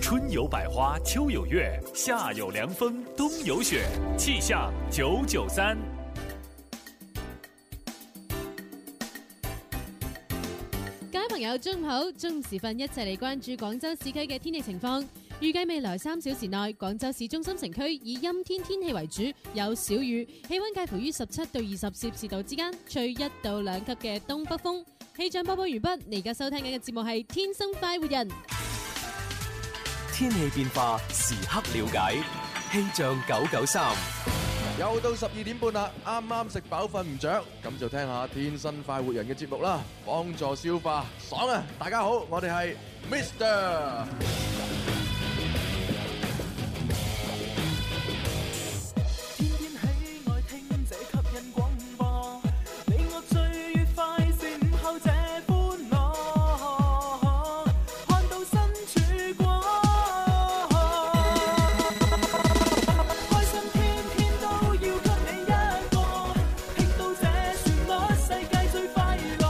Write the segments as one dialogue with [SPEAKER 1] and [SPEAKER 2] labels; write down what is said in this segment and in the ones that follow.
[SPEAKER 1] 春有百花，秋有月，夏有凉风，冬有雪。气象九九三。
[SPEAKER 2] 各位朋友，中午好！中午時分一齊嚟關注廣州市區嘅天氣情況。預計未來三小時內，廣州市中心城區以陰天天氣為主，有小雨，氣温介乎於十七到二十攝氏度之間，吹一到兩級嘅東北風。氣象播報完畢，你而家收聽緊嘅節目係《天生快活 人》。
[SPEAKER 3] 天氣變化時刻了解，氣象九九三。
[SPEAKER 4] 又到十二點半啦，啱啱食飽瞓唔着，咁就聽下天生快活人嘅節目啦，幫助消化，爽啊！大家好，我哋係 Mr。
[SPEAKER 5] 天天喜愛聽這吸引廣播，你我最愉快是午後這歡樂，看到身曙光，開心天天都要給你一個，聽到這旋律世界最快樂，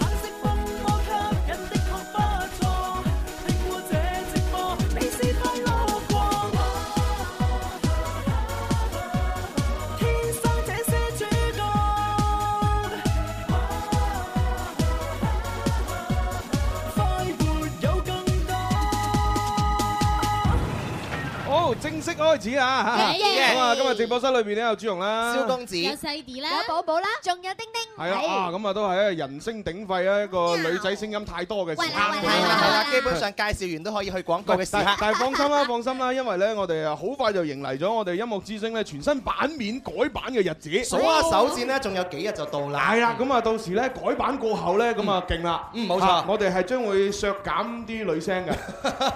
[SPEAKER 5] 橙色風波吸引的確不錯，聽過這直播你是快樂過。天生這些主角，快活有更
[SPEAKER 6] 好，正式開始啊！
[SPEAKER 7] Yeah
[SPEAKER 6] 咁啊，今日直播室裏邊咧有朱容啦，
[SPEAKER 8] 蕭公子
[SPEAKER 2] 有
[SPEAKER 9] Dạ,
[SPEAKER 2] 細啲啦
[SPEAKER 7] 有，寶寶啦，仲有丁丁，
[SPEAKER 6] 係啦，啊咁啊都係一個人聲鼎沸啊，一個女仔聲音太多嘅時
[SPEAKER 7] 喂啦喂
[SPEAKER 6] 刻
[SPEAKER 7] 啦。
[SPEAKER 8] 係啦，基本上介紹完都可以去廣告嘅
[SPEAKER 6] 但
[SPEAKER 8] 時刻。
[SPEAKER 6] 但係放心啦，放心啦，因為咧我哋啊好快就迎嚟咗我哋音樂之星咧全新版面改版嘅日子。
[SPEAKER 8] 數下手指咧，仲有幾日就到啦。
[SPEAKER 6] 係啦，咁啊到時咧改版過後咧，咁啊勁啦。
[SPEAKER 8] 嗯冇錯
[SPEAKER 6] 啊我哋係將會削減啲女聲嘅，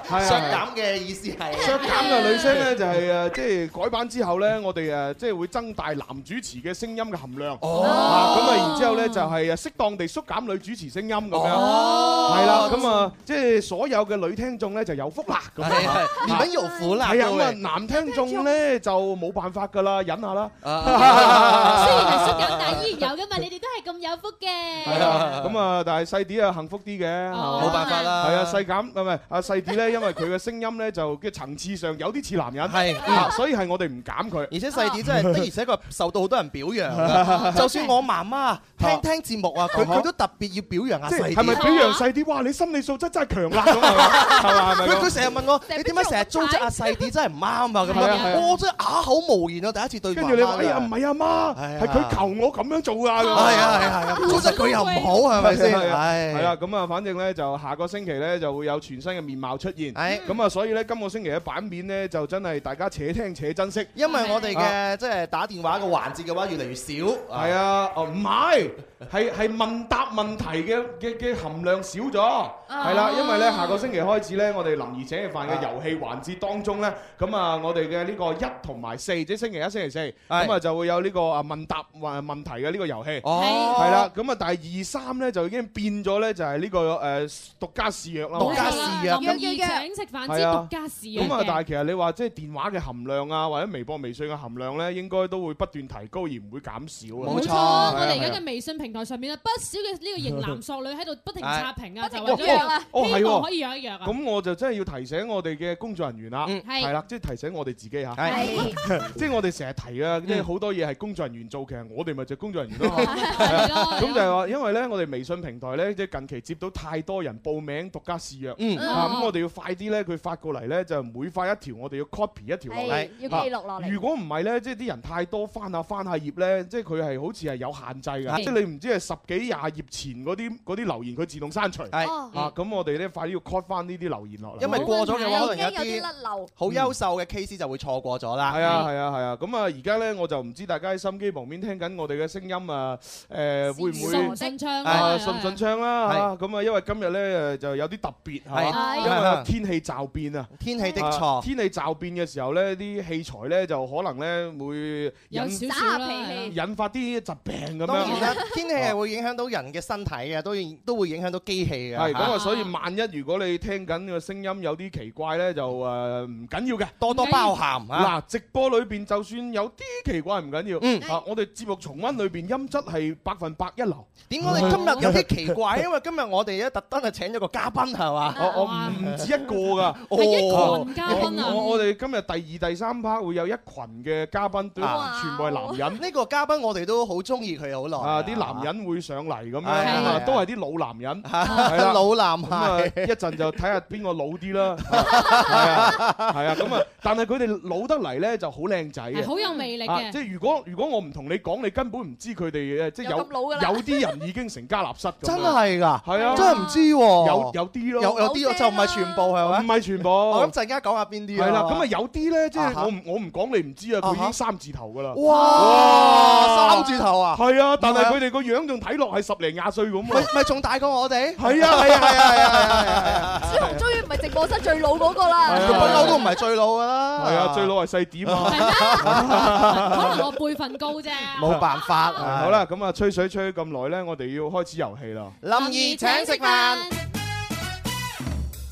[SPEAKER 6] 係啊
[SPEAKER 8] 削減嘅意思係
[SPEAKER 6] 削減嘅女聲 咧就係誒，即係改版之後咧，我哋誒即係會增大男主持嘅聲音嘅含量。哦，咁啊，然之後咧就係誒適當地縮減女主持聲音咁樣。
[SPEAKER 8] 哦
[SPEAKER 6] 係啦，咁啊，即係所有嘅女聽眾咧就有福啦。咁
[SPEAKER 8] 係
[SPEAKER 6] 樣。
[SPEAKER 8] 係你們有苦啦，
[SPEAKER 6] 係啊，
[SPEAKER 8] 各
[SPEAKER 6] 咁啊，
[SPEAKER 8] 位。
[SPEAKER 6] 男聽眾咧就冇辦法㗎啦，忍下啦。
[SPEAKER 2] 雖然係
[SPEAKER 8] 啊
[SPEAKER 2] 縮減，但依然有噶嘛，你哋都係咁有福
[SPEAKER 6] 係
[SPEAKER 2] 嘅。
[SPEAKER 6] 啊，咁啊，但係細啲啊，幸福啲嘅。
[SPEAKER 2] 哦
[SPEAKER 8] 冇辦法啦。
[SPEAKER 6] 係啊，細減唔係唔係啊，細啲咧，因為佢嘅聲音咧就嘅層次上有啲似男人，
[SPEAKER 8] 係
[SPEAKER 6] 啊所以係我哋唔減佢。
[SPEAKER 8] 而且細啲真係的，而且確受到好多人表揚 㗎。就算我媽媽聽聽節目啊，佢佢都特別要表揚下
[SPEAKER 6] 即
[SPEAKER 8] 細
[SPEAKER 6] 係係咪
[SPEAKER 8] 啲。
[SPEAKER 6] 表揚細啲？哇！你心理素 質真係強啦，咁係嘛？係嘛？係
[SPEAKER 8] 佢
[SPEAKER 6] 咪
[SPEAKER 8] 佢
[SPEAKER 6] 咁？
[SPEAKER 8] 成日問我：
[SPEAKER 2] 成日
[SPEAKER 8] 你點解成日糟質阿細啲？真係唔啱啊！咁
[SPEAKER 6] 係啊係啊
[SPEAKER 8] 樣，我真係啞口無言啊！第一次對
[SPEAKER 6] 跟住你話：
[SPEAKER 8] 媽媽
[SPEAKER 6] 哎呀，唔係啊，
[SPEAKER 8] 係
[SPEAKER 6] 媽，
[SPEAKER 8] 啊
[SPEAKER 6] 係佢求我咁樣做㗎。咁
[SPEAKER 8] 係啊係啊係 啊，糟質佢又唔好係咪先？
[SPEAKER 6] 係啊係啦，
[SPEAKER 8] 係。
[SPEAKER 6] 咁啊，反正咧就下個星期咧就會有全新嘅面貌出現。
[SPEAKER 8] 係
[SPEAKER 6] 咁啊，所以咧今個星期嘅版面咧就真係大家且聽且珍惜。
[SPEAKER 8] 因為我哋嘅即係打電話嘅環節嘅話，越嚟越少。
[SPEAKER 6] 係啊，哦唔係，係係問答問題嘅嘅嘅含量少咗，係啦，因為咧下個星期開始咧，我哋林兒請嘅飯嘅遊戲環節當中咧，咁啊我哋嘅呢個一同埋四，即係星期一、星期四，咁啊就會有呢個啊問答問問題嘅呢個遊戲。
[SPEAKER 8] 哦，
[SPEAKER 6] 係啦，咁啊，但係二三咧就已經變咗咧，就係呢個誒獨家試約啦。
[SPEAKER 8] 獨
[SPEAKER 2] 啊
[SPEAKER 8] 家試約
[SPEAKER 2] 約約請食飯之
[SPEAKER 6] 係啊
[SPEAKER 2] 獨家試約
[SPEAKER 6] 咁啊，但
[SPEAKER 2] 嘅
[SPEAKER 6] 係其實你話即係電話嘅含量啊，或者微博、微信嘅含量咧，應該都會不斷提高而唔會減少啊。
[SPEAKER 2] 冇
[SPEAKER 8] 冇
[SPEAKER 2] 錯，
[SPEAKER 8] 錯
[SPEAKER 2] 哦我哋而家嘅微信平台上面啊，不少嘅呢個型男索女喺度不停刷屏啊，就為咗約啊，
[SPEAKER 6] 哦係喎
[SPEAKER 2] 希望可以約一約啊。
[SPEAKER 6] 咁我就真係要提醒我哋嘅工作人員啦，
[SPEAKER 8] 嗯
[SPEAKER 2] 係
[SPEAKER 6] 係啦，即係提醒我哋自己嚇，
[SPEAKER 8] 係
[SPEAKER 6] 即係我哋成日提啊，即係好多嘢係工作人員做，其實我哋咪就係工作人員咯。
[SPEAKER 2] 係咯
[SPEAKER 6] 咁就係話，因為咧，我哋微信平台咧，即係近期接到太多人報名獨家試約，
[SPEAKER 8] 嗯
[SPEAKER 6] 啊咁我哋要快啲咧，佢發過嚟咧，就每發一條，我哋要 copy 一條落嚟。啊
[SPEAKER 7] 係要記錄落嚟。
[SPEAKER 6] 如果唔係咧，即係啲人太多，翻下翻下頁咧，即係佢係好似係有限制㗎，
[SPEAKER 2] 係
[SPEAKER 6] 即係你唔知係十幾廿頁前嗰啲嗰啲留言，佢自動刪除。
[SPEAKER 8] 係
[SPEAKER 7] 哦
[SPEAKER 6] 啊，咁我哋咧快啲要 cut 翻呢啲留言落嚟。
[SPEAKER 2] 啊
[SPEAKER 6] 嗯
[SPEAKER 8] 因為過咗嘅話，可能有
[SPEAKER 7] 已經有啲
[SPEAKER 8] 啲
[SPEAKER 7] 甩漏。
[SPEAKER 8] 好優秀嘅 case 就會錯過咗啦。嗯
[SPEAKER 6] 係啊係啊係啊，咁啊而家咧我就唔知大家喺心機旁邊聽緊我哋嘅聲音啊，誒會唔
[SPEAKER 2] 順
[SPEAKER 6] 會
[SPEAKER 2] 唔順暢
[SPEAKER 6] 啊
[SPEAKER 2] 啊？
[SPEAKER 6] 順唔順暢啦嚇？咁啊因為今日咧誒就有啲特別嚇，
[SPEAKER 8] 係
[SPEAKER 6] 因
[SPEAKER 7] 係
[SPEAKER 6] 為天氣驟變啊。
[SPEAKER 8] 天氣的
[SPEAKER 6] 啊
[SPEAKER 8] 錯，
[SPEAKER 6] 天氣驟變嘅時候咧，啲器材咧就可能咧會
[SPEAKER 2] 有
[SPEAKER 6] 引
[SPEAKER 2] 少少
[SPEAKER 7] 耍
[SPEAKER 2] 啦
[SPEAKER 7] 脾氣
[SPEAKER 6] 引發啲疾病咁
[SPEAKER 8] 當然
[SPEAKER 6] 樣。
[SPEAKER 8] 啦，天氣係會影響到人嘅身體嘅，都會都會影響到機器嘅。
[SPEAKER 6] 係咁
[SPEAKER 8] 嚇
[SPEAKER 6] 啊，所以萬一如果你聽緊個聲音有啲奇怪咧，就誒唔緊要嘅。
[SPEAKER 8] 多多包涵嚇。
[SPEAKER 6] 嗱，直播裏邊就算有啲奇怪唔緊要，
[SPEAKER 8] 嗯
[SPEAKER 6] 啊，我哋節目重温裏邊音質係百分百一流。
[SPEAKER 8] 點解你今日有啲奇怪？因為今日我哋咧特登係請咗個嘉賓係嘛？
[SPEAKER 6] 我我唔止一個噶。
[SPEAKER 2] 係一
[SPEAKER 8] 哦
[SPEAKER 2] 群嘉賓啊！
[SPEAKER 6] 我我哋今日第二、第三 part 會有一群嘅嘉賓，都
[SPEAKER 7] 哇
[SPEAKER 6] 全部係男人。
[SPEAKER 8] 呢個嘉賓我哋都好中意佢好耐
[SPEAKER 6] 啊！啲男人會上嚟咁樣，
[SPEAKER 8] 係
[SPEAKER 6] 啊
[SPEAKER 8] 係
[SPEAKER 6] 都係啲老 男人，係啦。
[SPEAKER 8] 啊老男
[SPEAKER 6] 咁啊，
[SPEAKER 8] 孩。
[SPEAKER 6] 一陣就睇下邊個老 啲啦。係啊，係啊，咁啊，但係佢哋老得嚟咧就好靚仔
[SPEAKER 2] 係
[SPEAKER 6] 嘅。
[SPEAKER 2] 好有魅力
[SPEAKER 6] 啊！
[SPEAKER 2] 嘅
[SPEAKER 6] 即。係如果如果我唔同你講，你根本唔知佢哋誒，即係有
[SPEAKER 7] 有咁老㗎啦
[SPEAKER 6] 有啲人已經成家立室咁樣。啊
[SPEAKER 8] 真係㗎，
[SPEAKER 6] 係啊
[SPEAKER 8] 真係唔知喎。
[SPEAKER 6] 有有啲咯，
[SPEAKER 8] 有有啲就唔係全部係咪
[SPEAKER 6] 唔？係全部。
[SPEAKER 8] 我諗陣間講下邊啲
[SPEAKER 6] 係啦，咁啊有啲咧，即
[SPEAKER 8] 啊
[SPEAKER 6] 係
[SPEAKER 8] 哈
[SPEAKER 6] 我唔我唔講你唔知啊，佢
[SPEAKER 8] 啊
[SPEAKER 6] 已
[SPEAKER 8] 哈
[SPEAKER 6] 經三字頭㗎啦。
[SPEAKER 8] 哇，
[SPEAKER 6] 哇
[SPEAKER 8] 三字頭啊！
[SPEAKER 6] 係啊，但係
[SPEAKER 8] 點啊
[SPEAKER 6] 佢哋個樣仲睇落係十零廿歲咁
[SPEAKER 8] 咪
[SPEAKER 6] 啊。
[SPEAKER 8] 咪仲大過我哋？
[SPEAKER 6] 係啊係啊係啊係啊係啊係啊！
[SPEAKER 7] 小紅終於唔係直播室最老嗰個啦
[SPEAKER 6] 係
[SPEAKER 9] Dạ.
[SPEAKER 8] 佢
[SPEAKER 6] 啊
[SPEAKER 8] 不嬲都唔係最老噶啦。
[SPEAKER 6] 係啊，最老係細點啊。
[SPEAKER 2] 係咩？可能我輩分高啫。
[SPEAKER 8] 冇辦法。
[SPEAKER 6] 好，啦，咁啊吹水吹咗咁耐咧，我哋要開始遊戲啦。
[SPEAKER 8] 林怡請食飯。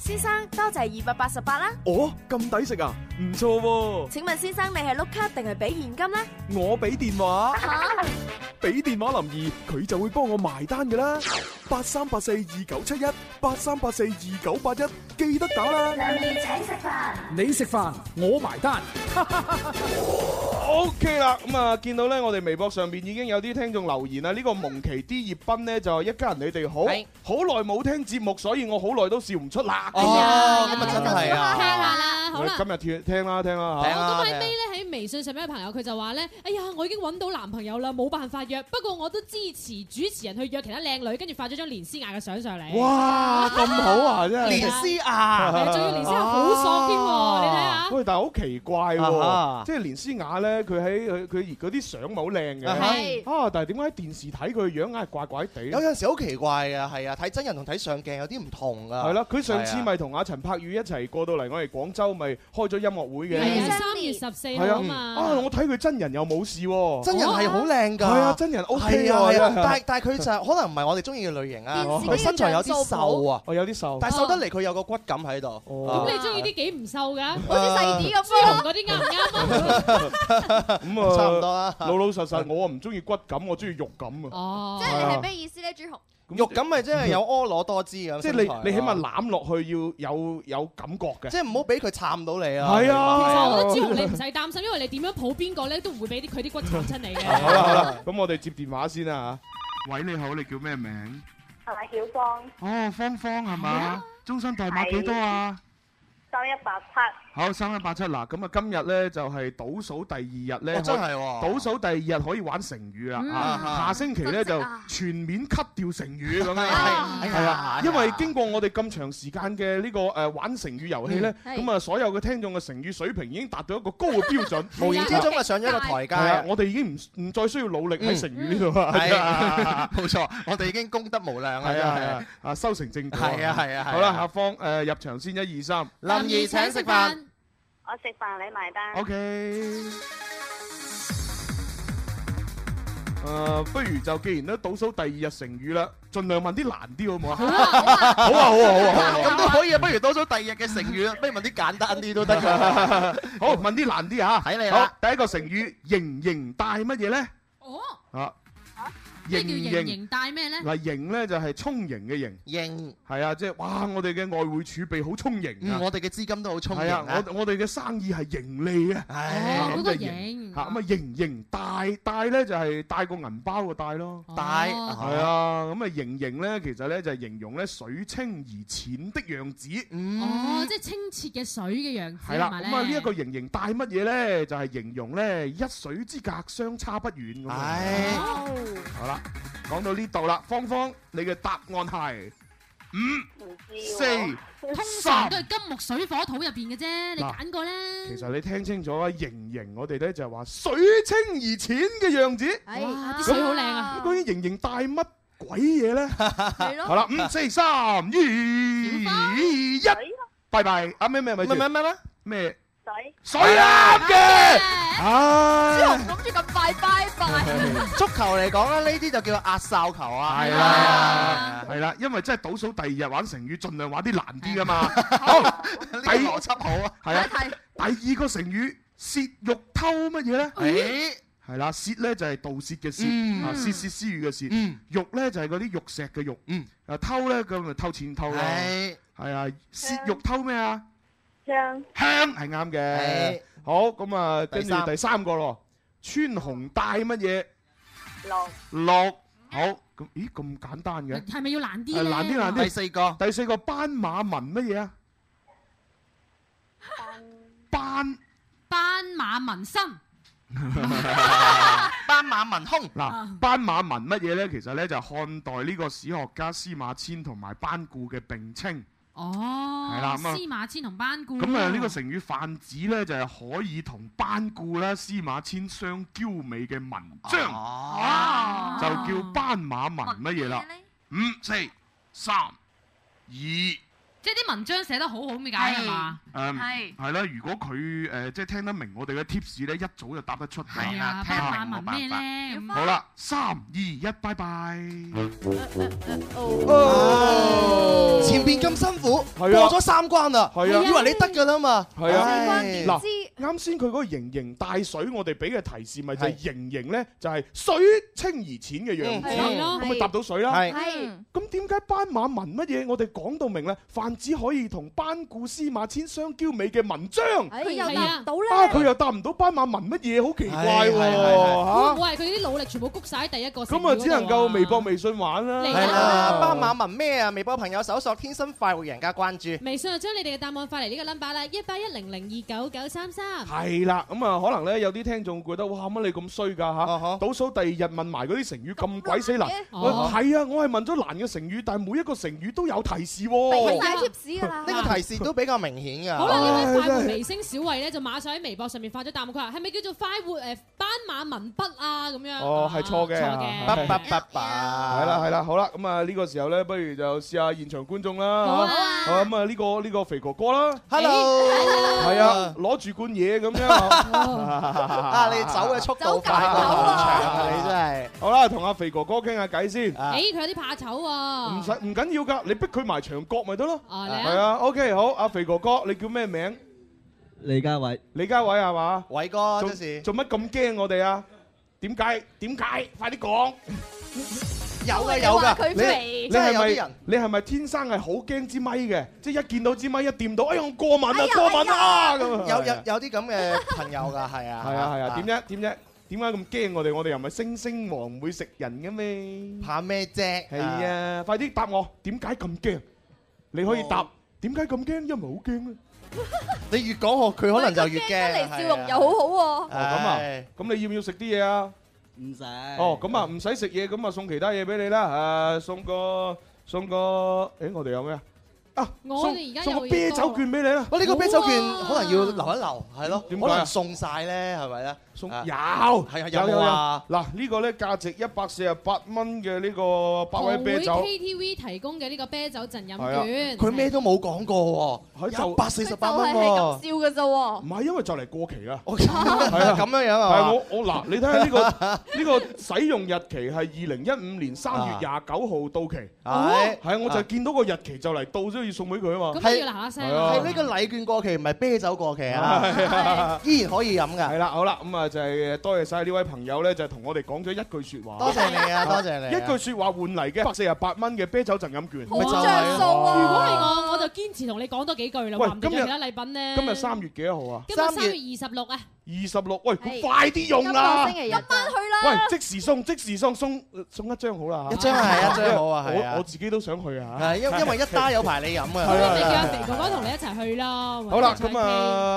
[SPEAKER 7] 先生，多謝二百八十八啦。
[SPEAKER 1] 哦，咁抵食啊，唔錯喎！
[SPEAKER 7] 請問先生，你係碌卡定係俾現金呢？
[SPEAKER 1] 我俾電話，俾電話林怡，佢就會幫我埋單噶啦。八三八四二九七一，八三八四二九八一，記得打啦。
[SPEAKER 10] 你食飯，我埋單。
[SPEAKER 6] OK 啦，咁啊見到咧，我哋微博上邊已經有啲聽眾留言啦。呢個蒙奇 D 葉斌咧就係一家人，你哋好，
[SPEAKER 8] 係
[SPEAKER 6] 好耐冇聽節目，所以我好耐都笑唔出啦。
[SPEAKER 8] 哦，咁啊真係
[SPEAKER 2] 聽
[SPEAKER 8] 啊。
[SPEAKER 2] 下啦，好啦。
[SPEAKER 6] 今日聽聽啦聽啦
[SPEAKER 8] 聽
[SPEAKER 6] 嚇。
[SPEAKER 8] 啊
[SPEAKER 2] 我今日哦尾咧喺微信上面嘅朋友，佢就話咧：哎呀，我已經揾到男朋友啦，冇辦法約。不過我都支持主持人去約其他靚女，跟住發咗張連詩雅嘅相上嚟。
[SPEAKER 6] 哇，咁好啊，真係
[SPEAKER 8] 連。詩雅，
[SPEAKER 2] 係啊！仲要連詩雅好索添喎，你睇下。
[SPEAKER 6] 喂，但係好奇怪
[SPEAKER 8] 啊
[SPEAKER 6] 喎
[SPEAKER 8] 哈，
[SPEAKER 6] 即係連詩雅咧，佢喺佢佢嗰啲相咪好靚嘅，
[SPEAKER 8] 啊
[SPEAKER 6] 啊
[SPEAKER 8] 哈
[SPEAKER 7] 係
[SPEAKER 6] 但係點解喺電視睇佢嘅樣硬係怪怪地？
[SPEAKER 8] 有陣時好奇怪啊，係啊，睇真人同睇上鏡有啲唔同噶。
[SPEAKER 6] 係啦，佢上次
[SPEAKER 8] 係啊
[SPEAKER 6] 咪同阿陳柏宇一齊過到嚟我哋廣州，咪開咗音樂會
[SPEAKER 2] 係
[SPEAKER 6] 嘅。
[SPEAKER 2] 啊，三月十四
[SPEAKER 6] 係
[SPEAKER 2] 號啊
[SPEAKER 6] 啊，啊！
[SPEAKER 2] 嘛。
[SPEAKER 6] 我睇佢真人又冇事喎。
[SPEAKER 8] 真人係好靚㗎。
[SPEAKER 6] 係啊，真人 O K
[SPEAKER 8] 係啊，係啊，
[SPEAKER 6] 真係
[SPEAKER 8] 但係但係佢就係可能唔係我哋中意嘅類型啊，
[SPEAKER 7] 電視
[SPEAKER 8] 佢身材有啲瘦啊，
[SPEAKER 6] 我有啲瘦。
[SPEAKER 8] 但係瘦得嚟佢有個骨感喺度。
[SPEAKER 6] 哦
[SPEAKER 2] 咁你中意啲幾唔瘦㗎？
[SPEAKER 6] 啊
[SPEAKER 7] 好似細啲咁啊
[SPEAKER 2] 朱紅
[SPEAKER 7] 咯。
[SPEAKER 2] 嗰啲啱唔啱啊？
[SPEAKER 6] 咁啊，
[SPEAKER 8] 差唔多啦
[SPEAKER 6] 老老實實，我啊唔中意骨感，我中意肉感
[SPEAKER 9] Dạ,
[SPEAKER 6] 啊。
[SPEAKER 2] 哦
[SPEAKER 7] 即。
[SPEAKER 6] Ờ.
[SPEAKER 7] 係你係咩意思呢？朱紅，
[SPEAKER 8] 肉感咪即係有婀娜多姿咁。
[SPEAKER 6] 即係你你起碼攬落去要有有感覺嘅。
[SPEAKER 8] 即係唔好俾佢撐到你啊。
[SPEAKER 6] 係
[SPEAKER 2] 其實我覺
[SPEAKER 6] 啊
[SPEAKER 2] 得朱紅你唔使擔心，因為你點樣抱邊個咧，都唔會俾啲佢啲骨撐親你 嘅。
[SPEAKER 6] 好啦好啦，咁我哋接電話先啊。喂，你好，你叫咩名？
[SPEAKER 11] 係咪曉芳？
[SPEAKER 6] 哦，芳芳係嘛？終身代碼幾多
[SPEAKER 8] Ờ.
[SPEAKER 6] 啊？
[SPEAKER 11] 三一八七，
[SPEAKER 6] 好，三一八七嗱，咁啊，今日咧就係倒數第二日咧，
[SPEAKER 8] 哦真係喎
[SPEAKER 6] 倒數第二日可以玩成語啦。啊下星期咧就全面 cut 掉成 語
[SPEAKER 8] 哎
[SPEAKER 6] 咁樣。係啊，因為經過我哋咁長時間嘅呢個誒玩成語遊戲咧，
[SPEAKER 7] 係
[SPEAKER 6] 咁啊所有嘅聽眾嘅成語水平已經達到一個高嘅標準，
[SPEAKER 8] 無形之中就上咗一個台
[SPEAKER 6] 係啊，
[SPEAKER 8] 階。
[SPEAKER 6] 我哋已經唔唔再需要努力喺成語呢度 啦。
[SPEAKER 8] 係啊，冇錯，我哋已經功德無量啦。
[SPEAKER 6] 係
[SPEAKER 8] 真
[SPEAKER 6] 啊係
[SPEAKER 8] 係
[SPEAKER 6] 啊，啊收成正果。
[SPEAKER 8] 係啊係啊，
[SPEAKER 6] 好啦，下方誒入場先，一二三
[SPEAKER 8] 林怡請食飯，
[SPEAKER 11] 我食飯你埋單。
[SPEAKER 6] ，OK。誒，呃不如就既然都倒數第二日成語啦，盡量問啲難啲好唔好啊？好啊好啊好啊好啊！
[SPEAKER 8] 咁都可以啊，不如倒數第二日嘅成語，不如問啲簡單啲都得㗎。
[SPEAKER 6] 好，問啲難啲嚇，
[SPEAKER 8] 睇你啦
[SPEAKER 6] 好，第一個成語，盈盈帶乜嘢咧？
[SPEAKER 2] 哦，
[SPEAKER 6] 啊，
[SPEAKER 2] 即係叫
[SPEAKER 6] 盈
[SPEAKER 2] 形形帶咩咧？
[SPEAKER 6] 嗱，盈咧就係充盈嘅盈，
[SPEAKER 8] 認，
[SPEAKER 6] 係啊，即係哇，我哋嘅外匯儲備好充盈
[SPEAKER 8] 嗯
[SPEAKER 6] 啊，
[SPEAKER 8] 我哋嘅資金都好充盈
[SPEAKER 6] 係啊，
[SPEAKER 8] 啊。
[SPEAKER 6] 我我哋嘅生意係盈利啊，
[SPEAKER 8] 唉，
[SPEAKER 2] 哦，嗰個
[SPEAKER 6] 咁就
[SPEAKER 2] 形
[SPEAKER 6] 嚇咁啊，盈盈帶帶咧就係帶個銀包個帶咯。
[SPEAKER 2] 哦
[SPEAKER 8] 帶
[SPEAKER 6] 係啊，咁啊盈盈咧，其實咧就係形容咧水清而淺的樣子，
[SPEAKER 8] 嗯
[SPEAKER 2] 哦，即係清澈嘅水嘅樣子
[SPEAKER 6] 係啦。
[SPEAKER 2] 係咪
[SPEAKER 6] 咁啊呢
[SPEAKER 2] 咧
[SPEAKER 6] 一個盈盈帶乜嘢咧？就係形容咧一水之隔相差不遠咁啊。
[SPEAKER 8] 唉。
[SPEAKER 2] 哦
[SPEAKER 6] 好啦，講到呢度啦，芳芳，你嘅答案係五、
[SPEAKER 11] 唔知
[SPEAKER 6] 四
[SPEAKER 11] 喎，
[SPEAKER 2] 通常
[SPEAKER 6] 三
[SPEAKER 2] 都。係金木水火土入邊嘅啫，你
[SPEAKER 6] 嗱
[SPEAKER 2] 揀過啦。
[SPEAKER 6] 其實你聽清楚啊，盈盈我哋咧就係話水清而淺嘅樣子，
[SPEAKER 7] 哎
[SPEAKER 2] 哇啲水好靚啊
[SPEAKER 6] 咁究竟盈盈帶乜鬼嘢咧？
[SPEAKER 7] 係
[SPEAKER 6] 好
[SPEAKER 7] 咯，
[SPEAKER 6] 啦，五、四、三、二、一，拜拜。啊咩咩咪
[SPEAKER 8] 咩
[SPEAKER 6] 住
[SPEAKER 8] 咩咩咩？
[SPEAKER 6] 咩？
[SPEAKER 11] 水。
[SPEAKER 8] 唉。
[SPEAKER 6] 足球嚟講啦，呢啲就叫做壓哨球啊。係啊啦，係啦，因為真係倒數第二日玩成語，盡量玩啲難啲噶 嘛。好，第邏輯好啊。係啊，第二個成語竊玉偷乜嘢咧？誒，係啦，竊咧就係盜竊嘅竊，
[SPEAKER 8] 嗯
[SPEAKER 6] 啊，竊竊私語嘅竊。玉咧就係嗰啲玉石嘅玉。嗯。啊，偷咧咁咪偷錢偷咯。係。係啊，竊玉偷咩啊？
[SPEAKER 11] 張
[SPEAKER 6] 香係啱嘅
[SPEAKER 11] 係。
[SPEAKER 6] 好，咁啊，跟
[SPEAKER 11] 第
[SPEAKER 6] 住
[SPEAKER 11] 三
[SPEAKER 6] 哎第三個咯，穿紅戴乜嘢？
[SPEAKER 11] 龍
[SPEAKER 6] 六好咁，咦咁簡單嘅？
[SPEAKER 2] 係咪要難啲
[SPEAKER 6] 係
[SPEAKER 2] 咧？
[SPEAKER 6] 難啲難啲。個，第四個斑馬紋乜 嘢啊？斑
[SPEAKER 2] 斑馬紋身。
[SPEAKER 6] 斑馬紋胸
[SPEAKER 2] 啊
[SPEAKER 6] 嗱，斑馬紋乜嘢咧？其實咧就係漢代呢個史學家司馬遷同埋班固嘅並稱。
[SPEAKER 2] 哦，
[SPEAKER 6] 係啦咁啊
[SPEAKER 2] 司馬遷同班固。
[SPEAKER 6] 咁啊，呢個成語泛指咧就係可以同班固啦、司馬遷相嬌美嘅文章，啊就叫斑馬紋乜嘢啦？五、四、三、二。
[SPEAKER 2] 即係啲文章寫得好好咁解係嘛？
[SPEAKER 6] 誒
[SPEAKER 2] 係
[SPEAKER 6] 嗯係啦，如果佢誒即係聽得明我哋嘅 tips 咧，一早就答得出㗎。係
[SPEAKER 2] 啊，斑馬紋咩咧？咁
[SPEAKER 6] 好啦，三二一，拜拜。
[SPEAKER 8] 哦。係啊。係啊。
[SPEAKER 6] 係啊，
[SPEAKER 8] 唉。
[SPEAKER 6] 嗱，啱先佢嗰個盈盈帶水，我哋俾嘅提示咪就係盈盈咧，就係水清而淺嘅樣子，
[SPEAKER 8] 嗯係咯
[SPEAKER 6] 咁咪答到水啦。
[SPEAKER 8] 係
[SPEAKER 2] 係
[SPEAKER 6] 咁點解斑馬紋乜嘢？我哋講到明啦，泛指可以同班固、司馬遷相嬌美嘅文章。
[SPEAKER 8] 哎
[SPEAKER 2] 佢又答唔到咧
[SPEAKER 6] 啊，佢又答唔到斑馬紋乜嘢，好奇怪
[SPEAKER 8] 係係係係
[SPEAKER 6] 喎嚇
[SPEAKER 2] 會唔會係佢啲努力全部谷晒喺第一個成語嗰
[SPEAKER 6] 咁
[SPEAKER 2] 度啊？
[SPEAKER 6] 啊，只能夠微博、微信玩啦。
[SPEAKER 2] 嚟
[SPEAKER 8] 係啦，斑馬文咩啊？微博朋友搜索“天生快活人家”關注。
[SPEAKER 2] 微信就將你哋嘅答案發嚟呢個 number 啦，一八一零零二九九三三。
[SPEAKER 6] 係啦，咁啊，可能咧有啲聽眾覺得哇乜你咁衰㗎嚇，
[SPEAKER 8] Uh-huh
[SPEAKER 6] 倒數第二日問埋嗰啲成語咁鬼死難，喂
[SPEAKER 2] 哦
[SPEAKER 6] 係啊，我係問咗難嘅成語，但係每一個成語都有提示
[SPEAKER 8] 俾晒
[SPEAKER 6] 喎。
[SPEAKER 8] tips 㗎啦呢個提示都比較明顯㗎。
[SPEAKER 2] 好
[SPEAKER 6] 哦
[SPEAKER 2] 啦，呢位快活
[SPEAKER 8] 唉真係
[SPEAKER 2] 微星小慧咧就馬上喺微博上面發咗答案，佢話係咪叫做快活誒斑馬文筆啊咁樣？
[SPEAKER 6] 哦，係錯嘅，
[SPEAKER 2] 錯嘅
[SPEAKER 6] 不不係啦係啦，好啦，咁啊呢個時候咧，不如就試下現場觀眾啦。
[SPEAKER 2] 好啊
[SPEAKER 6] 好咁啊呢個呢個肥哥哥啦
[SPEAKER 8] Hello
[SPEAKER 6] 係啊，攞住罐嘢咁樣啊。
[SPEAKER 8] 啊，你走嘅速度快過現場啊！你真係。
[SPEAKER 6] 好啦，同阿肥哥哥傾下偈先。
[SPEAKER 2] 誒佢有啲怕醜
[SPEAKER 6] 唔
[SPEAKER 2] 喎，
[SPEAKER 6] 使唔緊要㗎，你逼佢埋牆角咪得咯。
[SPEAKER 2] 啊嚟啊
[SPEAKER 6] 係啊，OK，好，阿肥哥哥，你叫咩名？
[SPEAKER 12] 李家偉，
[SPEAKER 6] 李家偉係嘛？
[SPEAKER 8] 偉哥
[SPEAKER 6] 做
[SPEAKER 8] 真是
[SPEAKER 6] 做乜咁驚我哋啊？點解？點解？快啲講！
[SPEAKER 8] 有嘅有嘅，
[SPEAKER 6] 你你
[SPEAKER 8] 真係
[SPEAKER 6] 係
[SPEAKER 8] 有啲人
[SPEAKER 6] 咪你係咪天生係好驚支咪嘅？即係一見到支咪一掂到，哎呀我過敏
[SPEAKER 8] 哎
[SPEAKER 6] 啊
[SPEAKER 8] 呀
[SPEAKER 6] 過敏啊
[SPEAKER 8] 哎呀
[SPEAKER 6] 咁啊！
[SPEAKER 8] 有有有啲咁嘅朋友㗎，係啊，
[SPEAKER 6] 係啊係啊，點啫點啫？點解咁驚我哋？我哋又唔係星星王，唔會食人嘅咩？
[SPEAKER 8] 怕咩啫？
[SPEAKER 6] 係啊，快啲答我，點解咁驚？你可以答點解咁驚？因為好驚咧。
[SPEAKER 8] 你越講我，佢可能就越驚。
[SPEAKER 9] à.
[SPEAKER 6] 哦，咁啊，咁你要唔要食啲嘢啊？
[SPEAKER 12] 唔使。
[SPEAKER 6] 哦，咁啊，唔使食嘢，咁啊送其他嘢俾你啦。誒，送個送個，誒，我哋有咩啊？啊，
[SPEAKER 2] 我哋而家
[SPEAKER 6] 送
[SPEAKER 2] 有
[SPEAKER 6] 個啤酒券俾你啦。
[SPEAKER 8] 我呢個啤酒券可能要留一留，係咯，
[SPEAKER 6] 點解啊
[SPEAKER 8] 可能送晒咧，係咪咧？
[SPEAKER 6] 送
[SPEAKER 8] 有
[SPEAKER 6] 有
[SPEAKER 8] 係啊，有冇啊？
[SPEAKER 6] 嗱，呢個咧價值一百四十八蚊嘅呢個百
[SPEAKER 2] 會
[SPEAKER 6] 威啤酒，
[SPEAKER 2] KTV 提供嘅呢個啤酒陣
[SPEAKER 6] 係啊
[SPEAKER 2] 飲券，
[SPEAKER 8] 佢咩都冇講過
[SPEAKER 6] 喎，
[SPEAKER 8] 一百四十八蚊喎。
[SPEAKER 6] 唔係因為就嚟過期啦。
[SPEAKER 8] 係
[SPEAKER 6] 啊
[SPEAKER 8] 咁樣樣啊
[SPEAKER 6] 係我我嗱，你睇下呢個呢個使用日期係二零一五年三月廿九號到期。
[SPEAKER 8] 係
[SPEAKER 6] 係啊，我就係見到個日期就嚟到，所以要送俾佢啊嘛。
[SPEAKER 8] 係係呢個 禮券過期，唔係啤酒過期啊，依然可以飲㗎。
[SPEAKER 6] 係啦，好啦，咁啊就係多謝晒呢位朋友咧，就係同我哋講咗一句説話。
[SPEAKER 8] 多謝你啊多謝你啊
[SPEAKER 6] 一句説話換嚟嘅百四十八蚊嘅啤酒贈飲券，
[SPEAKER 2] 好
[SPEAKER 8] 就
[SPEAKER 2] 着
[SPEAKER 8] 係啊
[SPEAKER 2] 數啊！如果係我，我就堅持同你講多幾句啦，
[SPEAKER 6] 喂
[SPEAKER 2] 話唔定
[SPEAKER 6] 今
[SPEAKER 2] 仲
[SPEAKER 6] 日
[SPEAKER 2] 有其他禮品咧。
[SPEAKER 6] 今日三月幾多號啊？
[SPEAKER 2] 今日三月二十六啊，
[SPEAKER 6] 二十六，喂，快啲用啦！
[SPEAKER 2] 晚去
[SPEAKER 6] 喂，即時送，即時送，送送一張好啦，
[SPEAKER 8] 一張係一張好啊
[SPEAKER 6] 因為
[SPEAKER 8] 係啊
[SPEAKER 6] 我我自己都想去啊，
[SPEAKER 8] 係 因因為一打有排你飲㗎。
[SPEAKER 6] 係啊
[SPEAKER 2] 你叫阿肥哥哥同你一齊去啦。
[SPEAKER 6] 好
[SPEAKER 2] 或
[SPEAKER 6] 啦，
[SPEAKER 2] 者
[SPEAKER 6] 咁啊，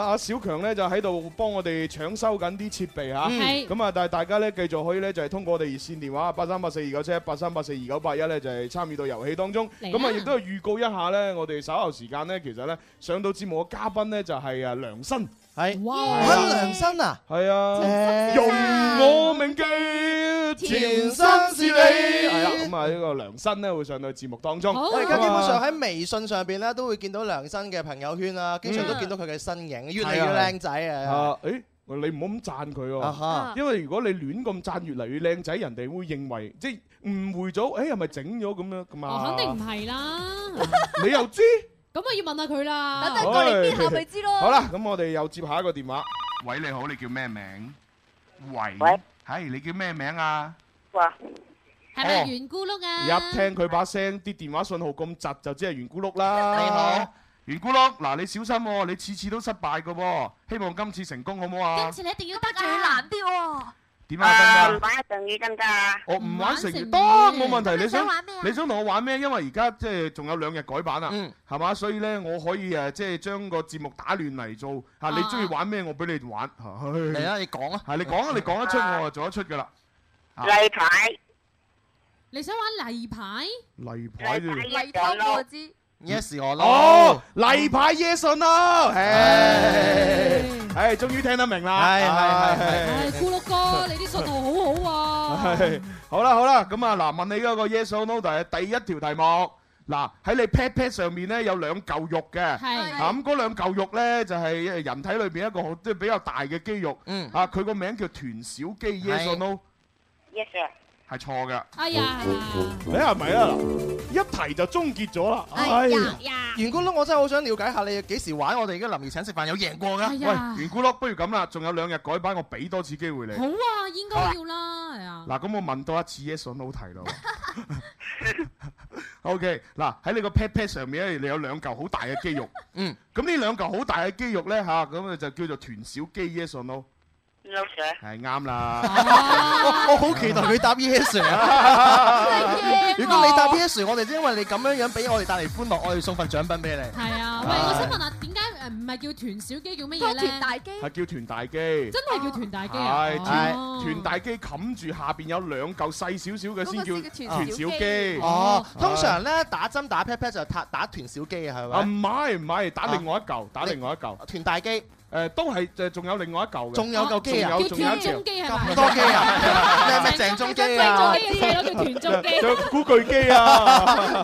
[SPEAKER 6] 阿小強咧就喺度幫我哋搶收緊啲設備嚇，
[SPEAKER 2] 嗯係
[SPEAKER 6] 咁啊，但係大家咧繼續可以咧就係通過我哋熱線電話八三八四二九七一八三八四二九八一咧就係參與到遊戲當中，
[SPEAKER 1] 嚟啦
[SPEAKER 6] 咁啊亦都係預告一下咧，我哋稍後時間咧其實咧上到節目嘅嘉賓咧就係啊梁新，
[SPEAKER 8] 係
[SPEAKER 6] 哇
[SPEAKER 8] 哇，梁生啊，
[SPEAKER 6] 係啊，
[SPEAKER 8] 真係
[SPEAKER 6] 用我銘記。
[SPEAKER 8] 前
[SPEAKER 6] 生
[SPEAKER 8] 生是
[SPEAKER 6] 是你
[SPEAKER 8] 你
[SPEAKER 6] 係啦，咁啊呢個梁生咧會上到節目當中。
[SPEAKER 8] 我而家基本上
[SPEAKER 6] 咁啊
[SPEAKER 8] 喺微信上邊咧都會見到梁生嘅朋友圈啦，經常都見到佢嘅身影，越嚟越
[SPEAKER 6] 係啊
[SPEAKER 8] 靚仔啊！
[SPEAKER 6] 啊，誒。你唔好咁讚佢
[SPEAKER 8] 啊
[SPEAKER 6] 喎
[SPEAKER 8] 哈，
[SPEAKER 6] 因為如果你亂咁讚越嚟越靚仔，人哋會認為即係誤會咗，誒係咪整咗咁樣咁啊？
[SPEAKER 2] 我肯定唔係啦，
[SPEAKER 6] 係， 你又知？
[SPEAKER 2] 咁我要問下佢啦。
[SPEAKER 6] 等佢過嚟搣下咪知咯好啦，咁我哋又接下一個電話。喂，你好，你叫咩名？喂，係你叫咩名啊？
[SPEAKER 11] 哇，
[SPEAKER 2] 係咪圓咕碌啊？
[SPEAKER 6] 一聽佢把聲，啲電話信號咁窒，就即係圓咕碌啦。
[SPEAKER 2] 你好，
[SPEAKER 6] 圓咕碌，嗱你小心喎，你次次都失敗嘅喎，希望今次成功好唔好啊？
[SPEAKER 2] 你一定要得最難啲喎。
[SPEAKER 6] 點啊，得唔得？
[SPEAKER 11] 玩成語得唔得啊？
[SPEAKER 6] 我唔玩
[SPEAKER 11] 唔玩成
[SPEAKER 6] 成語
[SPEAKER 11] 語
[SPEAKER 6] 得冇問題。你
[SPEAKER 11] 想
[SPEAKER 6] 想
[SPEAKER 11] 玩咩啊
[SPEAKER 6] 你想同我玩咩？因為而家即係仲有兩日改版啊
[SPEAKER 8] 嗯，
[SPEAKER 6] 係嘛？所以咧，我可以誒即係將個節目打亂嚟做嚇。你中意玩咩？我俾你玩。
[SPEAKER 8] 啊嚟
[SPEAKER 6] 係
[SPEAKER 8] 啦，你講啊！
[SPEAKER 6] 係你講啊，你講得出我就做得出㗎啦。啊
[SPEAKER 11] 例牌，
[SPEAKER 2] 你想玩例牌？
[SPEAKER 6] 例牌啫。
[SPEAKER 2] 例頭我知。
[SPEAKER 8] Yes or no？
[SPEAKER 6] 哦，例牌 yes or no？唉，唉，終於聽得明啦。
[SPEAKER 8] 係係係
[SPEAKER 2] 係咕 碌哥，你啲信號好好喎。
[SPEAKER 6] 係好啦好啦，咁啊嗱，問你嗰個 yes or no 但係第一條題目。嗱喺你 pat pat 上面咧有兩嚿肉嘅，
[SPEAKER 2] 係
[SPEAKER 6] 啊咁嗰兩嚿肉咧就係人體裏邊一個好即係比較大嘅肌肉，啊佢個名叫臀小肌 yes or no
[SPEAKER 11] Yes sir。
[SPEAKER 6] 係錯嘅，
[SPEAKER 13] À.
[SPEAKER 2] 哎呀，
[SPEAKER 6] 你係咪啊？嗱，一題就終結咗啦，哎呀
[SPEAKER 8] 袁咕碌，我真係好想了解下你幾時玩我哋嘅林怡請食飯有贏過㗎？
[SPEAKER 6] 喂，圓咕碌，不如咁啦，仲有兩日改版，我俾多次機會你。
[SPEAKER 2] 好啊，應該要啦，係啊。
[SPEAKER 6] 嗱，咁我問多一次 yes or no 題 咯。OK，嗱喺你個 pat pat 上面咧，你有兩嚿好大嘅肌肉。嗯。咁呢兩嚿好大嘅肌肉咧吓，咁啊就叫做臀小肌 yes or no，
[SPEAKER 11] No sir。
[SPEAKER 6] 係啱啦。
[SPEAKER 8] 我我好期待佢答 yes 啊！如果你答 yes，我哋因為你咁樣樣俾我哋帶嚟歡樂，我哋送份獎品俾你。
[SPEAKER 2] 係啊，喂，我想問下，點解誒唔係叫團小肌，叫乜嘢咧？團大肌
[SPEAKER 6] 係叫臀大肌。
[SPEAKER 2] 真係叫團大肌啊！
[SPEAKER 6] 係
[SPEAKER 2] 哦
[SPEAKER 6] 臀臀大肌冚住下邊有兩嚿細少少嘅先叫臀小肌。
[SPEAKER 8] 哦，通常咧打針打 pat pat 就打打團小肌啊，係咪？
[SPEAKER 6] 啊唔係唔係，打另外一嚿，打另外一嚿。
[SPEAKER 8] 團大肌。
[SPEAKER 6] 誒，都係誒，仲有另外一嚿嘅。
[SPEAKER 8] 仲有嚿肌啊
[SPEAKER 6] 仲有仲有一條
[SPEAKER 8] 咁多肌
[SPEAKER 6] à?
[SPEAKER 8] 啊！你係咪鄭中基
[SPEAKER 2] 鄭
[SPEAKER 8] 啊？
[SPEAKER 2] 中基嘅細佬叫團中基
[SPEAKER 6] 仲有古巨基啊！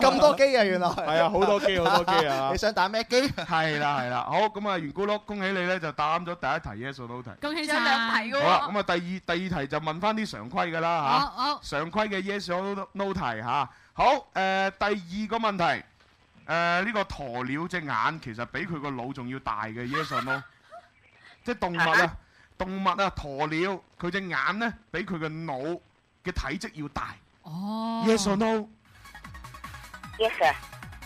[SPEAKER 8] 咁多肌啊，原來係
[SPEAKER 6] 係啊，好多機好多機啊！
[SPEAKER 8] 你想打咩機？
[SPEAKER 6] 係啦係啦，好咁啊，袁咕碌，恭喜你咧就答啱咗第一題 yes or no 題。
[SPEAKER 2] 恭喜晒兩題
[SPEAKER 6] 好啦，咁啊第二第二題就問翻啲常規噶啦
[SPEAKER 2] 好好
[SPEAKER 6] 嚇，常規嘅 yes or no 題嚇。好誒，第二個問題誒呢個鴕鳥隻眼其實比佢個腦仲要大嘅 yes or no，即係動物啊動物啊鴕鳥佢隻眼咧比佢個腦嘅體積要大
[SPEAKER 2] 哦
[SPEAKER 6] yes or no
[SPEAKER 11] Yes sir。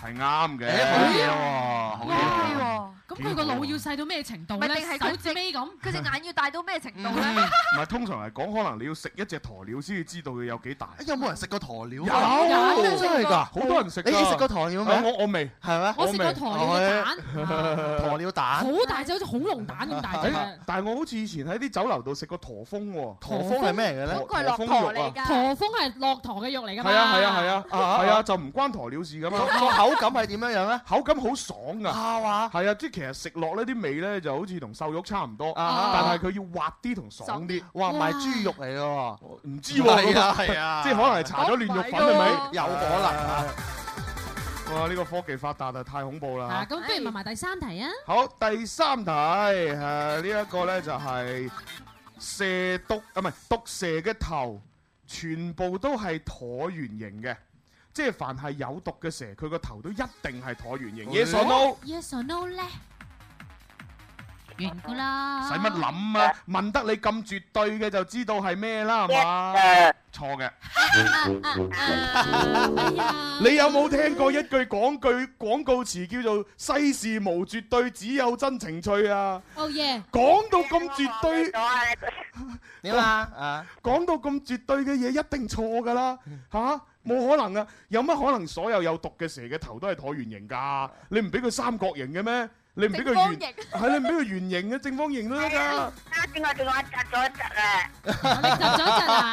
[SPEAKER 6] 係啱嘅，
[SPEAKER 8] 誒
[SPEAKER 6] 好
[SPEAKER 8] 好
[SPEAKER 6] 嘢喎，好嘢喎。
[SPEAKER 2] 咁佢個腦要細到咩程度
[SPEAKER 7] 咪
[SPEAKER 2] 咧？
[SPEAKER 7] 定係佢
[SPEAKER 2] 手指尾咁，佢隻眼要大到咩程度
[SPEAKER 6] 嗯唔係通常嚟講，可能你要食一隻鴕鳥先至知道佢有幾大。
[SPEAKER 8] 哎有冇人食過鴕鳥？
[SPEAKER 6] 有
[SPEAKER 8] 真係㗎，
[SPEAKER 6] 好多人食㗎。
[SPEAKER 8] 你食過鴕鳥
[SPEAKER 6] 啊
[SPEAKER 8] 咩？
[SPEAKER 6] 我我未。
[SPEAKER 8] 係咩？
[SPEAKER 2] 我食過鴕鳥嘅蛋，
[SPEAKER 8] 鴕鳥蛋。
[SPEAKER 2] 好大隻，好似恐龍蛋咁大隻。
[SPEAKER 6] 誒但係我好似以前喺啲酒樓度食過駝峰喎。
[SPEAKER 8] 駝峰係咩嚟嘅咧？
[SPEAKER 2] 佢係駱
[SPEAKER 6] 駝肉啊！
[SPEAKER 2] 駝峰係駱駝嘅肉嚟㗎嘛？
[SPEAKER 6] 係啊係啊係啊
[SPEAKER 8] 啊啊
[SPEAKER 6] 係啊，就唔關鴕鳥事㗎嘛
[SPEAKER 8] 個。個口感係點樣樣咧？
[SPEAKER 6] 口感好爽啊！
[SPEAKER 8] 啊哇！
[SPEAKER 6] 係啊，即係其實食落呢啲味咧就好似同瘦肉差唔多，
[SPEAKER 8] 啊
[SPEAKER 6] 但係佢要滑啲同爽啲。
[SPEAKER 8] 哇，唔係豬肉嚟嘅喎，
[SPEAKER 6] 唔知喎，
[SPEAKER 8] 係啊係啊
[SPEAKER 6] 即係可能係搽咗嫩肉粉係咪？
[SPEAKER 8] 有可能啊！
[SPEAKER 6] 哇！呢個科技發達啊，太恐怖啦
[SPEAKER 2] 啊！咁不如問埋第三題啊！
[SPEAKER 6] 好，第三題誒呢一個咧就係蛇毒啊，唔係毒蛇嘅頭，全部都係橢圓形嘅，即係凡係有毒嘅蛇，佢個頭都一定係橢圓
[SPEAKER 2] 嗯
[SPEAKER 6] 形。Yes or no？
[SPEAKER 2] Yes or no 咧？完噶啦，
[SPEAKER 6] 使乜諗啊？問得你咁絕對嘅就知道係咩啦，係嘛？錯嘅。你有冇聽過一句廣句廣告詞叫做世事無絕對，只有真情趣啊？
[SPEAKER 2] ？Oh yeah！
[SPEAKER 6] 講到咁絕對。
[SPEAKER 8] 點啊？啊！嗯
[SPEAKER 6] 講到咁絕對嘅嘢一定錯㗎啦吓，冇可能啊！有乜可能所有有毒嘅蛇嘅頭都係橢圓形㗎？你唔俾佢三角形嘅咩？你唔俾佢
[SPEAKER 7] 正方
[SPEAKER 6] 圓
[SPEAKER 7] 形啊
[SPEAKER 6] 係你唔俾佢圓形嘅正方形都得㗎。
[SPEAKER 11] 點解對我一窒咗一窒啊？
[SPEAKER 8] 我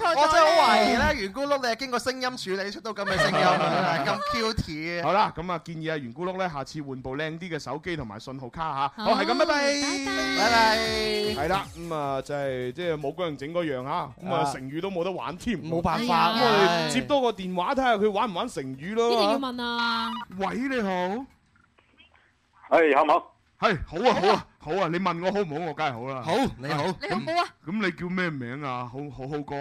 [SPEAKER 8] 我真係好懷疑咧，圓咕碌你係經過聲音處理出到咁嘅聲音，咁 cute
[SPEAKER 6] 好啦，咁啊建議啊圓咕碌咧，下次換部靚啲嘅手機同埋信號卡嚇。
[SPEAKER 8] 好
[SPEAKER 6] 好，係咁，拜拜。
[SPEAKER 8] 拜拜。
[SPEAKER 6] 係啦，咁啊，就係即係冇嗰樣整嗰樣嚇，咁啊
[SPEAKER 8] 啊
[SPEAKER 6] 成語都冇得玩添，冇
[SPEAKER 8] 辦
[SPEAKER 2] 法
[SPEAKER 6] 咁我哋接多個電話睇下佢玩唔玩成語咯。
[SPEAKER 2] 一定要問啊！
[SPEAKER 6] 喂，你好。
[SPEAKER 14] 诶，哎好唔好？
[SPEAKER 6] 系好啊，好啊，好啊！你問我好唔好，我梗係好啦。好，你好，
[SPEAKER 14] 你好唔好
[SPEAKER 6] 啊？咁你叫咩名啊？好好好哥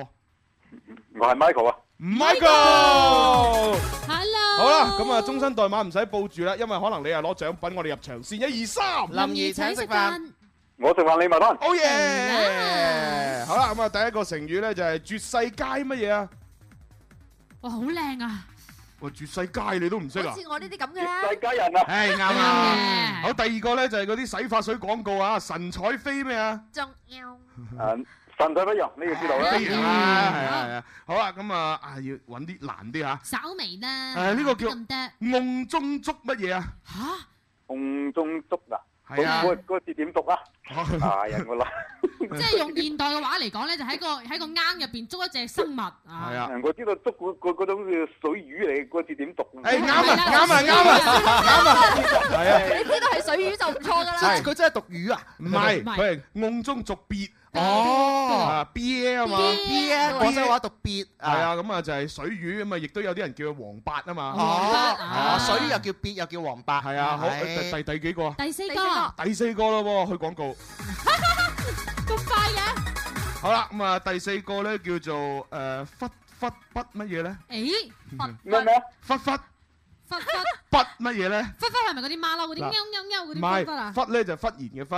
[SPEAKER 14] 我係 Michael 啊。
[SPEAKER 6] ，Michael。
[SPEAKER 2] Hello，
[SPEAKER 6] 好啦，咁啊，終身代碼唔使報住啦，因為可能你啊係攞獎品，我哋入場先，一二三。
[SPEAKER 8] 林怡請食飯，
[SPEAKER 14] 我食飯你埋單。
[SPEAKER 6] 好嘢！Oh, 好啦，咁啊，第一個成語咧就係絕世佳乜嘢啊？
[SPEAKER 2] 哇，好靚啊！
[SPEAKER 6] 哇，絕世佳你都唔識啊？
[SPEAKER 7] 好似我呢啲咁嘅啦。
[SPEAKER 6] 唉，啱啊！好，第二個咧就係嗰啲洗髮水廣告啊，神采飛咩啊？
[SPEAKER 7] 仲要。
[SPEAKER 14] 誒，啊神采不用，呢個知道啦。
[SPEAKER 6] 飛揚啊，係啊係啊，好啊，咁啊啊要揾啲難啲嚇。
[SPEAKER 2] 稍微啦，
[SPEAKER 6] 誒呢個叫
[SPEAKER 2] 咁得
[SPEAKER 6] 甕中捉乜嘢啊？
[SPEAKER 2] 吓，
[SPEAKER 14] 甕中捉啊！
[SPEAKER 6] 係啊哦
[SPEAKER 14] 嗰嗰字點讀啊？大人我啦，
[SPEAKER 2] 即係用現代嘅話嚟講咧，就喺個喺個罌入邊捉一隻生物啊！
[SPEAKER 6] 係啊，
[SPEAKER 14] 嗯我知道捉嗰嗰嗰種叫水魚嚟，嗰字點讀？
[SPEAKER 6] 誒啱啊啱啊啱啊啱啊，係啊，
[SPEAKER 7] 你知道係水魚就唔錯㗎啦。
[SPEAKER 6] 係。
[SPEAKER 8] 佢真係讀語啊？
[SPEAKER 6] 唔係
[SPEAKER 8] 唔係
[SPEAKER 6] 佢係甕中捉鱉。
[SPEAKER 8] 哦
[SPEAKER 6] 啊鱉啊嘛，
[SPEAKER 8] 鱉啊廣州話讀鱉啊
[SPEAKER 6] 係啊，咁啊就係水魚咁啊，亦都有啲人叫佢黃八啊嘛。
[SPEAKER 8] 哦
[SPEAKER 6] 係
[SPEAKER 8] 哦
[SPEAKER 6] 啊，
[SPEAKER 8] 水魚又叫鱉又叫黃白，
[SPEAKER 6] 係啊，好第
[SPEAKER 8] 係
[SPEAKER 6] 第第幾個啊？
[SPEAKER 2] 第四個
[SPEAKER 6] 第四個咯喎，去廣告。
[SPEAKER 2] 咁快嘅，
[SPEAKER 6] 好啦，咁啊第四個咧叫做誒忽忽筆乜嘢咧？
[SPEAKER 2] 誒，忽啊
[SPEAKER 6] 咩咩？嗯忽忽
[SPEAKER 2] 忽忽
[SPEAKER 6] 筆乜嘢咧？
[SPEAKER 2] 忽忽係咪嗰啲馬騮嗰啲喵
[SPEAKER 6] 嗱
[SPEAKER 2] 喵喵
[SPEAKER 6] 唔
[SPEAKER 2] 嗰啲
[SPEAKER 6] 係
[SPEAKER 2] 忽忽啊？
[SPEAKER 6] 忽咧就忽然嘅忽。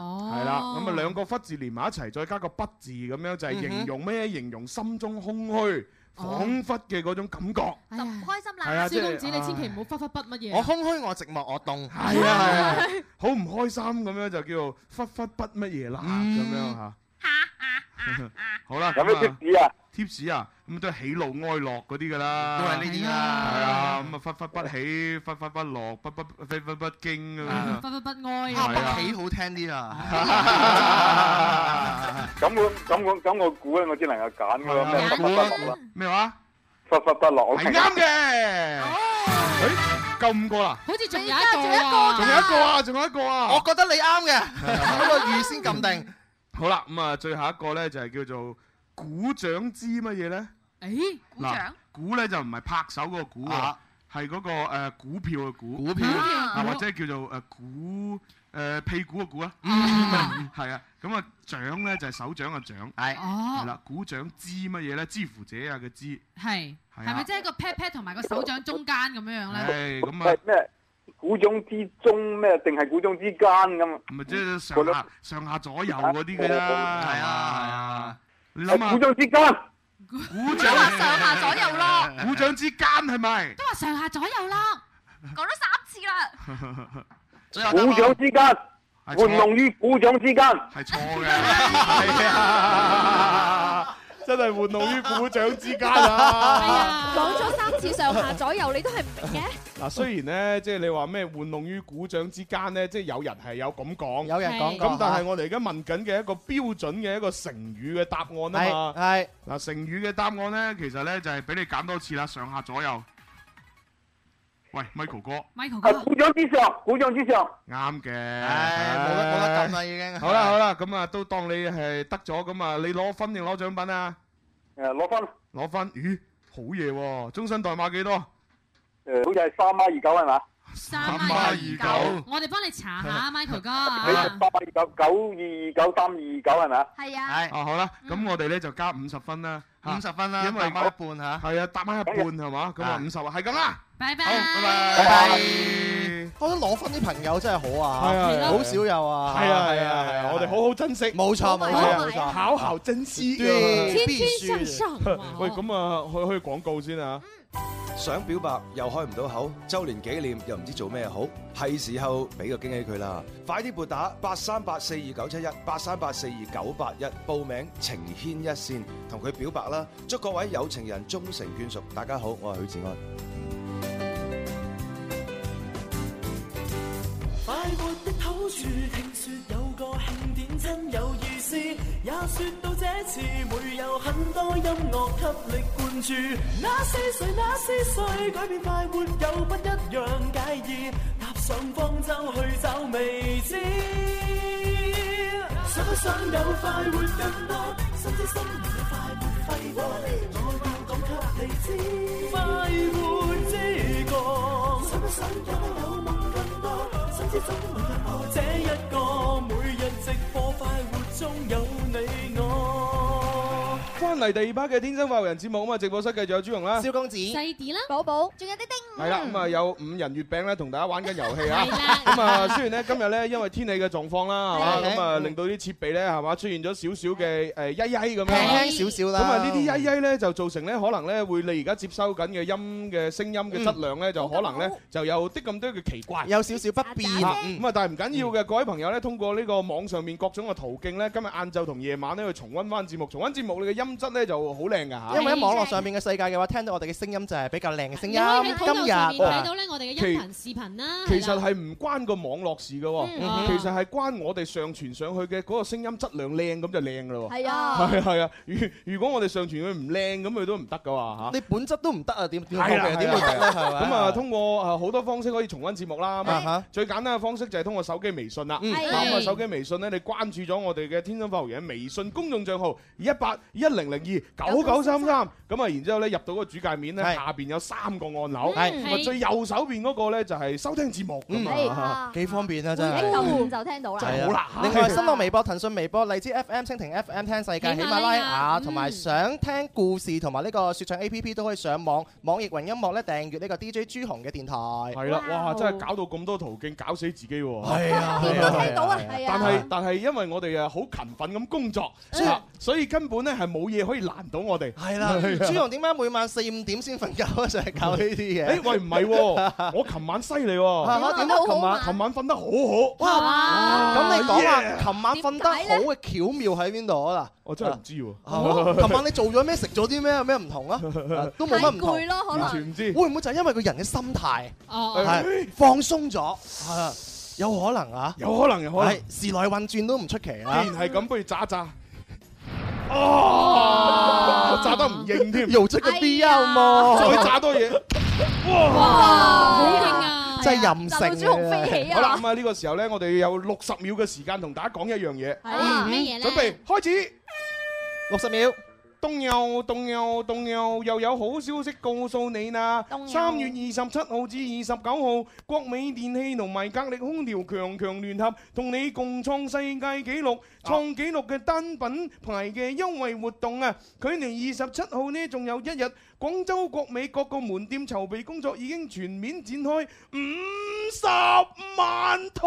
[SPEAKER 2] 哦，
[SPEAKER 6] 係啦，咁啊兩個忽字連埋一齊，再加個不字咁樣，就
[SPEAKER 2] 嗯
[SPEAKER 6] 係形容咩？形容心中空虛，
[SPEAKER 2] 哦
[SPEAKER 6] 彷彿嘅嗰種感覺。
[SPEAKER 2] à.
[SPEAKER 7] 就唔開心啦。
[SPEAKER 6] 係啊，
[SPEAKER 2] 小公
[SPEAKER 6] 即
[SPEAKER 2] 子，
[SPEAKER 6] 係
[SPEAKER 2] 你千祈
[SPEAKER 6] 唉
[SPEAKER 2] 唔好忽忽筆乜嘢啊。
[SPEAKER 8] 我空虛，我寂寞，我凍。
[SPEAKER 6] 係啊係啊，係啊好唔開心咁樣就叫做忽忽不乜嘢啦咁樣 嚇。好啦，
[SPEAKER 14] 有咩
[SPEAKER 6] 咁啊
[SPEAKER 14] tips 啊？
[SPEAKER 6] tips 啊，咁都係喜怒哀樂嗰啲噶啦，
[SPEAKER 8] 都係呢啲啦
[SPEAKER 6] 係啊，咁啊忽忽不喜，忽忽不樂，不不不不不驚咁樣。
[SPEAKER 2] 不不不哀
[SPEAKER 8] 啊，
[SPEAKER 6] 係啊
[SPEAKER 8] 北起好聽啲啊。
[SPEAKER 14] 咁我咁我咁我估咧，我只能夠揀㗎啦。咩
[SPEAKER 6] 係啊
[SPEAKER 14] 忽忽不樂啦？
[SPEAKER 6] 咩話？
[SPEAKER 14] 忽忽不樂啦
[SPEAKER 6] 係啱嘅。誒，夠五個啦。
[SPEAKER 2] 好似仲有一
[SPEAKER 8] 仲有一個
[SPEAKER 2] 個
[SPEAKER 8] 㗎
[SPEAKER 6] 仲有一個啊，仲有一個啊！
[SPEAKER 8] 我覺得你啱嘅，嗰個預先撳定。
[SPEAKER 6] 好啦，咁啊，最後一個咧就係叫做鼓掌之乜嘢咧？
[SPEAKER 2] 誒，
[SPEAKER 6] 鼓掌，鼓咧就唔係拍手嗰個鼓啊，係嗰個誒股票嘅股，股
[SPEAKER 8] 票
[SPEAKER 6] 啊
[SPEAKER 8] 啊
[SPEAKER 6] 或者叫做誒股誒屁股嘅股啊， 係啊，咁啊掌咧就係手掌嘅掌，
[SPEAKER 8] 係
[SPEAKER 2] 哦
[SPEAKER 6] 係啦，鼓掌之乜嘢咧？之乎者啊嘅之，
[SPEAKER 2] 係
[SPEAKER 6] 係啊
[SPEAKER 2] 係咪即係個 pat pat 同埋個手掌中間咁樣樣咧？
[SPEAKER 6] 係咁啊
[SPEAKER 14] 喂，咩？股中之中咩？定係股中之間咁啊？
[SPEAKER 6] 咪即係上下上下左右嗰啲嘅啦，係啊係啊，你諗下
[SPEAKER 14] 股中之間。
[SPEAKER 6] 鼓掌
[SPEAKER 7] 都話上下左右咯。
[SPEAKER 6] 鼓掌之間係 咪？
[SPEAKER 2] 都話上下左右啦，
[SPEAKER 7] 講咗三次啦。
[SPEAKER 14] 鼓掌之間，玩弄於鼓掌之間。
[SPEAKER 6] 係錯 嘅，係啊，真係玩弄於鼓掌之間啊！
[SPEAKER 7] 講咗三次上下左右，你都係唔明嘅？
[SPEAKER 6] 嗱，雖 然咧，即係你話咩玩弄於鼓掌之間咧，即係有人係有咁講，有
[SPEAKER 8] 人講過啊
[SPEAKER 6] 咁但係我哋而家問緊嘅一個標準嘅一個成語嘅答案啊嘛。
[SPEAKER 8] 係
[SPEAKER 6] 嗱，成語嘅答案咧，其實咧就係俾你揀多次啦，上下左右。喂，Michael 哥，
[SPEAKER 2] Michael
[SPEAKER 14] 啊
[SPEAKER 2] 哥，
[SPEAKER 14] 鼓掌之上，鼓掌之上。
[SPEAKER 6] 啱嘅，
[SPEAKER 8] 唉冇得冇得撳啦已經
[SPEAKER 6] 好啦好啦，咁啊都當你係得咗，咁啊你攞分定攞獎品啊？
[SPEAKER 14] 誒，攞分。
[SPEAKER 6] 攞分，咦，好嘢喎！終身代碼幾多？
[SPEAKER 14] 誒，好似係三孖二九係嘛？
[SPEAKER 2] 三
[SPEAKER 6] 米
[SPEAKER 2] 孖
[SPEAKER 6] 二九
[SPEAKER 2] 我哋幫你查下 Michael 哥
[SPEAKER 14] 你係
[SPEAKER 2] 啊
[SPEAKER 14] 三。孖二九九二二九三二二九係咪啊？
[SPEAKER 7] 係啊。
[SPEAKER 8] 係
[SPEAKER 6] 啊，好啦，咁我哋咧就加五十分啦，嚇
[SPEAKER 8] 五十分啦，
[SPEAKER 6] 因
[SPEAKER 8] 搭
[SPEAKER 6] 為
[SPEAKER 8] 翻一半嚇。
[SPEAKER 6] 係啊，搭翻一半係嘛，咁啊
[SPEAKER 8] 啊
[SPEAKER 6] 五十啊，係咁啦，
[SPEAKER 2] 拜拜。
[SPEAKER 6] 好，拜拜，
[SPEAKER 8] 拜拜。我覺得攞分啲朋友真係好
[SPEAKER 6] 係啊係
[SPEAKER 8] 啊，
[SPEAKER 6] 啊
[SPEAKER 8] 好少有啊。
[SPEAKER 6] 係啊係啊係啊，我哋好好珍惜，
[SPEAKER 8] 冇錯冇錯冇
[SPEAKER 6] 係
[SPEAKER 8] 錯。
[SPEAKER 6] 啊好好珍
[SPEAKER 15] 嗯
[SPEAKER 6] 惜。
[SPEAKER 8] 對
[SPEAKER 2] 天
[SPEAKER 8] 必
[SPEAKER 2] 天
[SPEAKER 8] 須
[SPEAKER 2] 向
[SPEAKER 8] 的
[SPEAKER 2] 上啊。
[SPEAKER 6] 啊 喂，咁啊，去去廣告先啊，
[SPEAKER 15] 想表白又開唔到口，周年紀念又唔知做咩好，係時候俾個驚喜佢啦！快啲撥打八三八四二九七一八三八四二九八一報名情牽一線，同佢表白啦！祝各位有情人終成眷屬。大家好，我係許志安。
[SPEAKER 5] 快活的好處，聽說有個慶典真有意思。也説到這次會有很多音樂給力灌注，那是誰？那是誰？改變快活有不一樣介意，踏上方舟去找未知。想不想有快活更多？心知心願快活揮霍，我要講給你知。快活之歌，想不想有有夢更多？心知心願有這一個，每日直播快活中有你我。
[SPEAKER 6] 翻嚟第二 part 嘅《天生快活人》節目啊嘛，直播室繼續有朱容啦，蕭公子。
[SPEAKER 2] 細啲啦，
[SPEAKER 7] 寶寶，仲有啲
[SPEAKER 6] 系
[SPEAKER 7] 丁。
[SPEAKER 6] 啦，咁啊有五人月餅咧，同大家玩緊遊戲啊
[SPEAKER 7] 係啦。
[SPEAKER 6] 咁啊，雖然咧今日咧因為天氣嘅狀況啦，係嘛，
[SPEAKER 8] 係
[SPEAKER 6] 咁啊令到啲設備咧係嘛出現咗少少嘅誒曳曳咁樣，
[SPEAKER 8] 輕輕少少啦
[SPEAKER 6] 咁啊呢啲曳曳咧就造成咧可能咧會你而家接收緊嘅音嘅聲音嘅質量咧就可能咧就有啲咁多嘅奇怪，
[SPEAKER 8] 有少少不便
[SPEAKER 6] 啊咁啊，但係唔緊要嘅，各位朋友咧通過呢個網上面各種嘅途徑咧，今日晏晝同夜晚咧去重温翻節目，重温節目你嘅音質咧就好靚㗎嚇。
[SPEAKER 8] 因為喺網絡上面嘅世界嘅話，聽到我哋嘅聲音就係比較靚嘅聲
[SPEAKER 2] 你
[SPEAKER 8] 音。
[SPEAKER 2] 可以喺土豆上面
[SPEAKER 8] 今日
[SPEAKER 2] 睇到咧我哋嘅音頻、視頻啦。
[SPEAKER 6] 其實係唔關個網絡事嘅喎，
[SPEAKER 2] 嗯
[SPEAKER 6] 其實係關我哋上傳上去嘅嗰個聲音質量靚咁就靚噶咯喎。
[SPEAKER 2] 係啊
[SPEAKER 6] 係啊係啊，如如果我哋上傳佢唔靚咁，佢都唔得噶嘛嚇。
[SPEAKER 8] 你本質都唔得啊，點點
[SPEAKER 6] 係啦
[SPEAKER 8] 講嘅點會得咧？係咪？
[SPEAKER 6] 咁啊，通過啊好多方式可以重温節目啦。咁
[SPEAKER 8] 啊哈
[SPEAKER 6] 啊最簡單嘅方式就係通過手機微信啦。
[SPEAKER 8] 嗯係
[SPEAKER 6] 咁啊，手機微信咧，你關注咗我哋嘅天生發育人微信公眾帳號一八一零零二九九三三。咁啊，然之後咧入到嗰個主界面咧，
[SPEAKER 8] 係
[SPEAKER 6] 下邊有三個按鈕。
[SPEAKER 8] 係
[SPEAKER 6] 咁啊最右手邊嗰個咧就係收聽節目。
[SPEAKER 8] 嗯
[SPEAKER 6] 咁啊
[SPEAKER 8] 係幾方便啊真
[SPEAKER 7] 一撳
[SPEAKER 8] 係。
[SPEAKER 7] 就聽到啦。
[SPEAKER 8] 係啊
[SPEAKER 6] 好啦啊
[SPEAKER 8] 另外，新浪微博、騰訊微博、荔枝 FM、蜻蜓 FM、聽世界、
[SPEAKER 7] 喜馬
[SPEAKER 8] 喜馬
[SPEAKER 7] 拉雅嗯
[SPEAKER 8] 拉雅，同埋想聽故事同埋呢個説唱 A P P 都可以上網網易雲音樂咧訂閱呢個 D J 朱紅嘅電台。
[SPEAKER 6] 係啦，哇！真係搞到咁多途徑，搞死自己喎。
[SPEAKER 8] 係啊點都聽到啊係啊
[SPEAKER 6] 但係但係，因為我哋誒啊好勤奮咁工作，
[SPEAKER 8] 所以
[SPEAKER 6] 啊所以根本咧係冇嘢可以難到我哋。啊
[SPEAKER 8] 係啦，朱紅點解每晚四五點先瞓覺啊？就係搞呢啲
[SPEAKER 6] 誒
[SPEAKER 8] 嘢。
[SPEAKER 6] 哎喂，唔係喎，我琴晚犀利喎。
[SPEAKER 8] 啊點解琴晚
[SPEAKER 6] 琴晚瞓得好好。
[SPEAKER 8] 哇！咁你講下
[SPEAKER 6] Yeah
[SPEAKER 8] 琴晚瞓得好嘅巧妙喺邊度啊？嗱，
[SPEAKER 6] 我真係唔知喎
[SPEAKER 8] 琴晚你做咗咩？食咗啲咩？有咩唔同啊？啊都冇乜唔同。
[SPEAKER 6] 太攰咯可能完全唔知
[SPEAKER 8] 會唔會就係因為個人嘅心態
[SPEAKER 6] 哦
[SPEAKER 8] 係放鬆咗？係啊有可能啊，
[SPEAKER 6] 有可能有可能
[SPEAKER 8] 係時來運轉都唔出奇
[SPEAKER 6] 既
[SPEAKER 8] 啊。
[SPEAKER 6] 然係咁，不如炸一炸。
[SPEAKER 8] 哦
[SPEAKER 6] 炸得唔應添，
[SPEAKER 8] 又出個 B 幽嘛，
[SPEAKER 6] 再炸多嘢。
[SPEAKER 8] 哇啊
[SPEAKER 6] 好
[SPEAKER 8] 勁啊！真係任性啊
[SPEAKER 6] 好啦，咁啊呢個時候咧，我哋有六十秒嘅時間同大家講一樣嘢。
[SPEAKER 8] 係啊咩嘢呢
[SPEAKER 6] 準備開始，
[SPEAKER 8] 六十秒。
[SPEAKER 6] 東又東又東又又有好消息告訴你啦！三月二十七號至二十九號，國美電器同埋格力空調強強聯合，同你共創世界紀錄，創紀錄嘅單品牌嘅優惠活動啊！距離二十七號呢，仲有一日，廣州國美各個門店籌備工作已經全面展開，五十萬台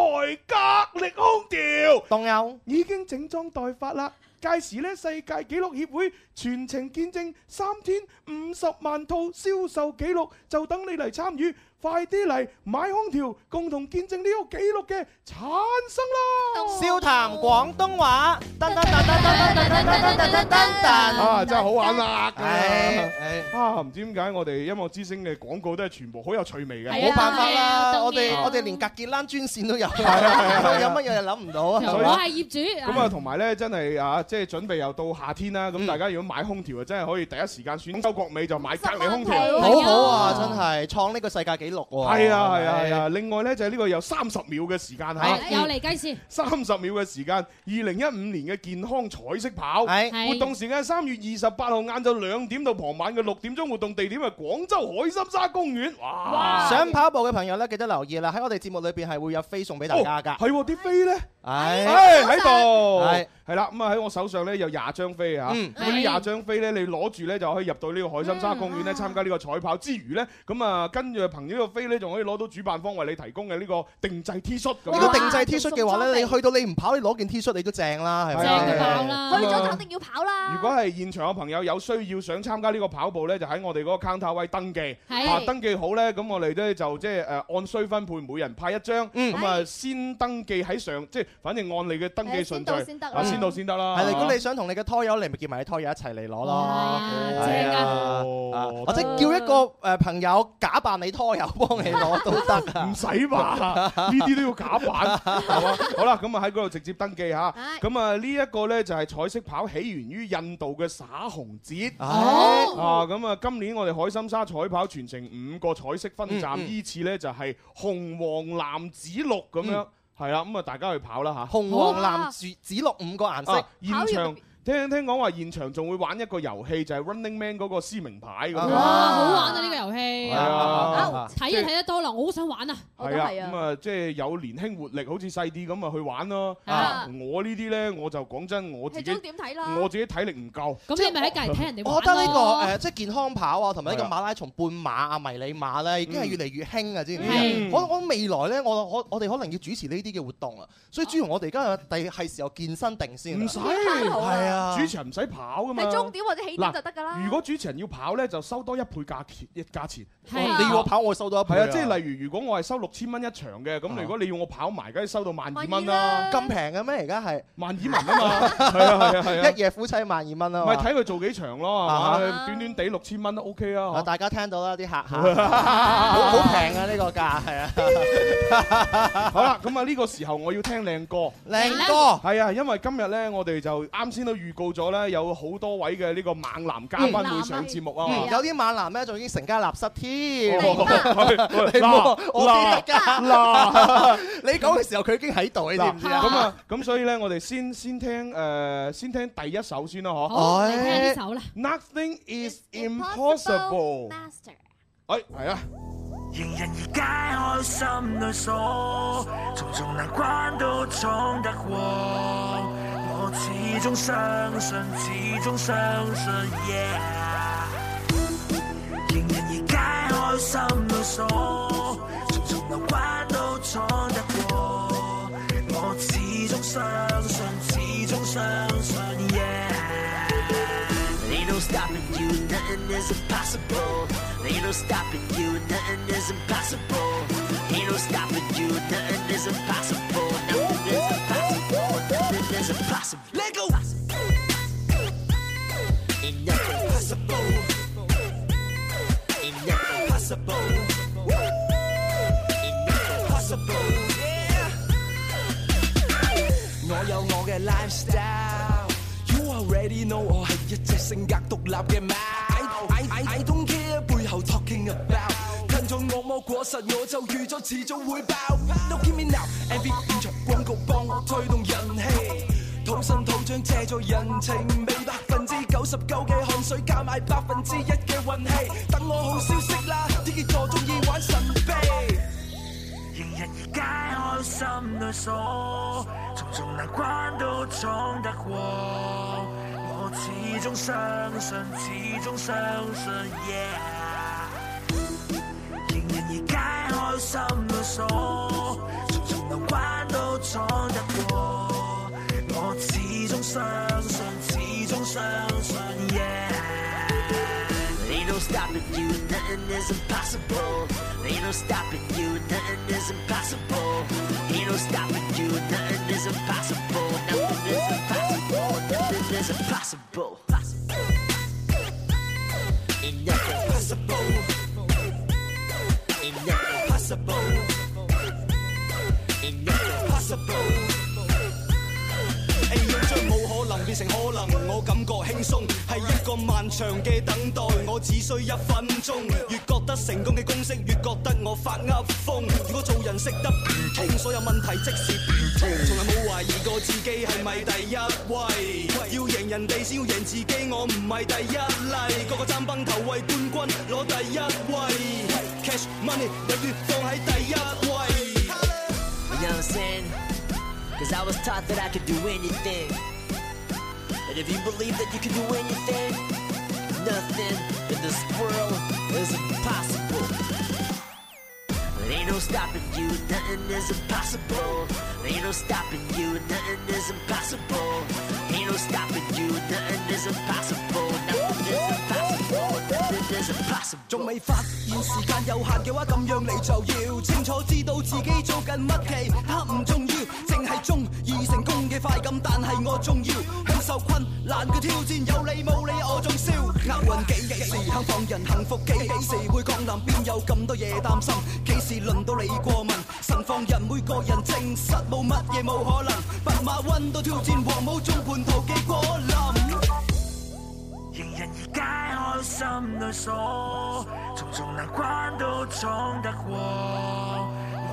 [SPEAKER 6] 格力空調，
[SPEAKER 8] 當有
[SPEAKER 6] 已經整裝待發啦！屆時呢，世界紀錄協會全程見證三天五十萬套銷售紀錄，就等你嚟參與，快啲嚟買空調，共同見證呢個紀錄嘅產生啦！
[SPEAKER 8] 笑談廣東話，噔噔噔噔噔噔噔噔噔噔噔
[SPEAKER 6] 啊，真係好玩啦！咁
[SPEAKER 8] 係
[SPEAKER 6] 樣啊，唔知點解我哋音樂之星嘅廣告都係全部好有趣味嘅，
[SPEAKER 8] 冇辦法啦，我
[SPEAKER 6] 啊係
[SPEAKER 8] 哋
[SPEAKER 6] 啊
[SPEAKER 8] 我哋連格傑蘭專線都有，有
[SPEAKER 6] 係係
[SPEAKER 8] 乜嘢諗唔到啊？
[SPEAKER 6] 所以我係
[SPEAKER 2] 業主
[SPEAKER 6] 咁啊，同埋咧，真係啊，即係準備又到夏天啦。咁大家如果買空調啊，真係可以第一時間選周國美就買格力空調，
[SPEAKER 8] 好好啊，真係創呢個世界紀錄喎！
[SPEAKER 6] 係啊係啊係啊！另外咧就係呢個有三十秒嘅時間嚇，
[SPEAKER 2] 又嚟計時，
[SPEAKER 6] 三十秒嘅時間，二零一五年嘅健康彩色跑
[SPEAKER 2] 係
[SPEAKER 6] 活動時間係三月二十八號晏晝兩點到傍晚嘅六點鐘，活動地點係廣州海心沙公園。哇！
[SPEAKER 8] 想跑步嘅朋友咧，記得留意啦！喺我哋節目裏邊係會有飛送俾大家㗎。
[SPEAKER 6] 哦係喎，啲飛咧，
[SPEAKER 8] 唉
[SPEAKER 6] 唉哎喺度，
[SPEAKER 8] 係
[SPEAKER 6] 係啦，咁啊喺我手上咧有廿張飛啊，
[SPEAKER 8] 嗯
[SPEAKER 6] 嗰啲廿張飛咧你攞住咧就可以入到呢個海心沙公園
[SPEAKER 8] 嗯
[SPEAKER 6] 咧參加呢個賽跑之餘咧，咁啊跟住憑呢個飛咧仲可以攞到主辦方為你提供嘅呢個定製 T 恤咁樣。
[SPEAKER 8] 呢個定製 T 恤嘅話咧，你去到你唔跑，你攞件 T 恤你都正
[SPEAKER 6] 啊
[SPEAKER 8] 啦，係咪？嗯
[SPEAKER 6] 正到爆啦去咗就肯
[SPEAKER 8] 定要跑啦。
[SPEAKER 6] 如果係現場嘅朋友有需要想參加呢個跑步呢，就喺我哋嗰個 counter 位登記。
[SPEAKER 8] 係
[SPEAKER 6] 啊，登記好呃
[SPEAKER 8] 嗯
[SPEAKER 6] 呢，咁我哋呢就即係誒按需分配，每人派一張。咁啊，先登記喺上，即係反正按你嘅登記
[SPEAKER 8] 係
[SPEAKER 6] 順
[SPEAKER 8] 先到
[SPEAKER 6] 序
[SPEAKER 8] 先得啦
[SPEAKER 6] 啊，先到先得啦。
[SPEAKER 8] 係你
[SPEAKER 6] 啊
[SPEAKER 8] 估你想同你嘅拖友嚟，咪叫埋你拖友一齊嚟攞咯，
[SPEAKER 6] 正啊
[SPEAKER 8] 啊！或者叫一個誒朋友假扮你拖友幫你攞都得啊，
[SPEAKER 6] 唔使吧？ 呢啲都要假版，係嘛？好啦，咁啊喺嗰度直接登記嚇。咁啊呢一個呢，就係彩色跑起源於印度嘅耍紅節。
[SPEAKER 8] 哦
[SPEAKER 6] 啊咁啊，今年我哋海心沙彩跑全程五個彩色分站，
[SPEAKER 8] 嗯嗯
[SPEAKER 6] 依次呢就係紅黃藍紫綠咁樣
[SPEAKER 8] 嗯，
[SPEAKER 6] 係啦，咁啊大家去跑啦嚇。
[SPEAKER 8] 紅黃藍紫紫綠五個顏色
[SPEAKER 6] 啊，現場。聽聽講話現場仲會玩一個遊戲，就係 Running Man 嗰個撕名牌
[SPEAKER 8] 哦
[SPEAKER 6] 咁樣。
[SPEAKER 2] 哇，好玩啊！呢個遊戲，Ờ.
[SPEAKER 6] 係啊
[SPEAKER 2] 睇啊睇得多啦，我好想玩啊！
[SPEAKER 6] 係啊，咁啊，即係有年輕活力，好似細啲咁啊，去玩咯。啊，我呢啲咧，我就講真，我自
[SPEAKER 8] 係
[SPEAKER 6] 己
[SPEAKER 8] 終點睇啦
[SPEAKER 6] 我自己體力唔夠。
[SPEAKER 8] 即係我覺得呢個誒，即係健康跑啊，同埋呢個
[SPEAKER 6] 係啊
[SPEAKER 8] 馬拉松半馬啊、迷你馬咧，已經係越嚟越興啊，知唔知啊
[SPEAKER 6] 嗯？
[SPEAKER 8] 我我未來咧，我我我哋可能要主持呢啲嘅活動啊，所以朱紅，我哋而家第係時候健身定先啊。
[SPEAKER 6] 唔使，
[SPEAKER 8] 係啊，
[SPEAKER 6] 主持人唔使跑噶嘛。
[SPEAKER 7] 係終點或者起點
[SPEAKER 6] 嗱
[SPEAKER 7] 就得㗎啦
[SPEAKER 6] 如果主持人要跑咧，就收多一倍價錢，一價錢。
[SPEAKER 7] 係啊你要我
[SPEAKER 8] 跑，哦我收多一倍
[SPEAKER 6] 係啊，
[SPEAKER 8] 啊
[SPEAKER 6] 即係例如，如果我係收六千蚊一場嘅，咁如果你要我跑埋，梗係收到萬二蚊啦。
[SPEAKER 8] 咁平嘅咩？而家係
[SPEAKER 6] 啊萬二蚊啊 嘛，係啊係啊係啊
[SPEAKER 8] 一夜夫妻萬二蚊啊嘛。
[SPEAKER 6] 咪睇佢做幾場咯，
[SPEAKER 8] 啊
[SPEAKER 6] 係
[SPEAKER 8] 哈
[SPEAKER 6] 嘛？短短地六千蚊都 OK 啊。
[SPEAKER 8] 大家聽到啦，啲客客 好好平啊！呢個 價係啊。
[SPEAKER 6] 好啦，咁啊呢個時候我要聽靚歌，
[SPEAKER 8] 靚歌
[SPEAKER 6] 係啊，因為今日呢，我哋就啱先都預告咗呢，有好多位嘅呢個猛男嘉賓會上節目啊嘛
[SPEAKER 8] 嗯。有啲猛男咧，仲已經成家立室添。
[SPEAKER 6] 哦係
[SPEAKER 8] 你唔好
[SPEAKER 6] 嗱
[SPEAKER 8] 我記得㗎
[SPEAKER 6] 嗱
[SPEAKER 8] 你講嘅時候，佢已經喺度，你知唔知啊？
[SPEAKER 6] 咁啊，咁所以呢，我哋先先聽誒，先聽第一首先啦，嗬。
[SPEAKER 2] 好嚟聽下呢首啦。
[SPEAKER 6] Nothing is impossible。哎，係啊。
[SPEAKER 16] 迎刃而解，開心裏鎖，重重難關都闖得過。我始終相信，始終相信，yeah。迎刃而解，開心裏鎖，重重難關都闖得過。我始終相信，始終相信，yeah。
[SPEAKER 13] Ain't no stopping you, nothing is impossible. Ain't no stopping you, nothing is impossible. Ain't no stopping you, nothing is impossible. Nothing is impossible, nothing is impossible. Let go! Ain't nothing possible. Ain't nothing possible. Ain't nothing possible. Yeah.
[SPEAKER 17] 我有我嘅 lifestyle。You already know 我係一隻性格獨立嘅貓。I, I, I don't care 背後 talking about。近咗惡魔果實，我就預咗遲早會爆。Look at me now，MV 片場廣告幫我推動人氣。土生土長借助人情味，百分之九十九嘅汗水加埋百分之一嘅運氣。等我好消息啦，天蝎座中意玩神秘。
[SPEAKER 16] 迎刃而解，開心裏鎖，重重難關都闖得過。我始終相信，始終相信，yeah。迎刃而解，開心裏鎖，重重難關都闖得過。我始終相信，始終相信，yeah。
[SPEAKER 13] Ain't no stopping you, nothing is impossible. Ain't no stopping you, nothing is impossible. Ain't no stopping you, nothing is impossible. Nothing is impossible, nothing is impossible. Ain't nothing possible. Ain't nothing possible. Ain't nothing possible.
[SPEAKER 17] 誒要將冇可能變成可能，我感覺輕鬆，係一個漫長嘅等待，我只需一分鐘。越覺得成功嘅公式，越覺得我發噏風。如果做人識得變通，所有問題即時變通，從來冇懷疑過自己係咪第一位。要贏人哋先要贏自己，我唔係第一例，個個爭崩頭為冠軍攞第一位，cash money 永遠放喺第一位。
[SPEAKER 13] You know what I'm saying? Cause I was taught that I could do anything. And if you believe that you can do anything, nothing in this world is impossible. There ain't no stopping you, nothing is impossible. There ain't no stopping you, nothing is impossible. Ain't no stopping you, nothing is impossible. Nothing is impossible, nothing is impossible.
[SPEAKER 17] 仲未發現時間有限嘅話，咁樣你就要清楚知道自己做緊乜期，黑唔重要，淨定係中意成功嘅快感，但係我仲要享受困難嘅挑戰。有你冇你我仲笑，押韻幾幾時肯放人幸福幾幾時會降臨？邊有咁多嘢擔心？幾時輪到你過問？神放人每個人證實冇乜嘢冇可能，白馬温度挑戰黃帽中叛徒嘅果林。
[SPEAKER 16] 迎日已解開心裏鎖，重重難關都闖得過。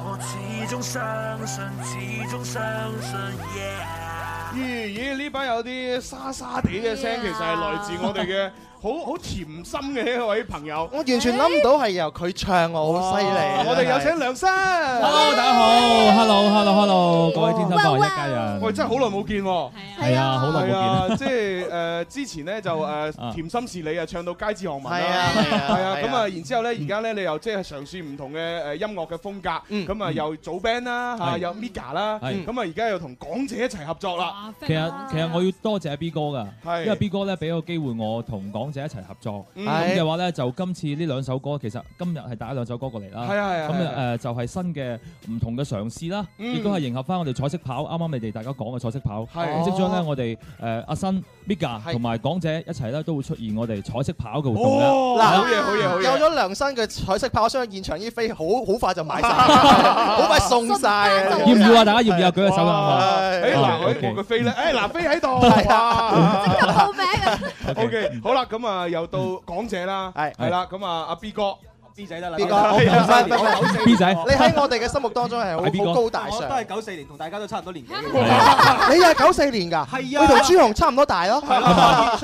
[SPEAKER 16] 我始終相信，始終相信，yeah。
[SPEAKER 6] 咦咦，呢班有啲沙沙地嘅聲，其實係來自我 哋嘅好好甜心嘅一位朋友。啊
[SPEAKER 8] 我完全諗唔到係由佢唱，我好犀利。啊
[SPEAKER 6] 我哋有請梁生。
[SPEAKER 18] Hello，大家好，Hello，Hello，Hello，各位天生快活一家人。
[SPEAKER 6] 喂，真係好耐冇見喎。
[SPEAKER 18] 係啊，好耐
[SPEAKER 6] 係啊
[SPEAKER 18] 冇，見。
[SPEAKER 6] 即係誒之前咧 就誒甜心是你啊，唱到街知巷聞啦，
[SPEAKER 8] 係啊係啊
[SPEAKER 6] 係啊，
[SPEAKER 8] 係啊
[SPEAKER 6] 咁啊，然之
[SPEAKER 18] 嗯
[SPEAKER 6] 後咧，而家咧你又即係嘗試唔同嘅誒音樂嘅風格，咁啊又組 band 啦嚇，
[SPEAKER 18] 係
[SPEAKER 6] 有 Mika 啦，
[SPEAKER 18] 嗯係
[SPEAKER 6] 咁啊而家又同港姐一齊合作啦，
[SPEAKER 18] 其實其實我要多謝 B 哥㗎，
[SPEAKER 6] 係
[SPEAKER 18] 因為 B 哥咧俾個機會我同港姐一齊合作，
[SPEAKER 6] 嗯
[SPEAKER 18] 咁嘅話咧就今次呢兩首歌其實今日係帶咗兩首歌過嚟啦，
[SPEAKER 6] 係啊係啊係
[SPEAKER 18] 咁
[SPEAKER 6] 啊
[SPEAKER 18] 誒就係新嘅唔同嘅嘗試啦，
[SPEAKER 6] 嗯
[SPEAKER 18] 亦都係迎合翻我哋彩色跑，啱啱你哋大家講嘅彩色跑，
[SPEAKER 6] 係
[SPEAKER 18] 即將咧我哋誒阿新 Mika 同埋港姐一齊咧都會出現我哋彩色跑嘅活動啊
[SPEAKER 6] 哦
[SPEAKER 18] 嘅，
[SPEAKER 6] 好嘢好嘢好嘢
[SPEAKER 8] 有咗梁生嘅彩色炮，我相信現場啲飛好好快就賣晒，好快送晒。
[SPEAKER 18] 要唔要啊？大家要唔要啊舉個手啊？好嘛
[SPEAKER 6] 誒嗱，
[SPEAKER 18] 好
[SPEAKER 6] 我
[SPEAKER 18] ，OK
[SPEAKER 6] 我嘅飛咧，誒嗱飛喺度，哇！即刻報名啊
[SPEAKER 18] OK
[SPEAKER 6] ！OK，好啦，咁啊又到港姐啦，係係啦，咁啊阿 B 哥，B 仔得啦
[SPEAKER 8] B 哥，唔係唔係唔係
[SPEAKER 18] B 仔
[SPEAKER 8] 你喺我哋嘅心目當中係
[SPEAKER 18] 係 B
[SPEAKER 8] 好
[SPEAKER 18] 哥
[SPEAKER 8] 好高大上。
[SPEAKER 18] 我
[SPEAKER 12] 都係九四年，同大啊家都差唔多年紀 嘅。
[SPEAKER 8] 你又係九四年㗎？係
[SPEAKER 12] 啊
[SPEAKER 8] 你同朱紅差唔多大咯。
[SPEAKER 12] 朱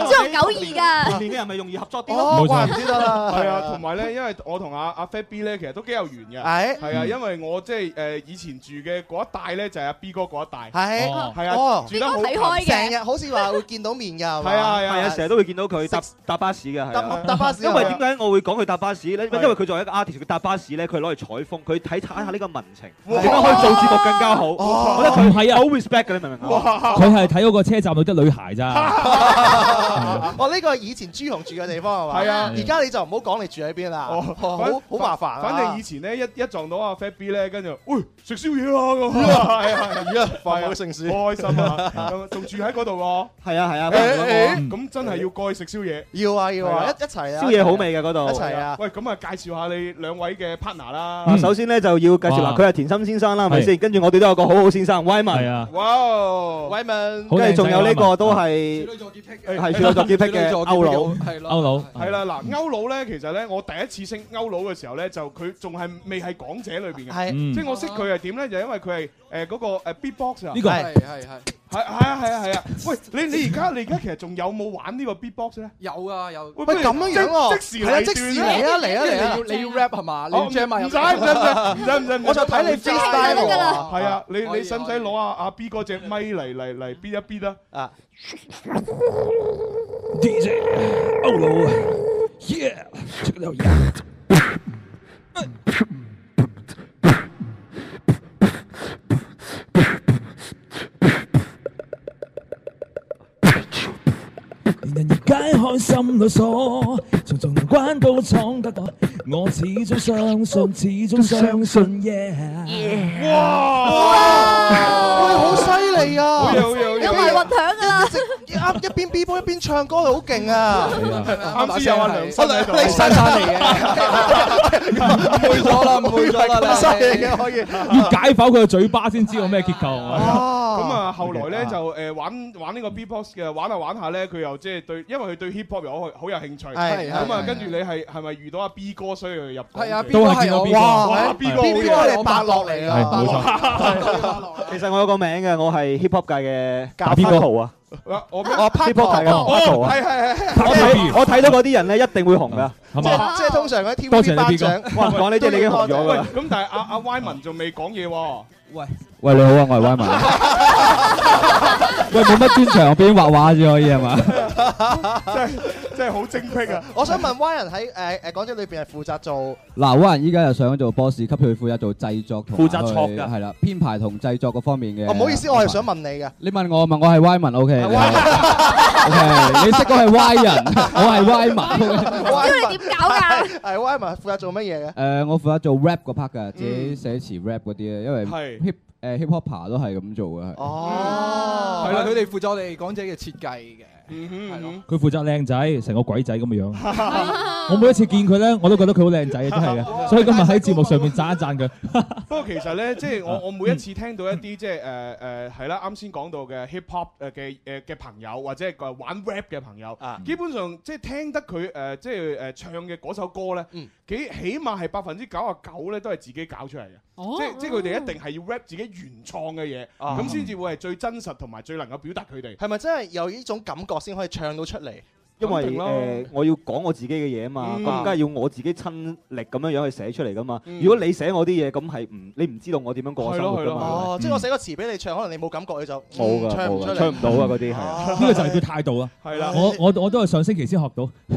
[SPEAKER 12] 紅
[SPEAKER 7] 92㗎
[SPEAKER 12] 年輕人咪容易合作啲
[SPEAKER 8] 哦
[SPEAKER 12] 咯。
[SPEAKER 8] 冇錯怪唔之得啦
[SPEAKER 6] 係啊，同埋咧，因為我同阿阿 Fat B 咧，其實都幾有緣嘅。
[SPEAKER 8] 係
[SPEAKER 6] 係啊，
[SPEAKER 8] 嗯
[SPEAKER 6] 因為我即係誒以前住嘅嗰一帶咧，就係阿 B 哥嗰一帶。
[SPEAKER 8] 係
[SPEAKER 6] 係
[SPEAKER 8] 哦
[SPEAKER 6] 啊，住得好
[SPEAKER 8] 成日好似話會見到面㗎，係嘛
[SPEAKER 12] 係啊係啊，
[SPEAKER 8] 係啊
[SPEAKER 12] 成日都會見到佢搭搭巴士嘅，係
[SPEAKER 8] 搭
[SPEAKER 12] 啊
[SPEAKER 8] 搭巴士
[SPEAKER 12] 因為
[SPEAKER 8] 係啊
[SPEAKER 12] 點解我會講佢搭巴士咧？因為佢作為一個 artist，佢搭巴士咧，佢攞嚟採風，佢睇睇下呢個民情，
[SPEAKER 18] 哇
[SPEAKER 12] 點解可以做節目更加好？
[SPEAKER 18] 哦
[SPEAKER 12] 我覺得佢
[SPEAKER 18] 係啊
[SPEAKER 12] 好 respect 嘅，你明唔明啊？
[SPEAKER 18] 佢係睇嗰個車站度啲女孩咋。
[SPEAKER 8] 哦，呢個係以前朱紅住嘅地方係嘛？
[SPEAKER 6] 係啊
[SPEAKER 8] 而家你就唔好講你住喺邊啦，
[SPEAKER 6] 哦
[SPEAKER 8] 好好麻煩啊。
[SPEAKER 6] 反正以前咧一一撞到阿 Fat B 咧，跟住喂食宵夜啦咁。
[SPEAKER 8] 咦啊
[SPEAKER 6] 係啊係
[SPEAKER 8] 咦啊
[SPEAKER 6] 啊，
[SPEAKER 8] 繁忙嘅城市
[SPEAKER 6] 好開心啊！咁仲住喺嗰度喎。
[SPEAKER 12] 係啊係啊，
[SPEAKER 6] 誒咁真係要過去食宵夜。
[SPEAKER 8] 要啊要
[SPEAKER 6] 係
[SPEAKER 8] 啊
[SPEAKER 6] 啊，
[SPEAKER 8] 一一齊啊。
[SPEAKER 12] 宵夜好味嘅嗰度
[SPEAKER 8] 一齊啊。
[SPEAKER 6] 喂，咁啊介紹下你兩位嘅 partner 啦。
[SPEAKER 12] 啊首先咧就要介紹
[SPEAKER 18] 哇
[SPEAKER 12] 嗱，佢係田心先生啦，係咪
[SPEAKER 18] 係
[SPEAKER 12] 先？跟住我哋都有個好好先生 Y 文，
[SPEAKER 18] 係啊，
[SPEAKER 6] 哇！
[SPEAKER 8] 威文
[SPEAKER 12] 跟住仲有呢個都係係處女座潔癖 嘅歐佬，
[SPEAKER 18] 歐佬
[SPEAKER 6] 係啦，嗱，歐佬咧，其實咧，我第一次識歐佬嘅時候咧，就佢仲係未係港姐裏邊
[SPEAKER 8] 係
[SPEAKER 6] 嘅，
[SPEAKER 8] 嗯
[SPEAKER 6] 即係我識佢係點咧，就因為佢係誒嗰個誒 beatbox 啊，
[SPEAKER 18] 呢個
[SPEAKER 6] 係
[SPEAKER 18] 係
[SPEAKER 6] 係係係啊係啊係啊，喂，你你而家你而家其實仲有冇玩呢個 beatbox 咧？
[SPEAKER 19] 有啊有。喂
[SPEAKER 6] 喂不如
[SPEAKER 19] 咁樣樣喎，
[SPEAKER 6] 即即時
[SPEAKER 19] 係啊
[SPEAKER 6] 嚟
[SPEAKER 19] 即時
[SPEAKER 6] 段
[SPEAKER 19] 嚟
[SPEAKER 6] 啊
[SPEAKER 19] 啊嚟啊
[SPEAKER 6] 即係
[SPEAKER 19] 嚟啊！
[SPEAKER 6] 你
[SPEAKER 19] 你要 rap 係嘛？
[SPEAKER 6] 哦
[SPEAKER 19] 你 jam 埋
[SPEAKER 6] 唔使唔使唔使唔使唔使，
[SPEAKER 8] 我就睇你 freestyle 喎
[SPEAKER 6] 係啊，你你使唔使攞阿阿 B 嗰隻咪嚟嚟嚟 B 一 B 啦？
[SPEAKER 8] 啊！
[SPEAKER 18] DJ 歐佬，yeah，check it out, yeah
[SPEAKER 20] 令人而解開心裏鎖，重重難關都闖得過。我始終相信，始終相信，yeah。
[SPEAKER 8] 哇！喂，好犀利啊！
[SPEAKER 20] 好嘢好嘢好嘢有埋
[SPEAKER 8] 混響㗎啦！一啱一邊 B 波一邊唱歌，好勁啊！
[SPEAKER 6] 啱先有阿梁生喺度，
[SPEAKER 8] 梁生翻嚟
[SPEAKER 18] 誤
[SPEAKER 8] 嘅，
[SPEAKER 18] 會咗啦誤會 咗啦
[SPEAKER 8] 咁犀利嘅可以。哦
[SPEAKER 18] 要解剖佢嘅嘴巴先知道咩結構啊！
[SPEAKER 6] 咁啊，後來咧就誒玩玩呢個 B-box 嘅，玩下玩下咧，佢又即係對，因為佢對 hip hop 又好好有興趣。
[SPEAKER 19] 係
[SPEAKER 6] 咁啊，
[SPEAKER 19] 係
[SPEAKER 6] 跟住你係係咪遇到阿 B 哥所以佢入港
[SPEAKER 19] 係啊
[SPEAKER 6] 嘅
[SPEAKER 19] B 哥都係見到係我 B 哥
[SPEAKER 6] 哇
[SPEAKER 19] 係
[SPEAKER 6] 哇
[SPEAKER 19] 啊
[SPEAKER 6] ！B 哥
[SPEAKER 8] B
[SPEAKER 6] 好
[SPEAKER 8] 波
[SPEAKER 6] 嘢
[SPEAKER 8] 你白落嚟啦，白落
[SPEAKER 12] 其實我有個名嘅，我係 hip hop 界嘅
[SPEAKER 8] 打
[SPEAKER 12] 邊個啊？
[SPEAKER 6] 啊我
[SPEAKER 8] 哦
[SPEAKER 12] hip hop 界嘅
[SPEAKER 8] 哦
[SPEAKER 12] Paco 啊！
[SPEAKER 8] 係係係
[SPEAKER 12] 我睇我睇到嗰啲人咧，一定會紅噶，
[SPEAKER 18] 嗯係
[SPEAKER 8] 即係即係通常嗰啲
[SPEAKER 12] 多謝
[SPEAKER 8] TVB
[SPEAKER 12] 你
[SPEAKER 8] 頒
[SPEAKER 12] B 哥
[SPEAKER 8] 獎，
[SPEAKER 12] 哇講呢啲你已經紅咗㗎啦
[SPEAKER 6] 喂咁但係阿阿 Y 文仲未講嘢喎。喂，
[SPEAKER 18] 喂，你好啊，我 係 Y 文。喂，冇乜專長，我邊畫畫啫，可以係嘛？
[SPEAKER 6] 真係真係好精辟啊！
[SPEAKER 8] 我想問 Y 人喺誒誒港姐裏邊係負責做
[SPEAKER 21] 嗱，灣人依家又想做 boss 級，佢負責做製作同
[SPEAKER 8] 負責錯㗎
[SPEAKER 21] 係啦，編排同製作嗰方面嘅。
[SPEAKER 8] 哦，唔好意思，我係想問你嘅。
[SPEAKER 21] 你問我問我係 Y 文，OK。OK，你識嗰係 Y 人，我係 Y 文。
[SPEAKER 8] 知你點搞㗎？係 Y 文負責做乜嘢嘅？
[SPEAKER 21] 誒，我負責做 rap 嗰 part 㗎，自己寫詞 rap 嗰啲咧，因為
[SPEAKER 8] 係
[SPEAKER 21] hip 誒 hip hopper 都係咁做嘅，係。
[SPEAKER 19] 哦，係啦，
[SPEAKER 21] 嗯
[SPEAKER 19] 佢哋負責我哋港姐嘅設計嘅，
[SPEAKER 6] 嗯
[SPEAKER 19] 係咯。
[SPEAKER 18] 佢負責靚仔，成個鬼仔咁嘅樣。 我每一次見佢咧，我都覺得佢好靚仔嘅，真係嘅。所以今日喺節目上面讚一讚佢。
[SPEAKER 6] 不過其實咧，即係
[SPEAKER 8] 啊
[SPEAKER 6] 我我每一次聽到一啲即係誒誒係啦，啱先講到嘅 hip hop 誒嘅誒嘅朋友，或者係個玩 rap 嘅朋友，
[SPEAKER 8] 啊
[SPEAKER 6] 基本上即係聽得佢誒即係誒唱嘅嗰首歌咧，
[SPEAKER 8] 嗯
[SPEAKER 6] 幾起碼係百分之九啊九咧都係自己搞出嚟嘅。即係即係佢哋一定係要 rap 自己原創嘅嘢，
[SPEAKER 8] 哦啊
[SPEAKER 6] 咁先至會係最真實同埋最能夠表達佢哋。
[SPEAKER 8] 係咪真係有呢種感覺先可以唱到出嚟？
[SPEAKER 12] 因為
[SPEAKER 8] 肯定
[SPEAKER 12] 誒、
[SPEAKER 8] 啦
[SPEAKER 12] 呃我要講我自己嘅嘢啊嘛，
[SPEAKER 8] 嗯
[SPEAKER 12] 咁梗係要我自己親力咁樣樣去寫出嚟噶嘛。
[SPEAKER 8] 嗯
[SPEAKER 12] 如果你寫我啲嘢，咁係唔你唔知道我點樣過生活噶嘛。嗯
[SPEAKER 8] 哦，
[SPEAKER 12] 係
[SPEAKER 8] 即係
[SPEAKER 12] 咪
[SPEAKER 8] 我寫個詞俾你唱，可能你冇感覺，你就
[SPEAKER 12] 冇㗎
[SPEAKER 8] 嗯唱唔出
[SPEAKER 12] 冇㗎
[SPEAKER 8] 嚟，哦
[SPEAKER 12] 唱唔到啊嗰啲係啊
[SPEAKER 18] 呢個就係佢態度啊！
[SPEAKER 6] 係啦
[SPEAKER 18] 我我我都係上星期先學到。
[SPEAKER 8] 有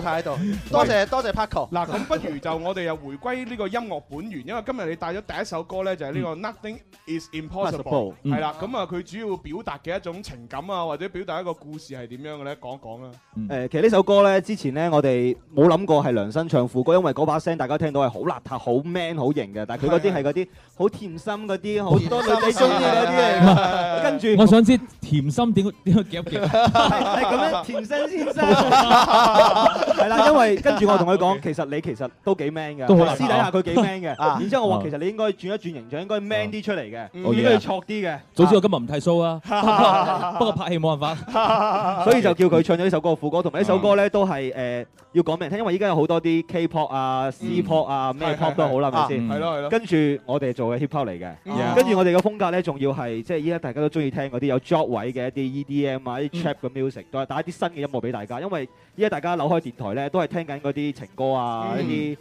[SPEAKER 8] 態度。多謝多謝 Paco。
[SPEAKER 6] 嗱，咁不如就我哋又回歸呢個音樂本源，因為今日你帶咗第一首歌咧，就係呢個 Nothing Is Impossible，
[SPEAKER 12] Possible，嗯
[SPEAKER 6] 係啦。咁啊，佢主要表達嘅一種情感啊，或者表達一個故事係點樣嘅咧，講一講啦。
[SPEAKER 12] 誒、其實呢首歌呢，之前呢，我哋冇諗過係梁新唱副歌，因為嗰把聲大家聽到係好邋遢、好 man、好型嘅，但係佢嗰啲係嗰啲好甜心嗰啲，好多
[SPEAKER 8] 啊
[SPEAKER 12] 女仔中意嗰啲嚟㗎。跟住
[SPEAKER 18] 我想知甜心點點去夾 夾？
[SPEAKER 12] 係咁樣，甜心先生係啦，因為跟住我同佢講，其實你其實都幾 man
[SPEAKER 18] 都好邋遢
[SPEAKER 12] 嘅，私底下 佢幾 man 嘅。
[SPEAKER 18] 啊
[SPEAKER 12] 然之後我話其實你應該轉一轉形象，應該 man 啲出嚟嘅，
[SPEAKER 18] 哦
[SPEAKER 12] 應該要挫啲嘅。
[SPEAKER 18] 早知我今日唔剃須 啊，不過拍戲冇辦 法，
[SPEAKER 12] 所以就叫佢唱咗呢首歌副歌，同埋呢首歌咧都係誒要講俾人聽，因為依家有好多啲 K-pop 啊、C-pop 啊、咩 pop 都好啦，係咪先？
[SPEAKER 6] 嗯係咯係嗯咯
[SPEAKER 12] 跟住我哋做嘅 hip-hop 嚟嘅，
[SPEAKER 6] Yeah
[SPEAKER 12] 跟住我哋嘅風格咧，仲要係即係依家大家都中意聽嗰啲有 job 位嘅一啲 EDM 啊、一啲 trap 嘅 music，再打一啲新嘅音樂俾大家，因為依家大家扭開電台咧，都係聽緊嗰啲情歌啊，
[SPEAKER 6] 嗯
[SPEAKER 12] 一啲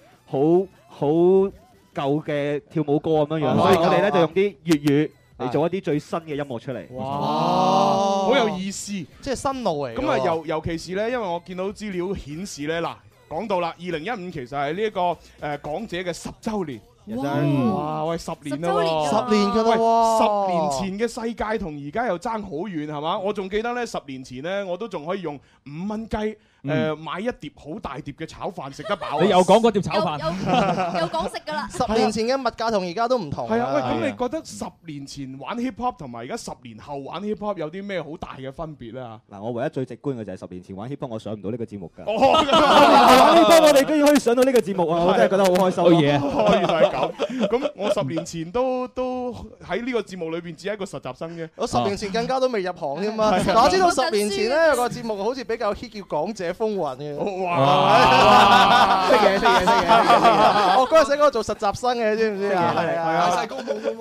[SPEAKER 12] 好好舊嘅跳舞歌咁樣
[SPEAKER 6] 哦
[SPEAKER 12] 樣，所以我哋咧就用啲粵語嚟做一啲最新嘅音樂出嚟。
[SPEAKER 6] 啊哇好有意思，即
[SPEAKER 8] 哦係新路嚟㗎喎。
[SPEAKER 6] 咁啊，尤尤其是咧，因為我見到資料顯示咧，嗱，講到啦，二零一五其實係呢一個誒港姐嘅十週年。
[SPEAKER 8] 哇
[SPEAKER 6] 哇！喂，十年啦
[SPEAKER 8] 十
[SPEAKER 6] 喎，
[SPEAKER 8] 週年㗎啦喎
[SPEAKER 6] 喂十年前嘅世界同而家又爭好遠，係嘛？我仲記得咧，十年前咧，我都仲可以用五蚊雞誒
[SPEAKER 18] 嗯
[SPEAKER 6] 買一碟好大碟嘅炒飯食得飽啊。
[SPEAKER 18] 你又講嗰碟炒飯
[SPEAKER 8] 有 講食㗎啦。 十年前嘅物價同而家都唔同。
[SPEAKER 6] 係啊，喂，咁你覺得十年前玩 hip hop 同埋而家十年後玩 hip hop 有啲咩好大嘅分別咧？
[SPEAKER 12] 嗱，我唯一最直觀嘅就係十年前玩 hip hop，我上唔到呢個節目㗎。
[SPEAKER 6] 哦
[SPEAKER 12] 十年後玩 hip hop，我哋居 然可以上到呢個節目啊！我真係覺得好開心。
[SPEAKER 18] 好嘢
[SPEAKER 6] 哦，原來係咁。咁我十年前都都喺呢個節目裏邊只係一個實習生啫。
[SPEAKER 8] 我哦十年前更加都未入行添嘛。
[SPEAKER 6] 係
[SPEAKER 8] 嗱我知道十年前咧有個節目好似比較 hit 叫《港姐風雲》嘅。
[SPEAKER 6] 哇！
[SPEAKER 8] 識嘢識嘢識嘢！我嗰陣時喺嗰度做實習生嘅，你知唔知啊？
[SPEAKER 6] 係
[SPEAKER 8] 啊
[SPEAKER 6] 啊，
[SPEAKER 8] 細公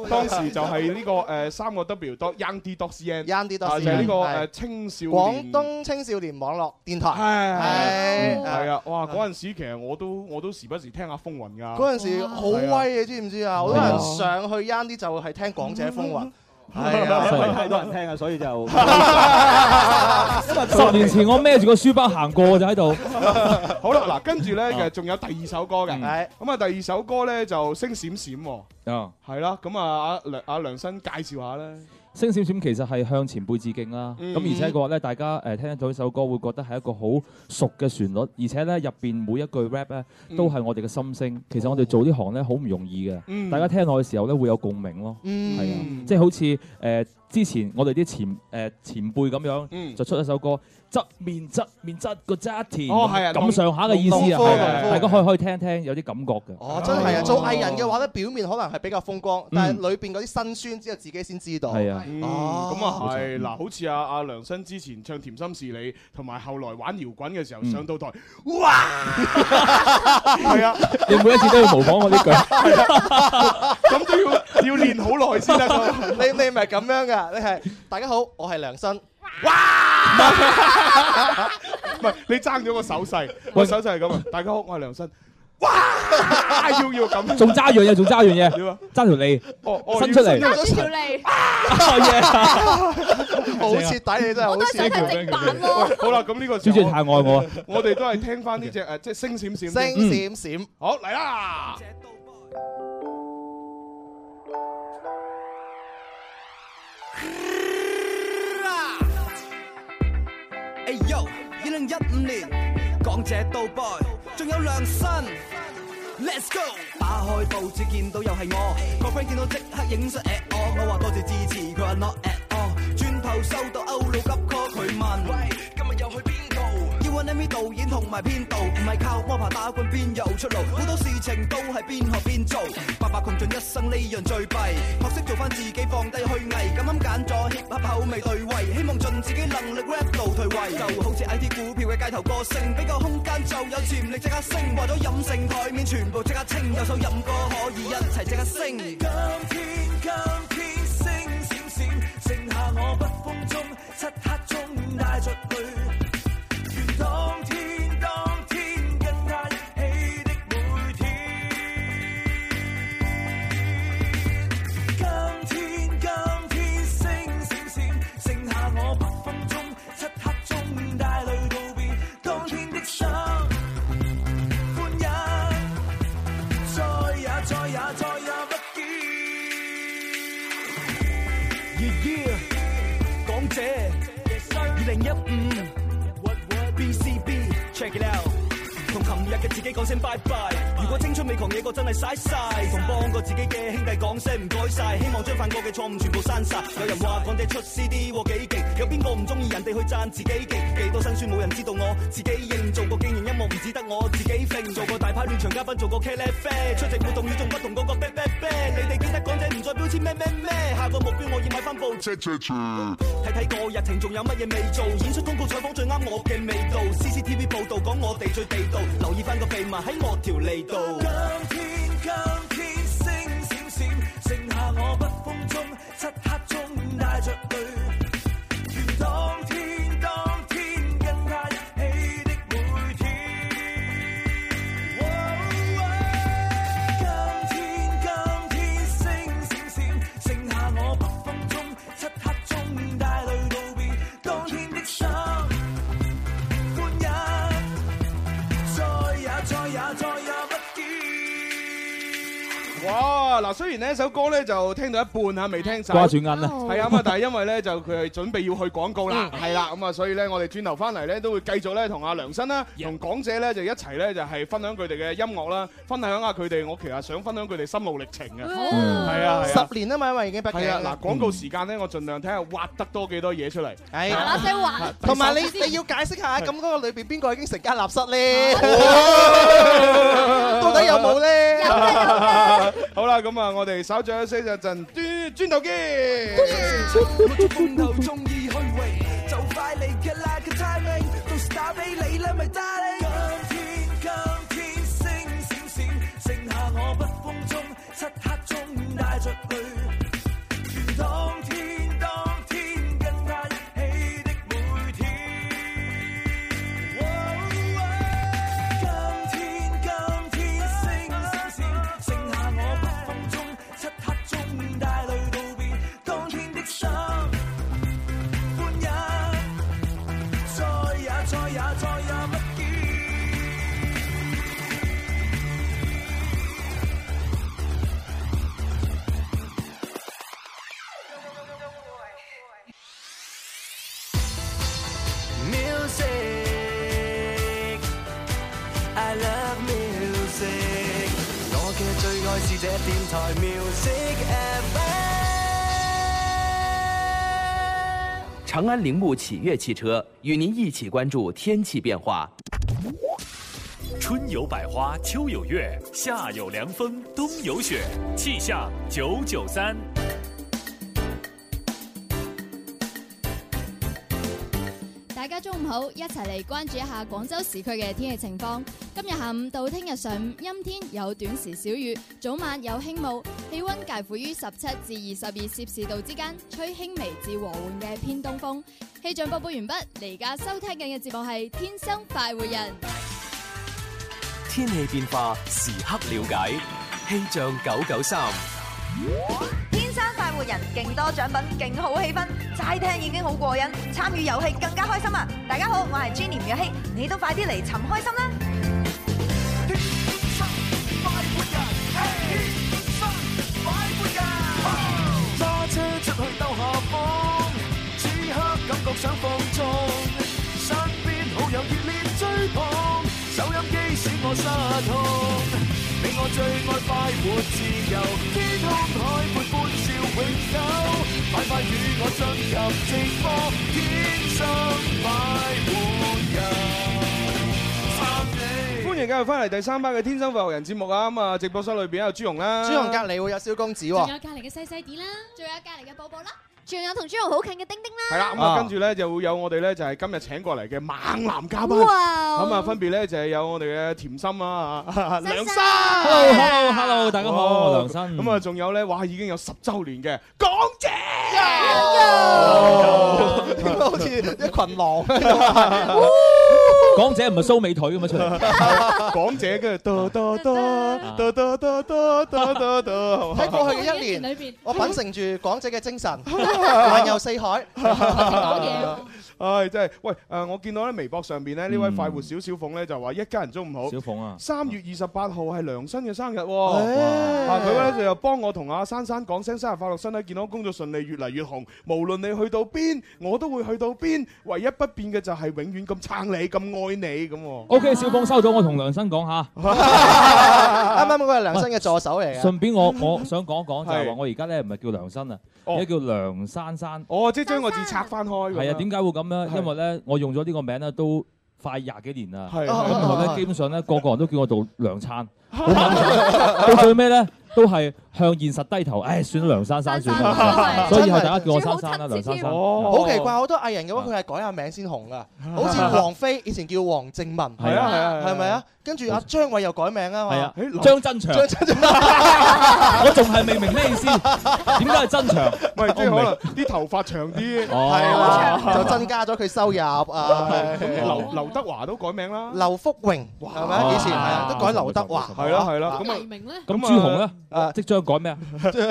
[SPEAKER 6] 當時就係呢個誒三個 W dot young d dot cn young
[SPEAKER 8] d
[SPEAKER 6] 就係呢個誒青少
[SPEAKER 8] 廣
[SPEAKER 6] 年。
[SPEAKER 8] 東青少年網絡電
[SPEAKER 6] 係
[SPEAKER 8] 台，
[SPEAKER 6] 係啊！哇！嗰陣時其實我都我都時不時聽下風雲㗎。
[SPEAKER 8] 嗰陣時好威
[SPEAKER 6] 係啊
[SPEAKER 8] 嘅，知唔知啊？好多人上去 y 啲就係聽《港姐風雲》，係 啊，
[SPEAKER 12] 因為太多人聽啊，所以就
[SPEAKER 18] 十年前我孭住個書包行過就喺度，
[SPEAKER 6] 好啦，嗱，跟住咧
[SPEAKER 18] 啊
[SPEAKER 6] 嘅仲有第二首歌嘅，
[SPEAKER 18] 嗯
[SPEAKER 6] 咁啊第二首歌咧就星閃閃喎，
[SPEAKER 12] 哦
[SPEAKER 18] 啊，
[SPEAKER 6] 係啦，咁啊阿梁阿梁生介紹下咧，
[SPEAKER 18] 星閃閃其實係向前輩致敬啦。
[SPEAKER 6] 嗯
[SPEAKER 18] 咁而且嘅話咧，大家誒聽得到呢首歌會覺得係一個好熟嘅旋律，而且咧入邊每一句 rap 咧
[SPEAKER 8] 嗯
[SPEAKER 18] 都係我哋嘅心聲。其實我哋做呢行咧好唔容易
[SPEAKER 6] 嗯
[SPEAKER 18] 嘅，大家聽落嘅時候咧會有共鳴咯。
[SPEAKER 8] 嗯
[SPEAKER 18] 係啊，即係好似誒之前我哋啲前誒前輩咁
[SPEAKER 6] 嗯
[SPEAKER 18] 樣，就出一首歌。側面側面側個側田
[SPEAKER 6] 哦係啊
[SPEAKER 18] 咁上下嘅意思
[SPEAKER 8] 農
[SPEAKER 18] 啊，
[SPEAKER 8] 夫
[SPEAKER 18] 係啊
[SPEAKER 8] 農夫
[SPEAKER 18] 大家可以可以聽聽，有啲感覺嘅。
[SPEAKER 8] 哦，真係啊！做藝人嘅話咧，表面可能係比較風光，但係裏邊嗰啲辛酸只有自己先知道。
[SPEAKER 18] 係啊
[SPEAKER 6] 嗯，
[SPEAKER 8] 哦
[SPEAKER 6] 咁啊 係，嗱，好似 阿阿梁生之前唱《甜心是你》，同埋後來玩搖滾嘅時
[SPEAKER 18] 嗯
[SPEAKER 6] 候上到台，哇，係啊，
[SPEAKER 18] 你每一次都要模仿我呢句。
[SPEAKER 6] 咁都要要練好耐先得㗎。
[SPEAKER 8] 你你唔係咁樣噶，你係大家好，我係梁生。
[SPEAKER 6] 唔係你爭咗個手勢，個手勢係咁啊！大家好，我係梁生。哇！要要咁，
[SPEAKER 18] 仲揸樣嘢，仲揸樣嘢
[SPEAKER 6] 點啊，
[SPEAKER 18] 揸條脷，
[SPEAKER 6] 哦哦
[SPEAKER 18] 伸出嚟哦
[SPEAKER 6] 要
[SPEAKER 8] 伸出
[SPEAKER 7] 嚟，
[SPEAKER 8] 好徹
[SPEAKER 18] 啊
[SPEAKER 8] 底， 你 真係好徹底。
[SPEAKER 6] 喂好啦，咁呢個時
[SPEAKER 18] 主
[SPEAKER 6] 候
[SPEAKER 18] 持人太愛我啊。
[SPEAKER 6] 我哋都係聽翻呢只誒，即係星閃閃。
[SPEAKER 8] 星閃閃，
[SPEAKER 6] 好嚟啦！
[SPEAKER 17] 哎呦，二零一五年，港姐到 boy，仲有梁新。 Let's go！打開報紙見到又係我，個 friend 見到即刻影相 at 我，我話多謝支持，佢話 not at all。轉頭收到歐佬急 call，佢問：喂，今日又去邊度？要揾 MV 導演同埋編導，唔係靠摸爬打滾邊有出路？好多事情都係邊學邊做，白白窮盡一生呢樣最弊。學識做翻自己，放低虛偽，咁啱揀咗 hip hop 口味對位，希望盡自己能力 rap 到退位，就好似 IT 股票嘅街頭歌星，俾個空間就有潛力即刻升，為咗飲勝台面全部即刻清，有首飲歌可以一齊即刻升。
[SPEAKER 16] 今天今天星閃閃，剩下我北風中漆黑中帶着淚。願當天當天更加一起的每天。今天今天星閃閃，剩下我北風中漆黑中帶淚道別當天的心歡欣，再也再也再也不見。
[SPEAKER 17] Yeah yeah，港姐，二零一五，BCB check it out。同琴日嘅自己講聲拜拜。如果青春未狂野過，真係嘥晒。同幫過自己嘅兄弟講聲唔該晒，希望將犯過嘅錯誤全部刪晒。有人話港姐出 CD 喎幾勁，有邊個唔中意人哋去讚自己勁？幾多辛酸冇人知道我自己認，做過經營音樂唔只得我自己揈，做過大牌暖場嘉賓，做過茄喱啡，出席活動與眾不同嗰個啤啤啤。你哋記得港姐唔再標籤咩咩咩，下個目標我要買翻部。睇睇個日程仲有乜嘢未做，演出公告採訪最啱我嘅味道，CCTV 報道講我哋最地道，留意翻個秘密喺我條脷度。
[SPEAKER 16] 今天今天星閃閃，剩下我北風中漆黑中帶着淚。願當天當天更加一起的每天。今天今天星閃閃，剩下我北風中漆黑中帶淚道別當天的心歡欣，再也再也再也不
[SPEAKER 6] 哇！嗱，雖然呢首歌咧就聽到一半嚇，未聽晒，
[SPEAKER 18] 掛住銀啊
[SPEAKER 6] 係啊咁啊，但係因為咧就佢係準備要去廣告啦，係啦，咁啊，所以咧我哋轉頭翻嚟咧都會繼續咧同阿梁生啦，同港姐咧就一齊咧就係分享佢哋嘅音樂啦，分享下佢哋我其實想分享佢哋心路歷程嘅，係啊，係啊
[SPEAKER 8] 十年啊嘛，因為已經畢
[SPEAKER 6] 係
[SPEAKER 8] 竟
[SPEAKER 6] 啊，嗱，廣告時間咧，我盡量睇下挖得多幾多嘢出嚟，
[SPEAKER 8] 係嗱
[SPEAKER 6] 啊
[SPEAKER 8] 嗱聲
[SPEAKER 7] 挖
[SPEAKER 8] 同埋 你你要解釋下，咁嗰個裏邊邊個已經成家立室咧？到底有冇咧？
[SPEAKER 6] 好啦，咁啊，我哋稍咗息陣，轉轉頭見。
[SPEAKER 16] 我做風頭中意虛榮，就快嚟㗎啦個 timing，到時打俾你啦咪 darling。今天今天星閃閃，剩下我北風中漆黑中帶着淚。願當天當天更加一起的每天。今天今天星閃閃，剩下我北風中漆黑中帶淚道別當天的心歡欣，再也再也再也不見。
[SPEAKER 11] Music, I love music。我嘅最愛是這電台 Music FM。
[SPEAKER 22] 长安铃木启悦汽车与您一起关注天气变化。
[SPEAKER 23] 春有百花，秋有月，夏有凉风，冬有雪。气象九九三。
[SPEAKER 9] 大家中午好，一齊嚟關注一下廣州市區嘅天氣情況。今日下午到聽日上午陰天有短時小雨，早晚有輕霧，氣温介乎於十七至二十二攝氏度之間，吹輕微至和緩嘅偏東風。氣象播報完畢，你而家收聽緊嘅節目係《天生快活人》。
[SPEAKER 3] 天氣變化時刻了解，氣象九九三。
[SPEAKER 24] 天生快活人，勁多獎品，勁好氣氛，齋聽已經好過癮，參與遊戲更加開心啊！大家好，我係 Jenny 吳若希，你都快啲嚟尋開心啦！
[SPEAKER 16] 揸車出去兜下風，此刻感覺想放縱，身邊好友熱烈追捧，收音機使我失控，你我
[SPEAKER 11] 最愛快活自由，天空海闊歡笑永久，快快與我進入直播，天生快活人。
[SPEAKER 6] 歡迎繼續翻嚟第三班嘅《天生快活人》節目啊！咁啊，直播室裏邊有朱容啦，啊
[SPEAKER 8] 朱紅隔離會有蕭公子
[SPEAKER 6] 喎
[SPEAKER 9] 仲有隔離嘅細細啲啦，仲有隔離嘅寶寶啦，仲有同朱紅好近嘅丁丁啦。
[SPEAKER 6] 係啦，咁啊，跟住咧就會有我哋咧就係今日請過嚟嘅猛男嘉賓，
[SPEAKER 9] 哇
[SPEAKER 6] 咁啊分別咧就係有我哋嘅甜心啦，啊梁生
[SPEAKER 18] Hello，hello，hello，大家好
[SPEAKER 6] 哦
[SPEAKER 18] 我梁生
[SPEAKER 6] 咁啊，仲有咧，哇，已經有十週年嘅港姐，
[SPEAKER 8] 應該好似一群狼。
[SPEAKER 18] 港姐唔係蘇美腿咁樣出嚟。
[SPEAKER 6] 港姐跟住哆哆
[SPEAKER 18] Ờ.
[SPEAKER 6] 哆哆哆哆哆 哆哆哆，
[SPEAKER 8] 喺過去嘅一年，我品承住港姐嘅精神，環遊四海。
[SPEAKER 6] 唉，真係，喂，誒，我見到咧微博上邊咧呢位快活小小鳳咧就話一家人中午好，
[SPEAKER 18] Ừ。小鳳啊
[SPEAKER 6] 三月二十八號係梁生嘅生日喎，
[SPEAKER 18] 唉
[SPEAKER 6] 啊佢咧就又幫我同阿珊珊講聲生日快樂，身體健康，工作順利，越嚟越紅，無論你去到邊，我都會去到邊，唯一不變嘅就係永遠咁撐你，咁愛你咁喎。
[SPEAKER 18] O K，小鳳收咗，我同梁生講下。
[SPEAKER 6] 啊
[SPEAKER 8] 啱啱嗰個係梁生嘅助手嚟嘅。
[SPEAKER 18] 順便我我想講一講就係話
[SPEAKER 8] 係
[SPEAKER 18] 我而家咧唔係叫梁生啊，而家叫梁珊珊。
[SPEAKER 6] 哦，即係哦將個字拆翻開。
[SPEAKER 18] 係啊，點解會咁咧？因為咧，我用咗呢個名咧都快廿幾年啦。
[SPEAKER 6] 係
[SPEAKER 18] 咁
[SPEAKER 6] 係
[SPEAKER 18] 同埋
[SPEAKER 6] 係
[SPEAKER 18] 咧，基本上咧個個人都叫我做梁 燦，好敏感。到最尾咧都係向現實低頭，唉，算啦，梁珊珊算啦。所以以後大家叫我珊珊啦，梁珊珊。
[SPEAKER 8] 好奇怪，好多藝人嘅話，佢係改下名先紅噶，好似王菲以前叫黃正文，係
[SPEAKER 18] 係啊係啊係啊
[SPEAKER 8] 係咪啊？跟住阿張偉又改名啊嘛，
[SPEAKER 18] 係啊
[SPEAKER 8] 誒
[SPEAKER 18] 張真祥
[SPEAKER 8] 張真祥，
[SPEAKER 18] 我仲係未明咩意思？點解係真長？
[SPEAKER 6] 唔係即係可能啲頭髮長啲，
[SPEAKER 8] 係啦，就增加咗佢收入啊。
[SPEAKER 6] 咁劉劉德華都改名 啦，
[SPEAKER 8] 劉福榮係咪啊？以前係啊，都改劉德華，
[SPEAKER 6] 係啦係啦，咁啊
[SPEAKER 18] 咁朱紅咧，即將改咩啊？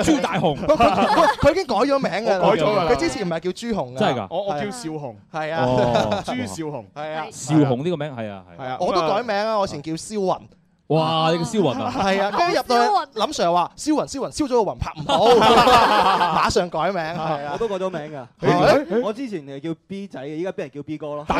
[SPEAKER 18] 朱大紅。
[SPEAKER 8] 佢佢佢已經改咗名㗎啦，
[SPEAKER 18] 我改咗㗎啦
[SPEAKER 8] 佢之前唔係叫朱紅㗎，
[SPEAKER 18] 真係㗎
[SPEAKER 6] 我我叫少紅，
[SPEAKER 8] 係
[SPEAKER 18] 哦
[SPEAKER 8] 啊，
[SPEAKER 6] 朱少紅，
[SPEAKER 8] 係啊，
[SPEAKER 18] 邵紅呢個名係啊係
[SPEAKER 6] 啊
[SPEAKER 8] 我都改名啊，我以前叫蕭雲。
[SPEAKER 18] 哇！你個蕭雲啊，
[SPEAKER 8] 係啊，跟住入到去，林 Sir 話：蕭雲，蕭雲，燒咗個雲拍唔好，馬上改名。係啊，
[SPEAKER 12] 我都改咗名㗎。我之前誒叫 B 仔嘅，依家俾人叫 B 哥咯。
[SPEAKER 6] 即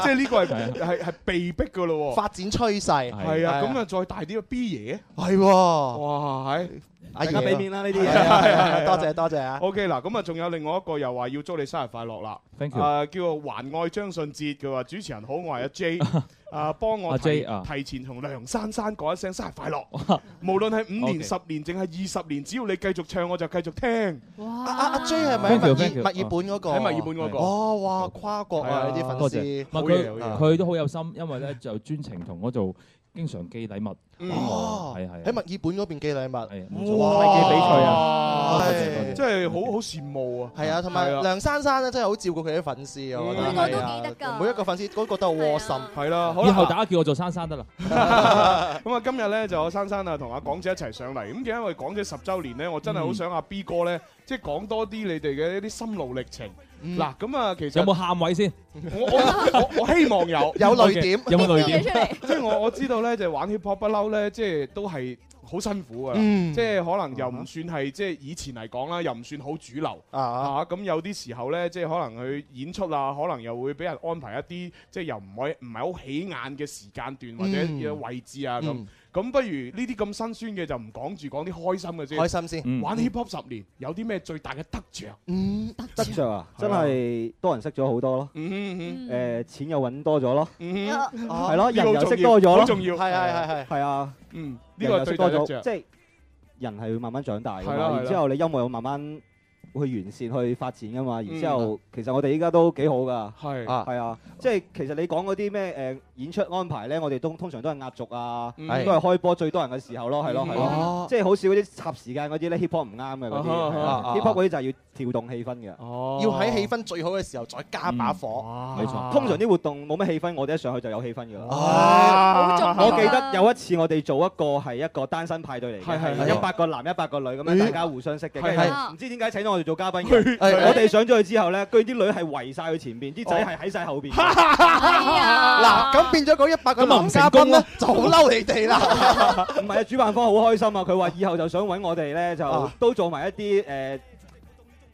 [SPEAKER 6] 係呢個係係係被逼㗎咯喎。
[SPEAKER 8] 發展趨勢
[SPEAKER 6] 係啊，咁
[SPEAKER 8] 啊，
[SPEAKER 6] 啊再大啲個 B 爺，
[SPEAKER 8] 係喎，
[SPEAKER 6] 哇係，
[SPEAKER 8] 阿
[SPEAKER 12] 大家
[SPEAKER 8] 爺
[SPEAKER 12] 俾面啦呢啲嘢
[SPEAKER 8] 係啊係啊 多謝多謝啊！
[SPEAKER 6] O K 嗱，咁啊仲有另外一個又話要祝你生日快樂啦
[SPEAKER 18] Thank you
[SPEAKER 6] 誒叫做還愛張信哲，佢話主持人好，我係 阿 J。啊！幫我
[SPEAKER 18] 阿
[SPEAKER 6] 提
[SPEAKER 18] J，啊
[SPEAKER 6] 提前同梁珊珊講一聲生日 快樂，無論係五年、
[SPEAKER 18] Okay
[SPEAKER 6] 十年，淨係二十年，只要你繼續唱，我就繼續聽。
[SPEAKER 8] 阿阿阿 J 係咪
[SPEAKER 18] Thank you，
[SPEAKER 8] 喺墨爾
[SPEAKER 18] thank you
[SPEAKER 8] 墨爾本嗰個？
[SPEAKER 6] 喺墨爾本嗰個
[SPEAKER 8] 哦，哇，跨國啊！呢啲粉
[SPEAKER 18] 多謝
[SPEAKER 8] 絲，
[SPEAKER 18] 唔係佢佢都好有心，因為咧就專程同我做經常寄禮物。
[SPEAKER 8] 哦
[SPEAKER 18] 係係
[SPEAKER 8] 喺墨爾本嗰邊寄禮
[SPEAKER 18] 冇錯
[SPEAKER 8] 物，
[SPEAKER 18] 哇
[SPEAKER 8] 寄俾佢
[SPEAKER 6] 哇
[SPEAKER 8] 啊！係
[SPEAKER 6] 真係好好羨慕啊！
[SPEAKER 8] 係啊，同
[SPEAKER 6] 係
[SPEAKER 8] 埋
[SPEAKER 6] 啊
[SPEAKER 8] 梁珊珊咧真係好照顧佢啲粉絲啊！我覺得
[SPEAKER 6] 每個都
[SPEAKER 8] 係啊每一個粉絲都覺得好窩心。
[SPEAKER 6] 係啦，好
[SPEAKER 18] 以
[SPEAKER 6] 啦
[SPEAKER 18] 後大家叫我做珊珊得啦。
[SPEAKER 6] 咁啊，今日咧就我珊珊啊同阿港姐一齊上嚟，咁因為港姐十週年咧，我真係好想阿 B 哥咧，即係講多啲你哋嘅一啲心路歷程。嗱，咁啊，其實
[SPEAKER 18] 有冇喊位先？
[SPEAKER 6] 我我我我希望有
[SPEAKER 8] 有淚點
[SPEAKER 18] 有冇淚點
[SPEAKER 6] 即係我我知道咧，就玩 hip hop 不嬲咧，即係都係。好辛苦啊！
[SPEAKER 8] 嗯
[SPEAKER 6] 即係可能又唔算係即係以前嚟講啦，又唔算好主流啊！咁有啲時候呢，即係可能去演出啊，可能又會俾人安排一啲即係又唔可以唔係好起眼嘅時間段或者
[SPEAKER 8] 嗯
[SPEAKER 6] 位置啊咁。
[SPEAKER 8] 嗯
[SPEAKER 6] 咁不如呢啲咁辛酸嘅就唔講住，講啲開心嘅先。
[SPEAKER 8] 開心先嗯
[SPEAKER 6] 玩 hip hop 十年，有啲咩最大嘅得着？
[SPEAKER 8] 嗯，
[SPEAKER 12] 得着啊，真係多人識咗好多咯。
[SPEAKER 6] 嗯
[SPEAKER 12] 誒，錢又揾多咗咯。
[SPEAKER 6] 嗯
[SPEAKER 12] 係咯，
[SPEAKER 6] 呢
[SPEAKER 12] 人
[SPEAKER 6] 個
[SPEAKER 12] 又
[SPEAKER 6] 好
[SPEAKER 12] 識
[SPEAKER 6] 重要
[SPEAKER 12] 多咗咯。
[SPEAKER 6] 好重要
[SPEAKER 8] 係係係係
[SPEAKER 12] 係啊。
[SPEAKER 6] 嗯，呢
[SPEAKER 12] 人
[SPEAKER 6] 個
[SPEAKER 12] 又識
[SPEAKER 6] 係最
[SPEAKER 12] 多
[SPEAKER 6] 大
[SPEAKER 12] 咗
[SPEAKER 6] 得，着。
[SPEAKER 12] 即係人係會慢慢長大㗎
[SPEAKER 6] 係啦係
[SPEAKER 12] 嘛。
[SPEAKER 6] 啦
[SPEAKER 12] 然之後你音樂又慢慢去完善去發展㗎嘛。然之
[SPEAKER 6] 嗯
[SPEAKER 12] 後其實我哋依家都幾好㗎。
[SPEAKER 6] 係
[SPEAKER 12] 啊，係啊，即係其實你講嗰啲咩誒演出安排咧，我哋都通常都係壓軸啊，都
[SPEAKER 6] 嗯
[SPEAKER 12] 係開波最多人嘅時候咯，係咯
[SPEAKER 6] 嗯
[SPEAKER 12] 係
[SPEAKER 6] 哦
[SPEAKER 12] 咯，即係好少嗰啲插時間嗰啲咧 hip hop 唔啱嘅嗰啲
[SPEAKER 6] 啊哈
[SPEAKER 12] 係
[SPEAKER 6] 啊哈
[SPEAKER 12] 啊，hip hop 嗰啲就係要調動氣氛嘅。
[SPEAKER 6] 哦
[SPEAKER 8] 要喺氣氛啊最好嘅時候再加把火。
[SPEAKER 12] 冇錯，通常啲活動冇咩氣氛，我哋一上去就有氣氛㗎
[SPEAKER 8] 哦哇好重
[SPEAKER 12] 啦。
[SPEAKER 8] 要啊
[SPEAKER 12] 我記得有一次我哋做一個係一個單身派對嚟
[SPEAKER 8] 係
[SPEAKER 12] 嘅，
[SPEAKER 8] 係
[SPEAKER 12] 係
[SPEAKER 8] 係
[SPEAKER 12] 一百個男一百個女咁
[SPEAKER 8] 咦
[SPEAKER 12] 樣，大家互相識嘅。
[SPEAKER 8] 係
[SPEAKER 12] 跟
[SPEAKER 8] 係
[SPEAKER 12] 住唔知點解請咗我哋做嘉賓
[SPEAKER 8] 係
[SPEAKER 12] 嘅。
[SPEAKER 8] 係
[SPEAKER 12] 我哋上咗去之後咧，居然啲女係圍晒佢前邊，啲仔係喺晒後邊。
[SPEAKER 8] 哦嗱，咁變咗嗰一百個男嘉賓
[SPEAKER 17] 啊
[SPEAKER 8] 咧，就好嬲你哋啦。
[SPEAKER 12] 唔係啊，主辦方好開心啊！佢話以後就想揾我哋咧，就都做埋一啲誒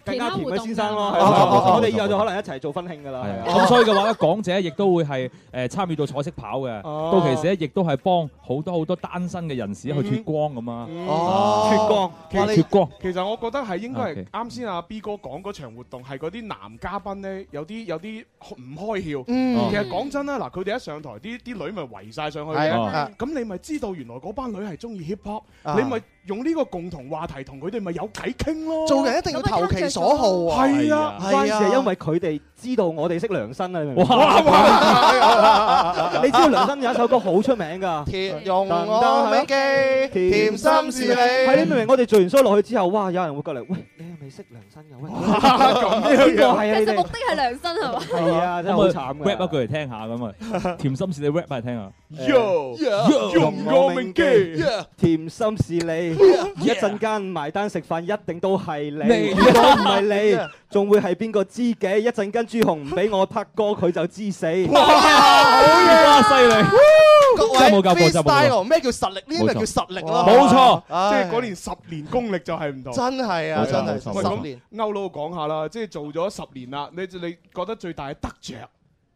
[SPEAKER 12] 更加甜嘅先生咯，
[SPEAKER 18] 其
[SPEAKER 12] 係
[SPEAKER 18] 他活動啊
[SPEAKER 12] 啊我哋以後就可能一齊做婚慶㗎啦。係啊
[SPEAKER 18] 咁所以嘅話咧，港姐亦都會係誒參與到彩色跑嘅，
[SPEAKER 12] 哦
[SPEAKER 18] 到期時咧亦都係幫好多好多單身嘅人士去脱光咁啊！
[SPEAKER 6] 哦
[SPEAKER 18] 啊
[SPEAKER 6] 脱光
[SPEAKER 18] 其
[SPEAKER 6] 哇
[SPEAKER 18] 實
[SPEAKER 6] 你
[SPEAKER 18] 脱光。
[SPEAKER 6] 其實我覺得係應該係
[SPEAKER 18] OK
[SPEAKER 6] 啱先阿 B 哥講嗰場活動係嗰啲男嘉賓咧，有啲有啲唔開竅。
[SPEAKER 18] 嗯
[SPEAKER 6] 其實講真啦，嗱佢哋一上台，啲啲女咪圍晒上去嘅
[SPEAKER 18] 係啊
[SPEAKER 6] 咁你咪知道原來嗰班女係中意 hip hop，
[SPEAKER 8] 啊
[SPEAKER 6] 你咪用呢個共同話題同佢哋咪有偈傾咯。
[SPEAKER 8] 做人一定要投其所好啊！
[SPEAKER 6] 係啊，
[SPEAKER 12] 關事係因為佢哋知道我哋識梁生啊！你明唔明 你知道梁生有一首歌好出名㗎，
[SPEAKER 8] 甜用我美肌，甜心是
[SPEAKER 12] 係你明唔
[SPEAKER 8] 你。
[SPEAKER 12] 明？我哋做完 solo 去之後，哇！有人會過嚟，喂，你係咪識梁生㗎？喂，
[SPEAKER 18] 咁
[SPEAKER 12] 邊個係啊？你
[SPEAKER 9] 其實目
[SPEAKER 12] 哋
[SPEAKER 9] 的係良心係嘛？
[SPEAKER 12] 係啊，真係好慘㗎。
[SPEAKER 18] rap 一句嚟聽下 咁啊！甜心是你 rap 嚟聽啊
[SPEAKER 12] Yo，
[SPEAKER 18] Yo，
[SPEAKER 12] 用我命機
[SPEAKER 18] Yeah，
[SPEAKER 12] 甜心是你，一陣間埋單食飯一定都係你，
[SPEAKER 18] 你
[SPEAKER 12] 如果唔係
[SPEAKER 18] Yeah
[SPEAKER 12] 你，仲會係邊個知己？一陣間朱紅唔俾我拍歌，佢就知死。
[SPEAKER 8] 哇好嘢
[SPEAKER 18] 哇犀利
[SPEAKER 8] 各位
[SPEAKER 12] 真係冇教過真係冇教過
[SPEAKER 8] freestyle 咩叫實力？呢啲咪叫實力咯。
[SPEAKER 6] 冇錯，即
[SPEAKER 8] 唉
[SPEAKER 6] 係嗰年十年功力就係唔同。
[SPEAKER 8] 真係啊冇錯真係冇錯
[SPEAKER 6] 喂
[SPEAKER 8] 十年。
[SPEAKER 6] 咁歐佬講下啦，即係做咗十年啦，你你覺得最大嘅得着？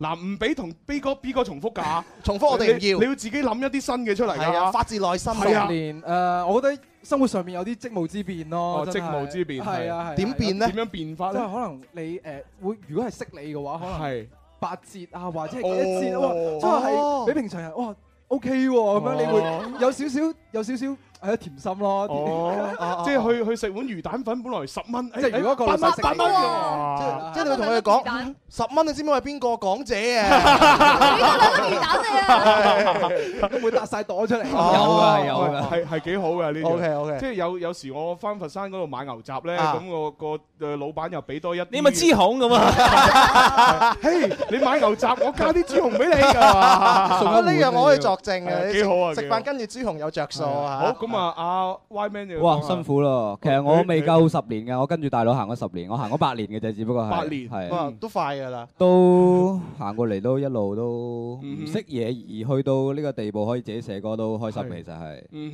[SPEAKER 6] 嗱，唔俾同 B 哥 B 哥重複㗎，
[SPEAKER 8] 重複我哋唔
[SPEAKER 6] 你
[SPEAKER 8] 要
[SPEAKER 6] 你要自己諗一啲新嘅出嚟
[SPEAKER 8] 係啊，
[SPEAKER 6] 㗎，
[SPEAKER 8] 發自內心
[SPEAKER 6] 係啊
[SPEAKER 19] 十。年誒，我覺得生活上面有啲職務之便咯，
[SPEAKER 6] 哦，職務之變
[SPEAKER 19] 係啊係啊。
[SPEAKER 6] 點
[SPEAKER 19] 變
[SPEAKER 6] 咧？點樣變法
[SPEAKER 19] 即
[SPEAKER 6] 咧？
[SPEAKER 19] 係可能你誒會，如果係識你嘅話，可能
[SPEAKER 6] 係
[SPEAKER 19] 八折啊，或者係幾折啊，
[SPEAKER 6] 哦
[SPEAKER 19] 哇！即係比平常人哇 OK 喎，咁樣你會有少少有少少係甜心咯。
[SPEAKER 6] 哦，即係去去食碗魚蛋粉，本來十蚊，
[SPEAKER 19] 即係如果一個
[SPEAKER 6] 八
[SPEAKER 19] 女仔
[SPEAKER 6] 蚊
[SPEAKER 19] 食
[SPEAKER 6] 八蚊
[SPEAKER 19] 你
[SPEAKER 6] 嘅，
[SPEAKER 8] 即係你會同佢哋講十蚊，你知唔知我係邊個港姐啊？
[SPEAKER 19] 會搭晒袋出 嚟。
[SPEAKER 6] 㗎，有㗎，係係幾好嘅呢樣。
[SPEAKER 19] OK，OK
[SPEAKER 6] 即係有有時我翻佛山嗰度買牛雜咧，
[SPEAKER 19] 啊
[SPEAKER 6] 咁我個誒老闆又俾多一啲。
[SPEAKER 18] 你咪
[SPEAKER 6] 豬
[SPEAKER 18] 豬
[SPEAKER 6] 紅
[SPEAKER 18] 紅咁啊！
[SPEAKER 6] 嘿，你買牛雜，我加啲豬紅俾你 㗎。
[SPEAKER 8] 啊呢樣我可以作證
[SPEAKER 6] 係啊
[SPEAKER 8] 嘅，
[SPEAKER 6] 幾好啊
[SPEAKER 8] 食
[SPEAKER 6] 幾好
[SPEAKER 8] 飯跟住朱紅有着數啊！
[SPEAKER 6] 好咁啊，阿 Y Man 就
[SPEAKER 21] 哇，辛苦咯！其實我未夠十年嘅，我跟住大佬行咗十年，我行咗八年嘅啫，只不過係
[SPEAKER 8] 八年哇
[SPEAKER 21] 係
[SPEAKER 8] 都快㗎啦。
[SPEAKER 21] 都行過嚟都一路都唔識嘢，而去到呢個地步可以自己寫歌都開心，
[SPEAKER 6] 係
[SPEAKER 21] 其實係。
[SPEAKER 6] 嗯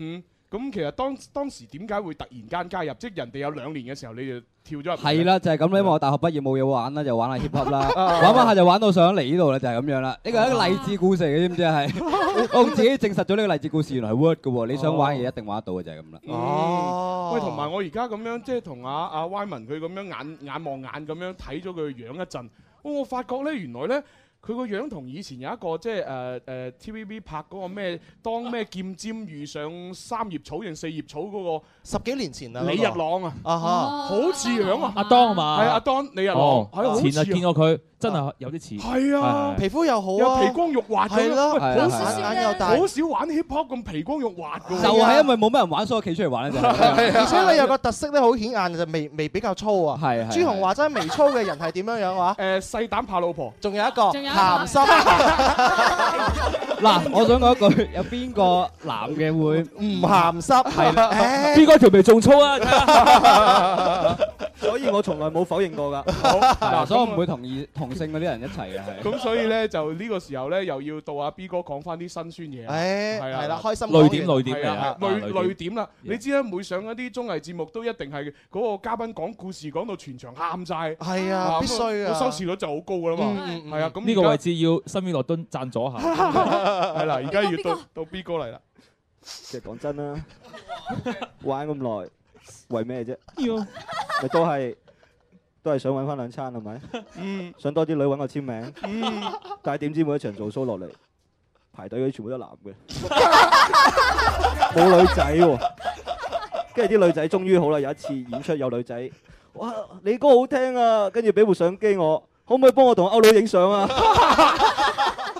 [SPEAKER 6] 哼，咁其實當當時點解會突然間加入？即係人哋有兩年嘅時候，你就跳咗入嚟。
[SPEAKER 21] 係啦，就係咁啦，因為我大學畢業冇嘢玩啦，就玩下 hip hop 啦，
[SPEAKER 6] 啊
[SPEAKER 21] 玩玩下就玩到上嚟呢度啦，就係咁樣啦。呢個係一個勵志故事嚟嘅，知唔知啊 係？我自己證實咗呢個勵志故事原來係 work 嘅喎，你想玩嘅嘢一定玩得到嘅，就係咁啦。
[SPEAKER 6] 哦，喂，同埋我而家咁樣，即係同阿阿 Y 文佢咁樣眼眼望眼咁樣睇咗佢嘅樣一陣，哦我發覺咧原來咧。佢個樣同以前有一個即係呃誒誒 TVB 拍嗰個咩當咩劍尖遇上三葉草定四葉草嗰個
[SPEAKER 8] 十幾年前
[SPEAKER 6] 李日朗啊，
[SPEAKER 8] 啊哈
[SPEAKER 6] 好似樣啊，
[SPEAKER 18] 阿當嘛，
[SPEAKER 6] 係阿當李日朗
[SPEAKER 18] 哦
[SPEAKER 6] 係好似
[SPEAKER 18] 前
[SPEAKER 6] 啊
[SPEAKER 18] 日見過佢，真係有啲似。
[SPEAKER 6] 係啊
[SPEAKER 18] 係係
[SPEAKER 8] 皮膚又好
[SPEAKER 6] 有
[SPEAKER 8] 啊，
[SPEAKER 6] 皮光肉滑咁樣
[SPEAKER 8] 係咯
[SPEAKER 6] 喂
[SPEAKER 21] 係啊
[SPEAKER 6] 好
[SPEAKER 21] 係啊
[SPEAKER 6] 少
[SPEAKER 8] 眼又大
[SPEAKER 6] 好少玩 hip hop 咁皮光肉滑㗎喎，
[SPEAKER 21] 就係因為冇乜人玩，所以我企出 嚟玩咧就係
[SPEAKER 12] 啊
[SPEAKER 21] 咁樣。
[SPEAKER 8] 而且你有個特色咧，好顯眼就眉眉比較粗啊。
[SPEAKER 21] 係係
[SPEAKER 8] 朱紅話齋眉粗嘅人係點樣樣話？
[SPEAKER 6] 誒細膽怕老婆，
[SPEAKER 8] 仲有一個
[SPEAKER 21] 仲有一個
[SPEAKER 8] 鹹 濕。
[SPEAKER 21] 嗱，我想講一句，有邊個男嘅會
[SPEAKER 8] 唔鹹濕？
[SPEAKER 21] 係啦
[SPEAKER 8] 唉，
[SPEAKER 21] 邊個條眉仲粗啊？
[SPEAKER 12] 所以我從來冇否認過㗎。
[SPEAKER 21] 嗱，所以我唔會同異同性嗰啲人一齊嘅係。
[SPEAKER 6] 咁所以咧就呢個時候咧又要到阿 B 哥講翻啲辛酸嘢啦，
[SPEAKER 8] 誒
[SPEAKER 6] 係啊
[SPEAKER 8] 係啦開心
[SPEAKER 18] 淚點淚點
[SPEAKER 6] 係
[SPEAKER 18] 嚟
[SPEAKER 6] 啊
[SPEAKER 18] 啊
[SPEAKER 6] 淚
[SPEAKER 18] 淚
[SPEAKER 6] 淚
[SPEAKER 18] 點
[SPEAKER 6] 點啦！你知啦，每上一啲綜藝節目都一定係嗰個嘉賓講故事講到全場喊晒，
[SPEAKER 8] 係啊必須啊嗯
[SPEAKER 6] 個收視率就好高噶啦嘛，係啊，咁
[SPEAKER 18] 呢個
[SPEAKER 6] 而家
[SPEAKER 18] 位置要深於落敦贊助一下。
[SPEAKER 6] 係 啦，而家要到到嗯啊 B 哥嚟啦，
[SPEAKER 12] 即係講真啦， 玩咁耐為咩啫？
[SPEAKER 18] 要
[SPEAKER 12] 咪都係都係想揾翻兩餐係咪？
[SPEAKER 6] 嗯，
[SPEAKER 12] 想多啲女揾我簽名。
[SPEAKER 6] 嗯，
[SPEAKER 12] 但係點知每一場做 show 落嚟，排隊嗰啲全部都係男嘅，冇女仔喎。跟住啲女仔終於好啦，有一次演出有女仔，哇！你歌好聽啊！跟住俾部相機我，可唔可以幫我同歐女影相啊？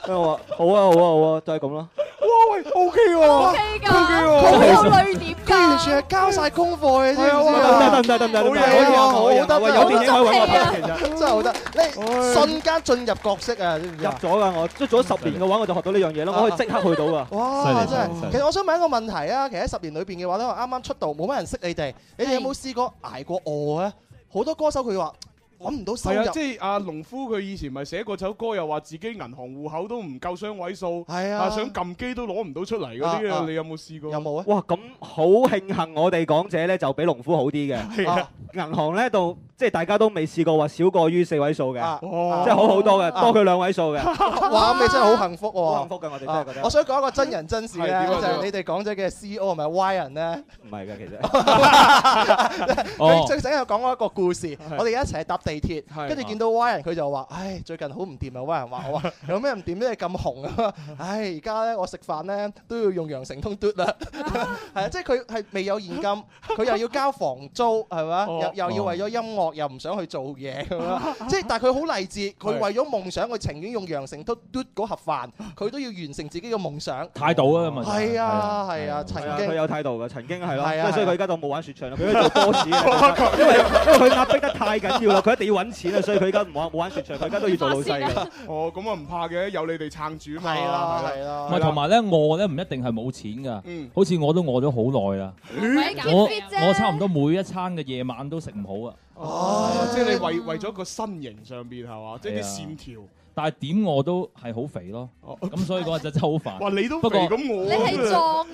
[SPEAKER 12] 跟住我話好啊好啊好啊，就係咁啦。
[SPEAKER 6] 哇喂，OK 喎
[SPEAKER 8] ，OK 㗎佢有淚點㗎，佢完全係交晒功課嘅，知唔知啊？
[SPEAKER 12] 得唔得得唔得得唔得？
[SPEAKER 8] 好嘢啊好
[SPEAKER 12] 可以啊
[SPEAKER 8] 得
[SPEAKER 12] 喂有電影可以揾我拍，其實。
[SPEAKER 8] 真係好得，你瞬間進入角色啊，知唔知
[SPEAKER 12] 入
[SPEAKER 8] 啊？
[SPEAKER 12] 咗㗎，我即係做咗十年嘅話，我就學到呢樣嘢啦，我可以即刻去到㗎。
[SPEAKER 8] 哇！真係，其實我想問一個問題啊，其實喺十年裏邊嘅話咧，我啱啱出道，冇乜人識你哋，你哋有冇試過捱過餓咧？好多歌手佢話揾唔到收
[SPEAKER 6] 係
[SPEAKER 8] 入
[SPEAKER 6] 啊，，即係阿農夫佢以前咪寫過首歌，又話自己銀行戶口都唔夠雙位數，
[SPEAKER 8] 係
[SPEAKER 12] 啊
[SPEAKER 6] 想撳機都攞唔到出嚟嗰啲
[SPEAKER 12] 啊
[SPEAKER 6] 啊
[SPEAKER 12] 啊，
[SPEAKER 6] 你有冇試過？
[SPEAKER 8] 有冇啊？啊
[SPEAKER 12] 啊哇！咁好慶幸我哋港姐咧就比農夫好啲嘅，銀行咧度即係大家都未試過話少過於四位數嘅，即係好好多嘅，
[SPEAKER 8] 啊
[SPEAKER 12] 多佢兩位數 嘅。
[SPEAKER 8] 哇！咁你真係好幸福喎，
[SPEAKER 12] 好幸福㗎我哋真係覺得
[SPEAKER 8] 啊我想講一個真人真事
[SPEAKER 12] 係點
[SPEAKER 8] 咧，
[SPEAKER 12] 啊
[SPEAKER 8] 就
[SPEAKER 12] 點啊
[SPEAKER 8] 係你哋講咗嘅 C.O. 係咪 Y 人咧？
[SPEAKER 12] 唔係㗎，其實。哦
[SPEAKER 8] 佢最醒又講咗一個故事，我哋一齊搭地鐵，
[SPEAKER 12] 係啊
[SPEAKER 8] 跟住見到 Y 人佢就話：，唉，最近好唔掂啊！Y 人話 我話有咩唔掂咧？你咁紅啊！ 唉，而家咧我食飯咧都要用羊城通嘟啦， 係啊，即係佢係未有現金，佢又要交房租係嘛，
[SPEAKER 19] 哦
[SPEAKER 8] 又又要為咗音樂又唔想去做嘢咁 樣，即係但係佢好勵志，佢
[SPEAKER 18] 係
[SPEAKER 8] 為咗夢想，佢情願用羊城通嘟嗰盒飯，佢都要完成自己嘅夢想。
[SPEAKER 18] 態度啊嘛，
[SPEAKER 8] 係啊係啊，曾經
[SPEAKER 12] 佢有態度嘅，曾經係咯，
[SPEAKER 8] 係啊
[SPEAKER 12] 即係所以佢而家就冇玩雪場啦，佢喺度 做 boss
[SPEAKER 8] 哇
[SPEAKER 12] 嘅， 因為因為佢壓迫得太緊要啦，佢一定要揾錢啊，所以佢而家唔玩冇玩雪場，佢而家都要做老細嘅。
[SPEAKER 6] 哦，咁啊唔怕嘅，有你哋撐住啊嘛。
[SPEAKER 8] 係啦係啦
[SPEAKER 18] 唔
[SPEAKER 8] 嗯
[SPEAKER 18] 係同埋咧，餓咧唔一定係冇錢㗎，好似我都餓咗好耐啦，
[SPEAKER 6] 咦
[SPEAKER 18] 我
[SPEAKER 6] keep fit 啫
[SPEAKER 18] 我差唔多每一餐嘅夜晚都食唔好啊。
[SPEAKER 6] 哦，即係你為為咗個身形上邊係嘛，即
[SPEAKER 12] 啊
[SPEAKER 6] 係啲線條。
[SPEAKER 18] 但係點我都係好肥咯，
[SPEAKER 8] 哦
[SPEAKER 18] 咁所以嗰日就真係 好煩。
[SPEAKER 6] 哇！你都
[SPEAKER 18] 不
[SPEAKER 6] 肥
[SPEAKER 18] 過
[SPEAKER 6] 咁我，
[SPEAKER 8] 啊
[SPEAKER 19] 啊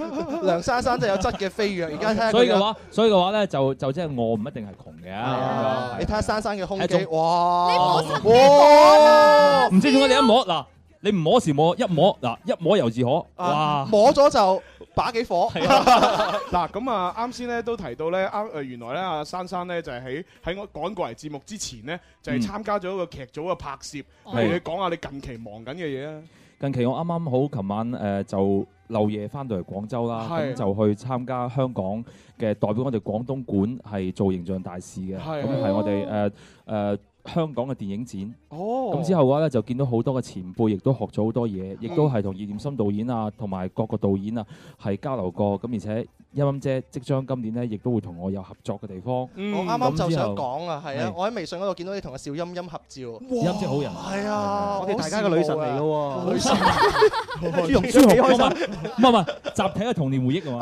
[SPEAKER 8] 啫。梁珊珊真係有質嘅飛躍，而家睇下佢
[SPEAKER 18] 所以嘅
[SPEAKER 8] 嘅
[SPEAKER 18] 話，所以嘅話咧，就就即係我唔一定係窮嘅。
[SPEAKER 8] 啊 你睇下珊珊嘅胸
[SPEAKER 18] 一
[SPEAKER 8] 肌，
[SPEAKER 18] 種
[SPEAKER 8] 哇！
[SPEAKER 18] 你摸
[SPEAKER 8] 身哇！
[SPEAKER 18] 唔知點解你一摸嗱，你唔摸時摸，一摸嗱一摸由自可，
[SPEAKER 8] 啊
[SPEAKER 18] 哇！
[SPEAKER 8] 摸咗就把幾火，
[SPEAKER 6] 嗱咁啊，啱先咧都提到咧，啱誒原來咧阿珊珊咧就係喺喺我趕過嚟節目之前咧，
[SPEAKER 12] 嗯
[SPEAKER 6] 就係參加咗一個劇組嘅拍攝。
[SPEAKER 12] 哦
[SPEAKER 6] 不如你講下你近期忙緊嘅嘢啊？
[SPEAKER 18] 近期我啱啱好琴晚誒、呃就漏夜翻到嚟廣州啦，咁
[SPEAKER 6] 係
[SPEAKER 18] 就去參加香港嘅代表我哋廣東館係做形象大使嘅，
[SPEAKER 6] 係
[SPEAKER 18] 咁係我哋誒誒香港嘅電影展。
[SPEAKER 6] 哦
[SPEAKER 18] 咁之後嘅話咧，就見到好多嘅前輩，亦都學咗好多嘢，亦都
[SPEAKER 6] 嗯
[SPEAKER 18] 係同葉念琛導演啊，同埋各個導演啊，係交流過。咁而且欣欣姐即將今年咧，亦都會同我有合作嘅地方。
[SPEAKER 6] 嗯
[SPEAKER 8] 我啱啱就
[SPEAKER 18] 咁之後
[SPEAKER 8] 想講啊，係啊，我喺微信嗰度見到你同阿邵音音合照，
[SPEAKER 18] 音姐好人
[SPEAKER 8] 係啊，
[SPEAKER 12] 我哋大家嘅女神嚟嘅喎，
[SPEAKER 8] 女神
[SPEAKER 12] 朱容朱幾開心，
[SPEAKER 18] 唔係唔係，集體嘅童年回憶啊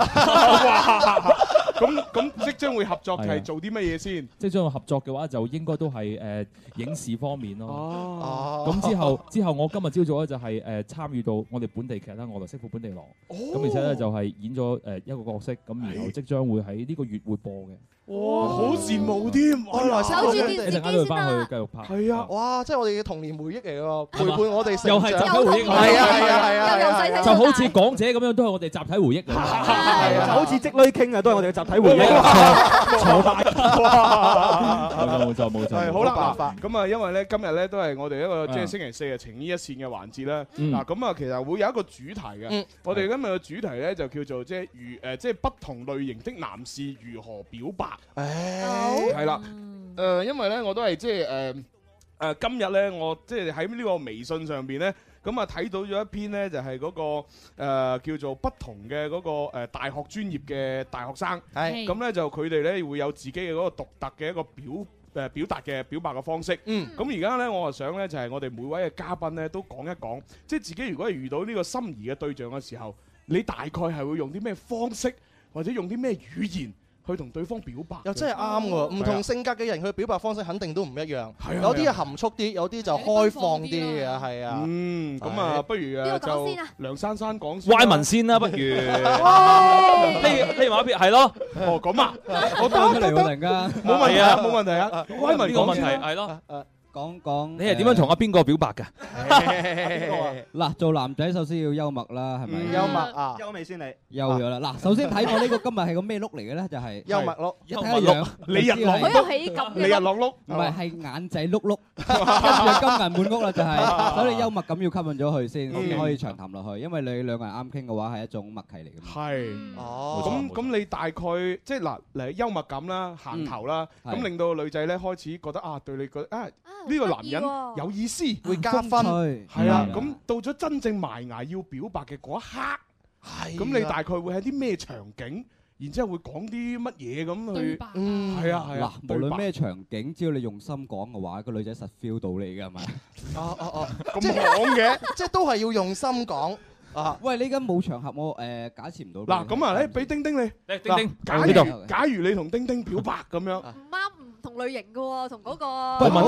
[SPEAKER 18] 嘛。
[SPEAKER 6] 咁咁即將會合
[SPEAKER 12] 啊
[SPEAKER 6] 作係做啲乜嘢先？
[SPEAKER 18] 啊即將合作嘅話，就應該都係誒、呃影視方面咯。
[SPEAKER 6] 哦
[SPEAKER 18] 咁之後之後，我今日朝早咧就係、誒、參與到我哋本地劇啦，我來媳婦本地郎。咁、而且咧就係、演咗誒、一個角色，咁然後即將會喺呢個月會播嘅。
[SPEAKER 6] 哇！好羨慕添，
[SPEAKER 8] 我來先
[SPEAKER 18] 守住電視機先啊一陣間都要返去繼續拍
[SPEAKER 6] 係啊，
[SPEAKER 8] 哇！即係我哋嘅童年回憶嚟喎，陪伴我哋成
[SPEAKER 18] 又
[SPEAKER 8] 長，
[SPEAKER 18] 係集體回憶，
[SPEAKER 8] 係啊係啊係啊係啊，
[SPEAKER 18] 就好似港姐咁樣，都係我哋集體回憶嚟。
[SPEAKER 12] 係啊，就好似積女傾啊，都係我哋嘅集體回
[SPEAKER 8] 啊
[SPEAKER 12] 憶。 坐
[SPEAKER 18] 冇錯冇錯冇錯。
[SPEAKER 6] 係好啦，嗱咁啊，因為咧今日咧都係我哋一個即係星期四嘅情意一線嘅環節啦。
[SPEAKER 18] 嗯
[SPEAKER 6] 嗱咁啊，其實會有一個主題嘅
[SPEAKER 18] 嗯。
[SPEAKER 6] 我哋今日嘅主題咧就叫做即係如呃誒，即係不同類型的男士如何表白。係啦，誒，因為咧我都係即係呃誒誒，今日咧我即係喺呢個微信上邊咧。咁啊，睇到咗一篇咧，就係嗰個誒叫做不同嘅嗰個誒大學專業嘅大學生，
[SPEAKER 8] 係
[SPEAKER 6] 咁咧就佢哋咧會有自己嘅嗰個獨特嘅一個表。誒表達嘅表白嘅方式，
[SPEAKER 8] 嗯，
[SPEAKER 6] 咁而家呢，我啊想呢，就係我哋每位嘅嘉賓呢都講一講，即係自己如果係遇到呢個心儀嘅對象嘅時候，你大概係會用啲咩方式或者用啲咩語言去同對方表白？
[SPEAKER 8] 又真係啱喎，唔
[SPEAKER 6] 係啊
[SPEAKER 8] 同性格嘅人佢表白方式肯定都唔一樣
[SPEAKER 6] 係啊，
[SPEAKER 8] 有啲係含蓄啲，有啲就開放啲嘅，係啊。
[SPEAKER 6] 嗯，咁啊，不如誒
[SPEAKER 8] 邊個講
[SPEAKER 6] 就
[SPEAKER 8] 先啊
[SPEAKER 6] 梁珊珊講先啦
[SPEAKER 18] 歪文先啦，不 如 匿匿埋
[SPEAKER 6] 哇
[SPEAKER 18] 一邊係咯。
[SPEAKER 6] 哦，咁啊，我
[SPEAKER 21] 講 出嚟喎，突然間
[SPEAKER 6] 冇問題啊，冇問題啊，威文
[SPEAKER 18] 呢個
[SPEAKER 6] 講
[SPEAKER 18] 問題
[SPEAKER 6] 先啦
[SPEAKER 18] 係
[SPEAKER 8] 啊
[SPEAKER 18] 咯。
[SPEAKER 21] 講講
[SPEAKER 18] 你係點樣同阿邊個表白
[SPEAKER 21] à?
[SPEAKER 18] 㗎？
[SPEAKER 21] 嗱，做男仔首先要幽默啦，係咪？
[SPEAKER 8] 幽默啊，
[SPEAKER 12] 優美先你。
[SPEAKER 21] 休咗啦。嗱，首先睇我呢個今日係個咩碌嚟嘅咧，就係
[SPEAKER 8] 幽默碌
[SPEAKER 21] 一睇個樣
[SPEAKER 8] 你日落碌好有喜感嘅碌你日落
[SPEAKER 6] 碌
[SPEAKER 21] 唔係係眼仔碌碌，跟住金銀滿屋啦，就係。所以幽默感要吸引咗佢先，
[SPEAKER 6] 嗯
[SPEAKER 21] 先可以長談落去。因為你兩個人啱傾嘅話，係一種默契嚟
[SPEAKER 8] 啊
[SPEAKER 21] 嘅。
[SPEAKER 6] 係
[SPEAKER 8] 哦
[SPEAKER 6] 咁嗯咁你大概即係嗱，嚟幽默感啦、行頭啦，
[SPEAKER 21] 嗯
[SPEAKER 6] 咁
[SPEAKER 21] 係
[SPEAKER 6] 令到女仔咧開始覺得啊，對你覺得啊呢個男人有意思，
[SPEAKER 8] 會加分風趣
[SPEAKER 6] 係啦。
[SPEAKER 8] 嗯
[SPEAKER 6] 咁到咗真正埋牙要表白嘅嗰一刻，
[SPEAKER 8] 係啊
[SPEAKER 6] 咁你大概會喺啲咩場景，然之後會講啲乜嘢咁去？
[SPEAKER 8] 嗯
[SPEAKER 6] 係啊係啊，
[SPEAKER 21] 嗱，無論
[SPEAKER 6] 對白
[SPEAKER 21] 咩場景，只要你用心講嘅話，個女仔實 feel à 到你嘅係咪？
[SPEAKER 8] 哦哦哦，
[SPEAKER 6] 咁
[SPEAKER 8] 即係
[SPEAKER 6] 講 嘅，
[SPEAKER 8] 即係都係要用心講。啊！
[SPEAKER 21] 喂，你而家冇場合，我誒假設唔到。
[SPEAKER 6] 嗱咁啊，咧俾丁丁你，
[SPEAKER 18] 丁丁
[SPEAKER 6] 嗱假
[SPEAKER 21] 呢
[SPEAKER 6] 如
[SPEAKER 21] 度
[SPEAKER 6] 假如你同丁丁表白咁樣，
[SPEAKER 21] 喂冇問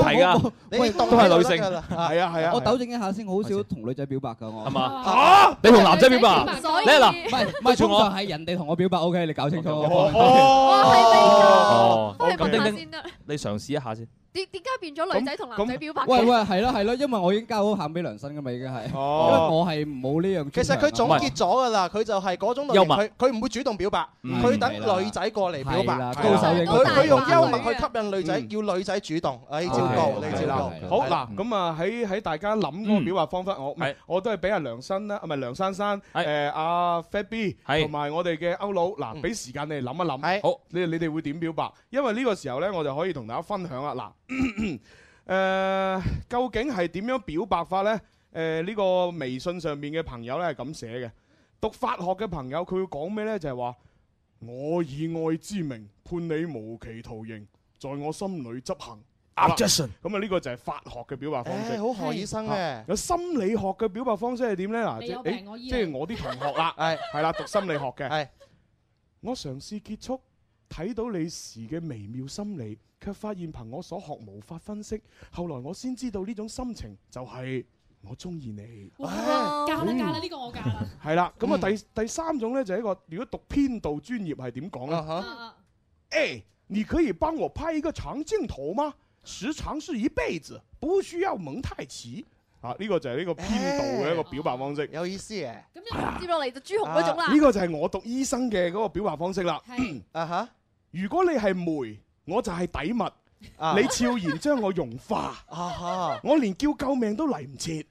[SPEAKER 21] 題㗎
[SPEAKER 6] 你
[SPEAKER 21] 喂
[SPEAKER 6] 當
[SPEAKER 21] 都係女
[SPEAKER 6] 佢
[SPEAKER 21] 性
[SPEAKER 6] 得㗎啦係啊係啊，
[SPEAKER 21] 我
[SPEAKER 6] 係啊
[SPEAKER 21] 糾正一下先，我好少同女仔表白㗎，我係
[SPEAKER 18] 嘛嚇你同男仔表白啊所以你嗱
[SPEAKER 21] 唔係唔
[SPEAKER 18] 對
[SPEAKER 21] 係，
[SPEAKER 18] 住
[SPEAKER 21] 通
[SPEAKER 18] 我
[SPEAKER 21] 常係人哋同我表白，OK，你搞清楚。
[SPEAKER 18] 哦哦哦哦咁丁丁你嘗試一下先。
[SPEAKER 7] 點點解變咗女仔同男仔表白嘅？
[SPEAKER 21] 喂喂，係咯係咯，因為我已經交好鹹俾梁生噶嘛，已經係，因為我係冇呢樣。
[SPEAKER 8] 其實佢總結咗噶啦，佢就係嗰種類
[SPEAKER 21] 幽
[SPEAKER 8] 型，
[SPEAKER 21] 默
[SPEAKER 8] 佢佢唔會主動表白，
[SPEAKER 21] 嗯
[SPEAKER 8] 佢等女仔過嚟表白
[SPEAKER 21] 係啦，
[SPEAKER 8] 係啦
[SPEAKER 21] 高手應該
[SPEAKER 8] 佢佢用
[SPEAKER 21] 係啦
[SPEAKER 8] 幽默去吸引女仔，要女仔主動，誒照告
[SPEAKER 6] OK，
[SPEAKER 8] 你照告。
[SPEAKER 6] 好嗱，咁啊喺喺大家諗嗰個表達方法，我唔係我都係俾阿梁生啦，啊唔係梁珊珊，誒阿 Fat B 同埋我哋嘅歐佬，嗱俾時間你哋諗一諗，好你你哋會點表白？因為呢個時候咧，我就可以同大家分享 啦。嗱，誒究竟係點樣表白法咧？誒呢個微信上面嘅朋友咧係咁寫嘅，讀法學嘅朋友佢會講咩咧？就係話。我以愛之名判你無期徒刑，在我心裏執行。
[SPEAKER 18] Objection
[SPEAKER 6] 咁啊，呢個就係法學嘅表達方式。
[SPEAKER 8] 誒好何醫生嘅
[SPEAKER 6] 啊有心理學嘅表達方式係點咧？嗱，
[SPEAKER 8] 你
[SPEAKER 6] 即
[SPEAKER 8] 有病
[SPEAKER 6] 誒
[SPEAKER 8] 我醫
[SPEAKER 6] 即係我啲同學 啦，係係啦，讀心理學嘅。係我嘗試結束，睇到你時嘅微妙心理，卻發現憑我所學無法分析。後來我先知道呢種心情就係我中意你。
[SPEAKER 2] 哇！嫁啦
[SPEAKER 6] 嗯
[SPEAKER 2] 嫁啦，呢個我嫁啦。
[SPEAKER 6] 係啦，
[SPEAKER 8] 嗯
[SPEAKER 6] 咁啊第第三種咧就係一個，如果讀編導專業係點講
[SPEAKER 8] 啊
[SPEAKER 6] 咧？哎，你可以幫我拍一個長鏡頭嗎？時長是一輩子，不需要蒙太奇。啊，呢個就係呢個編導嘅一個表白方式，
[SPEAKER 8] 哎
[SPEAKER 6] 啊
[SPEAKER 8] 有意思啊嘅。
[SPEAKER 7] 接落嚟就朱紅嗰種啦。啊
[SPEAKER 6] 呢個就係我讀醫生嘅嗰個表白方式啦。
[SPEAKER 8] 啊哈！
[SPEAKER 6] 如果你係梅，我就係底物，
[SPEAKER 8] 啊
[SPEAKER 6] 你悄然將我融化，
[SPEAKER 8] 啊哈！啊
[SPEAKER 6] 我連叫救命都嚟唔切。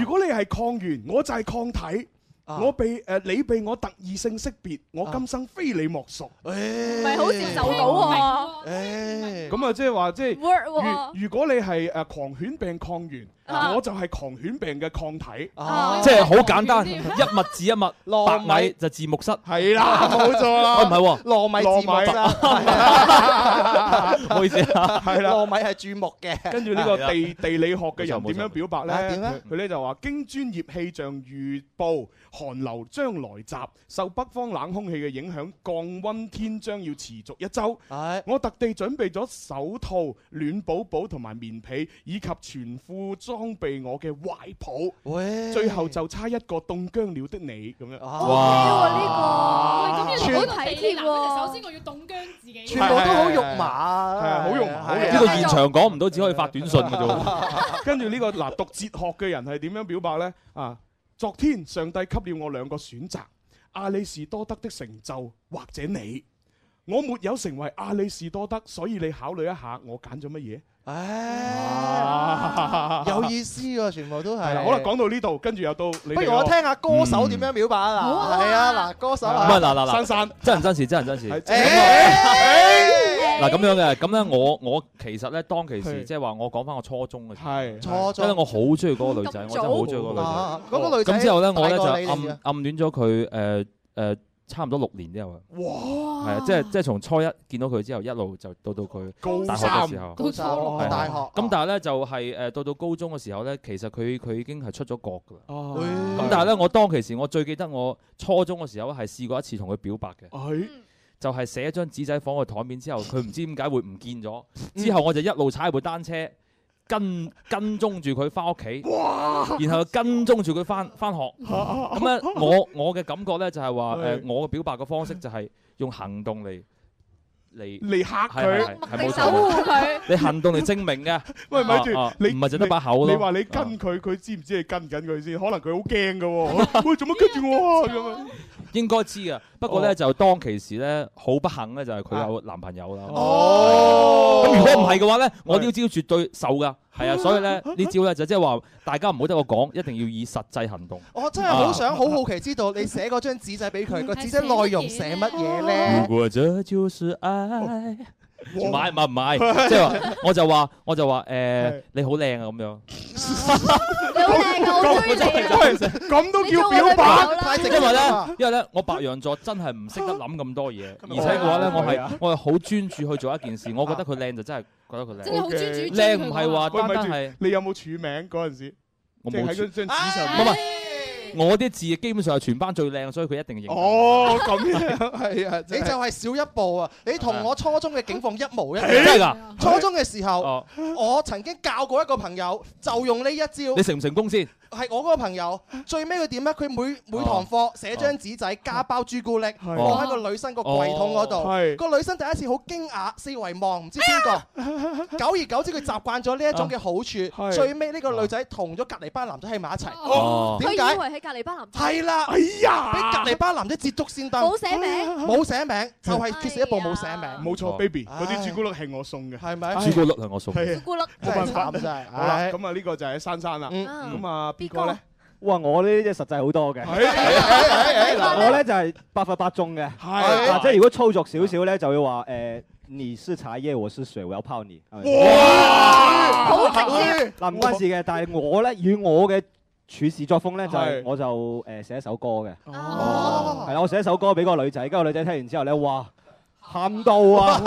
[SPEAKER 6] 如果你係抗原，我就係抗體。我被誒你被我特異性識別，
[SPEAKER 8] 啊
[SPEAKER 6] 我今生非你莫屬。
[SPEAKER 8] 唔
[SPEAKER 7] 係好接受到
[SPEAKER 6] 哦
[SPEAKER 7] 喎。
[SPEAKER 6] 咁啊，即係話即係
[SPEAKER 7] Work 喎
[SPEAKER 6] 如如果你係誒狂犬病抗原，
[SPEAKER 7] 啊哦
[SPEAKER 6] 我就係狂犬病嘅抗體，
[SPEAKER 8] 啊
[SPEAKER 18] 即係好簡單，一物治一物，
[SPEAKER 6] 糯米
[SPEAKER 18] 白米就字幕室。
[SPEAKER 6] 係啦，冇錯啦。
[SPEAKER 18] 喂唔係喎，哦
[SPEAKER 8] 糯米字幕
[SPEAKER 18] 啦，唔好意思啊，
[SPEAKER 6] 係啦，
[SPEAKER 8] 糯米係注目嘅。
[SPEAKER 6] 跟住呢個地地理學嘅人點樣表白
[SPEAKER 8] 啊點咧
[SPEAKER 6] 呢？佢呢就話經專業氣象預報，寒流將來襲，受北方冷空氣嘅影響，降温天將要持續一周。我特地準備咗手套、暖寶寶同埋棉被，以及全副裝備我嘅懷
[SPEAKER 8] 抱。
[SPEAKER 6] 最後就差一個凍僵了的你咁樣。
[SPEAKER 2] 哇！
[SPEAKER 6] 哇
[SPEAKER 2] 喂，咁呢個好體貼喎。首先我要懂僵自己。
[SPEAKER 6] 全部都好肉麻
[SPEAKER 8] 啊
[SPEAKER 6] 係啊好肉麻好肉麻
[SPEAKER 18] 呢個現
[SPEAKER 6] 啊
[SPEAKER 18] 場講唔到，只可以發短信嘅啫喎。
[SPEAKER 6] 跟住呢個嗱，讀哲學嘅人係點樣表白呢？啊，昨天上帝給了我兩個選擇：阿里士多德的成就或者你。我沒有成為阿里士多德，所以你考慮一下，我揀咗乜嘢？唉
[SPEAKER 8] 有意思喎，全部都係。
[SPEAKER 6] 好啦，講到呢度，跟住又到你。
[SPEAKER 8] 不如我聽下歌手點樣表白啊？
[SPEAKER 6] 嗯好
[SPEAKER 8] 嗱，
[SPEAKER 6] 啊
[SPEAKER 8] 係啊，嗱，歌手
[SPEAKER 18] 唔
[SPEAKER 8] 啊，
[SPEAKER 18] 係嗱嗱嗱，
[SPEAKER 6] 珊珊
[SPEAKER 18] 真人真事，真人真事。啊哎
[SPEAKER 8] 哎
[SPEAKER 18] 嗱咁樣嘅，咁咧我我其實咧當其時即係話我講翻我初中嘅
[SPEAKER 6] 時，
[SPEAKER 8] 初中
[SPEAKER 18] 因為我好中意嗰個女仔，我真係好中意嗰個女
[SPEAKER 8] 啊
[SPEAKER 18] 仔。
[SPEAKER 8] 嗰個女仔
[SPEAKER 18] 咁之後咧，我咧
[SPEAKER 8] 大
[SPEAKER 18] 就
[SPEAKER 8] 過你你知
[SPEAKER 18] 暗
[SPEAKER 8] 啊
[SPEAKER 18] 暗戀咗佢誒誒差唔多六年之後啊。
[SPEAKER 8] 哇
[SPEAKER 18] 係啊，即係即係從初一見到佢之後，一路就到到佢大學嘅時候，
[SPEAKER 8] 高三
[SPEAKER 18] 係
[SPEAKER 8] 高三
[SPEAKER 18] 啊
[SPEAKER 8] 大學
[SPEAKER 18] 咁但係咧就係誒到到高中嘅時候咧，其實佢佢已經係出咗國㗎啦。
[SPEAKER 6] 哦
[SPEAKER 18] 咁但係咧，我當其時我最記得我初中嘅時候係試過一次同佢表白
[SPEAKER 6] 嘅，
[SPEAKER 18] 就係寫一張紙仔放喺台面之後，佢唔知點解會唔見咗。之後我就一路踩部單車跟跟蹤住佢翻屋企，然後跟蹤住佢翻翻學。
[SPEAKER 16] 啊
[SPEAKER 18] 咁 咧，我我嘅感覺咧就係話誒，我嘅表白嘅方式就係用行動嚟嚟
[SPEAKER 6] 嚟嚇佢
[SPEAKER 18] 係係係係冇錯
[SPEAKER 6] 守護佢
[SPEAKER 18] 你行動嚟證明嘅。
[SPEAKER 6] 喂，咪住
[SPEAKER 18] 啊啊，
[SPEAKER 6] 你
[SPEAKER 18] 唔係就得把口咯。
[SPEAKER 6] 你話你跟佢，佢知唔知你跟緊佢先？可能佢好驚㗎 喎。喂，做乜跟住我啊？咁樣。
[SPEAKER 18] 應該知啊，不過
[SPEAKER 6] 哦啊
[SPEAKER 18] 咧就當其時咧，好不幸咧就係佢有男朋友啦。
[SPEAKER 6] 哦，嗯
[SPEAKER 18] 咁如果唔係嘅話咧，我呢招絕對受噶，係啊，所以咧呢招咧就即係話大家唔好得我講，一定要以實際行動。啊
[SPEAKER 8] 我真係好想好好奇知道你寫嗰張紙仔俾佢，個紙仔內容寫乜嘢
[SPEAKER 6] 啊
[SPEAKER 8] 咧？
[SPEAKER 18] 果這就是愛，唔係唔係唔 係，即係話我就話我就話誒你好靚啊咁樣，
[SPEAKER 6] 咁都叫表白？
[SPEAKER 18] 因為咧因為咧我白羊座真係唔識得諗咁多嘢，
[SPEAKER 6] 啊
[SPEAKER 18] 而且嘅話咧我係我係好專注去做一件事，我覺得佢靚就真係覺得佢靚，靚唔係話單單係。
[SPEAKER 6] 你有冇署名嗰陣時？
[SPEAKER 18] 我
[SPEAKER 6] 即係
[SPEAKER 18] 冇
[SPEAKER 6] 喺
[SPEAKER 18] 署
[SPEAKER 6] 嗰張紙上
[SPEAKER 18] 唔係唔
[SPEAKER 6] 面
[SPEAKER 18] 係。我啲字基本上係全班最靚，所以佢一定認。
[SPEAKER 6] 哦，咁樣
[SPEAKER 8] 係啊，你就係少一步啊！你同我初中嘅境況一模一樣。
[SPEAKER 18] 真係㗎哦
[SPEAKER 8] 初中嘅時候，我曾經教過一個朋友，就用呢一招
[SPEAKER 18] 你。成唔成功先？
[SPEAKER 8] 係我嗰個朋友，最尾佢點咧？佢每每堂
[SPEAKER 18] 哦
[SPEAKER 8] 課寫張紙仔加包朱古力，放喺個女生個櫃桶嗰
[SPEAKER 6] 哦係
[SPEAKER 8] 度。個女生第一次好驚訝，四圍望，唔知邊 個。久而久之，佢習慣咗呢一種嘅好處。最尾呢個女仔同咗隔離班男仔喺埋一
[SPEAKER 18] 哦
[SPEAKER 8] 齊。
[SPEAKER 7] 佢
[SPEAKER 8] 點
[SPEAKER 7] 以
[SPEAKER 8] 解？
[SPEAKER 7] 為喺隔離班男仔。
[SPEAKER 8] 係啦，哎俾隔離班男仔捷足先登，
[SPEAKER 7] 冇寫名
[SPEAKER 8] 冇寫名，就係缺少一步冇寫名。
[SPEAKER 6] 冇錯，baby，嗰啲朱古力係我送嘅，
[SPEAKER 8] 係咪
[SPEAKER 18] 朱古力係我送
[SPEAKER 6] 嘅，
[SPEAKER 8] 朱古力真係慘真係
[SPEAKER 6] 好啦，
[SPEAKER 8] 唉嗯
[SPEAKER 6] 咁啊呢個就係珊珊啦，咁啊 B 哥咧，
[SPEAKER 12] 哇！我呢啲實際好多嘅，我咧就係百發百中嘅，啊即係如果粗俗少少咧，就會話誒。你是茶葉，我是水，我要泡你。係咪
[SPEAKER 8] 哇好直接
[SPEAKER 12] 嗱，唔關事嘅，但係我咧，以我嘅處事作風咧，就
[SPEAKER 6] 係
[SPEAKER 12] 係我就誒寫一首歌嘅。哦，係啦，我寫一首歌俾個女仔，跟住個女仔聽完之後咧，哇，喊到
[SPEAKER 6] 哦
[SPEAKER 12] 啊！